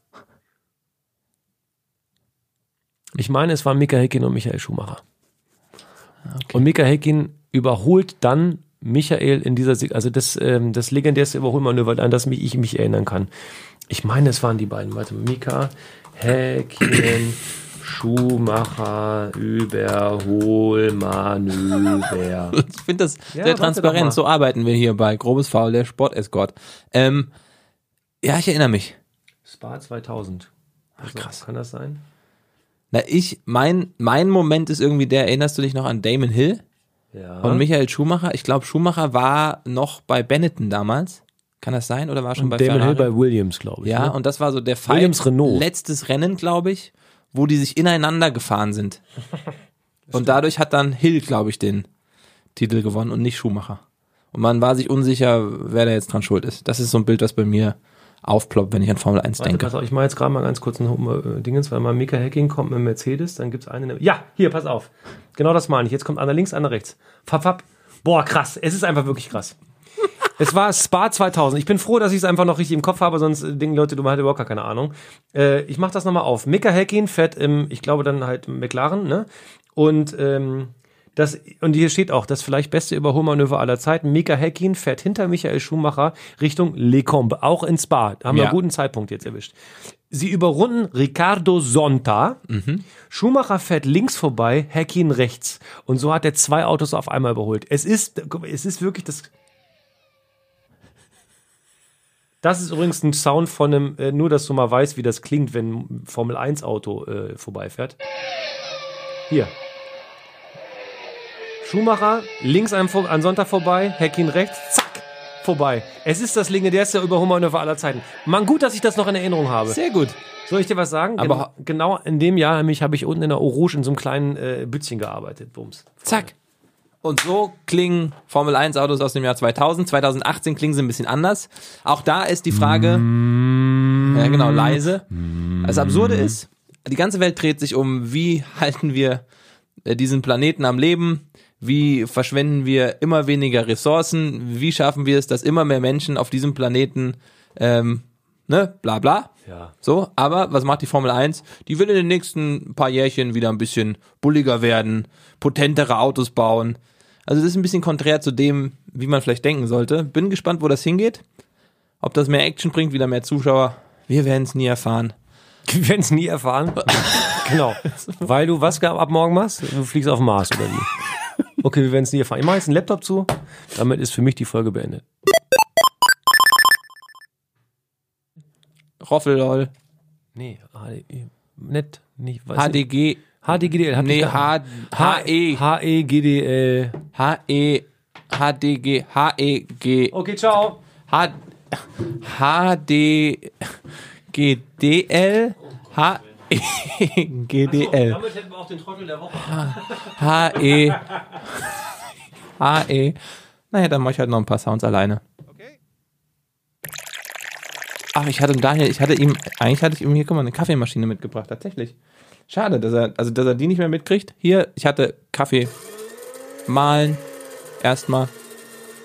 [SPEAKER 1] Ich meine, es waren Mika Häkkinen und Michael Schumacher. Und Mika Häkkinen überholt dann Michael in dieser, Sek- also das, ähm, das legendärste Überholmanöver, an das mich, ich mich erinnern kann. Ich meine, es waren die beiden. Warte, Mika Häkchen, Schumacher, Überholmanöver.
[SPEAKER 2] Ich finde das
[SPEAKER 1] warte
[SPEAKER 2] sehr
[SPEAKER 1] doch mal.
[SPEAKER 2] transparent. So arbeiten wir hier bei Grobes Faul, der Sportescort. Ähm, ja, ich erinnere mich.
[SPEAKER 1] Spa 2000. Ach, krass. Kann das sein?
[SPEAKER 2] Na, ich, mein, mein Moment ist irgendwie der, erinnerst du dich noch an Damon Hill
[SPEAKER 1] Ja.
[SPEAKER 2] und Michael Schumacher? Ich glaube, Schumacher war noch bei Benetton damals. Kann das sein? Oder war schon bei
[SPEAKER 1] Damon
[SPEAKER 2] Ferrari?
[SPEAKER 1] Hill bei Williams, glaube ich.
[SPEAKER 2] ja,
[SPEAKER 1] ne?
[SPEAKER 2] und das war so der Fall.
[SPEAKER 1] Williams Renault.
[SPEAKER 2] Letztes Rennen, glaube ich, wo die sich ineinander gefahren sind. und dadurch hat dann Hill, glaube ich, den Titel gewonnen und nicht Schumacher. Und man war sich unsicher, wer da jetzt dran schuld ist. Das ist so ein Bild, was bei mir aufploppt, wenn ich an Formel 1
[SPEAKER 1] Warte,
[SPEAKER 2] denke.
[SPEAKER 1] pass auf, ich mache jetzt gerade mal ganz kurz ein äh, Dingens, weil mal Mika Hacking kommt mit dem Mercedes, dann gibt's eine. Ja, hier, pass auf. Genau das meine ich. Jetzt kommt einer links, einer rechts. Fapp, fapp. Boah, krass. Es ist einfach wirklich krass. Es war Spa 2000. Ich bin froh, dass ich es einfach noch richtig im Kopf habe, sonst äh, denken die Leute, du hast überhaupt gar keine Ahnung. Äh, ich mache das nochmal auf. Mika Häkkinen fährt im, ich glaube dann halt im McLaren, ne? Und ähm, das, und hier steht auch, das vielleicht beste Überholmanöver aller Zeiten. Mika Häkkinen fährt hinter Michael Schumacher Richtung Le Combe, auch in Spa. Haben wir
[SPEAKER 2] Ja.
[SPEAKER 1] einen guten Zeitpunkt jetzt erwischt. Sie überrunden Ricardo Sonta. Schumacher fährt links vorbei, Häkkinen rechts. Und so hat er zwei Autos auf einmal überholt. Es ist, guck mal, es ist wirklich das das ist übrigens ein Sound von einem, äh, nur dass du mal weißt, wie das klingt, wenn ein Formel 1 Auto äh, vorbeifährt. Hier. Schumacher links einem vor, an Sonntag vorbei, Hackin rechts, zack, vorbei. Es ist das legendärste Überholmanöver aller Zeiten. Mann, gut, dass ich das noch in Erinnerung habe.
[SPEAKER 2] Sehr gut.
[SPEAKER 1] Soll ich dir was sagen?
[SPEAKER 2] Aber-
[SPEAKER 1] Gen genau in dem Jahr nämlich habe ich unten in der Eau Rouge in so einem kleinen äh, Bützchen gearbeitet. Bums.
[SPEAKER 2] Zack. Und so klingen Formel 1 Autos aus dem Jahr 2000. 2018 klingen sie ein bisschen anders. Auch da ist die Frage, ja genau, leise. Das Absurde ist, die ganze Welt dreht sich um, wie halten wir äh, diesen Planeten am Leben? Wie verschwenden wir immer weniger Ressourcen? Wie schaffen wir es, dass immer mehr Menschen auf diesem Planeten, ähm, ne, bla bla.
[SPEAKER 1] Ja.
[SPEAKER 2] So, aber was macht die Formel 1? Die will in den nächsten paar Jährchen wieder ein bisschen bulliger werden, potentere Autos bauen. Also das ist ein bisschen konträr zu dem, wie man vielleicht denken sollte. Bin gespannt, wo das hingeht. Ob das mehr Action bringt, wieder mehr Zuschauer. Wir werden es nie erfahren.
[SPEAKER 1] Wir werden es nie erfahren. genau. Weil du was ab morgen machst? Du fliegst auf den Mars oder wie? Okay, wir werden es nie erfahren. Ich mache jetzt einen Laptop zu. Damit ist für mich die Folge beendet.
[SPEAKER 2] Roffel, lol.
[SPEAKER 1] Nee, HD, nett, nicht, weiß nicht.
[SPEAKER 2] HDG.
[SPEAKER 1] HDGDL. hab
[SPEAKER 2] Nee,
[SPEAKER 1] ich gar-
[SPEAKER 2] H, E.
[SPEAKER 1] E.
[SPEAKER 2] HE.
[SPEAKER 1] HEGDL.
[SPEAKER 2] HE. HDG. HEG.
[SPEAKER 1] Okay, ciao.
[SPEAKER 2] E H, HD. GDL. H, E, GDL.
[SPEAKER 1] Damit hätten wir auch den Trottel der Woche.
[SPEAKER 2] H-E. H-E. E Naja, dann mache ich halt noch ein paar Sounds alleine. Ach, ich hatte Daniel, ich hatte ihm, eigentlich hatte ich ihm hier, guck mal, eine Kaffeemaschine mitgebracht, tatsächlich. Schade, dass er, also, dass er die nicht mehr mitkriegt. Hier, ich hatte Kaffee mahlen. Erstmal.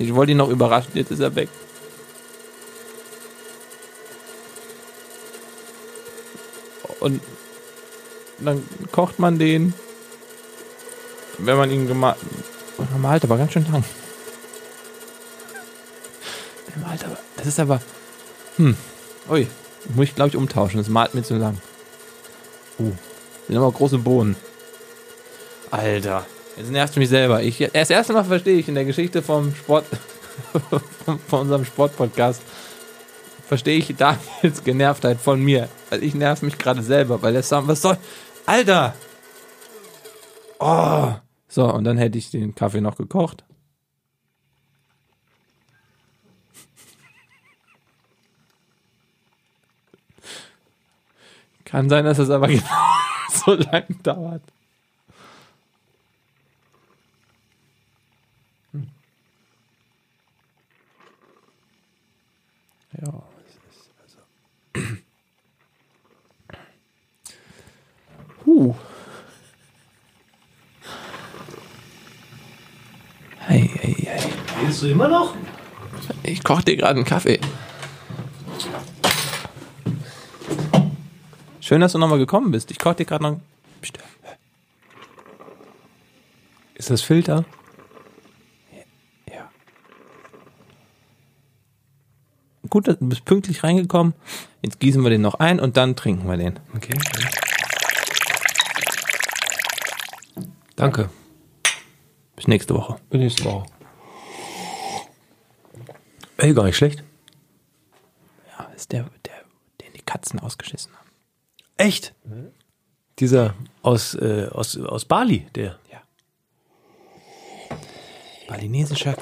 [SPEAKER 2] Ich wollte ihn noch überraschen, jetzt ist er weg. Und dann kocht man den wenn man ihn gemalt. Malt aber ganz schön lang. Der malt aber. Das ist aber. Hm. Ui. Muss ich, glaube ich, umtauschen. Das malt mir zu lang. Uh. Sind aber große Bohnen. Alter. Jetzt nervst du mich selber. Ich, das erste Mal verstehe ich in der Geschichte vom Sport. von- von unserem Sportpodcast. Verstehe ich Daniels Genervtheit von mir. Weil ich nerv mich gerade selber, weil der Sound. Was soll. Alter! Oh! So, und dann hätte ich den Kaffee noch gekocht. Kann sein, dass es aber genau so lang dauert. Hm. Ja, es ist also. Huh. Ei, ei, ei.
[SPEAKER 1] Willst du immer noch?
[SPEAKER 2] Ich koche dir gerade einen Kaffee. Schön, dass du nochmal gekommen bist. Ich koche dir gerade noch. einen- Psst.
[SPEAKER 1] Ist das Filter?
[SPEAKER 2] Ja. gut, du bist pünktlich reingekommen. Jetzt gießen wir den noch ein und dann trinken wir den.
[SPEAKER 1] Okay. Danke.
[SPEAKER 2] Bis nächste Woche.
[SPEAKER 1] Bin ich sauer. Ey, gar nicht schlecht.
[SPEAKER 2] Ja, Ah, ist der, der den die Katzen ausgeschissen haben.
[SPEAKER 1] Echt? Dieser aus, äh, aus, aus Bali, der.
[SPEAKER 2] Ja. Balinesischer.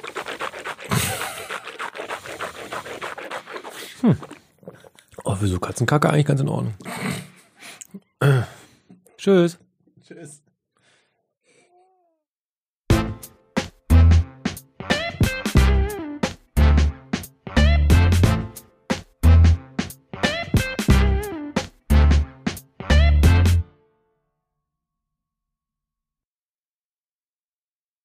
[SPEAKER 1] Oh, wieso Katzenkacke eigentlich ganz in Ordnung. Tschüss.
[SPEAKER 2] Tschüss.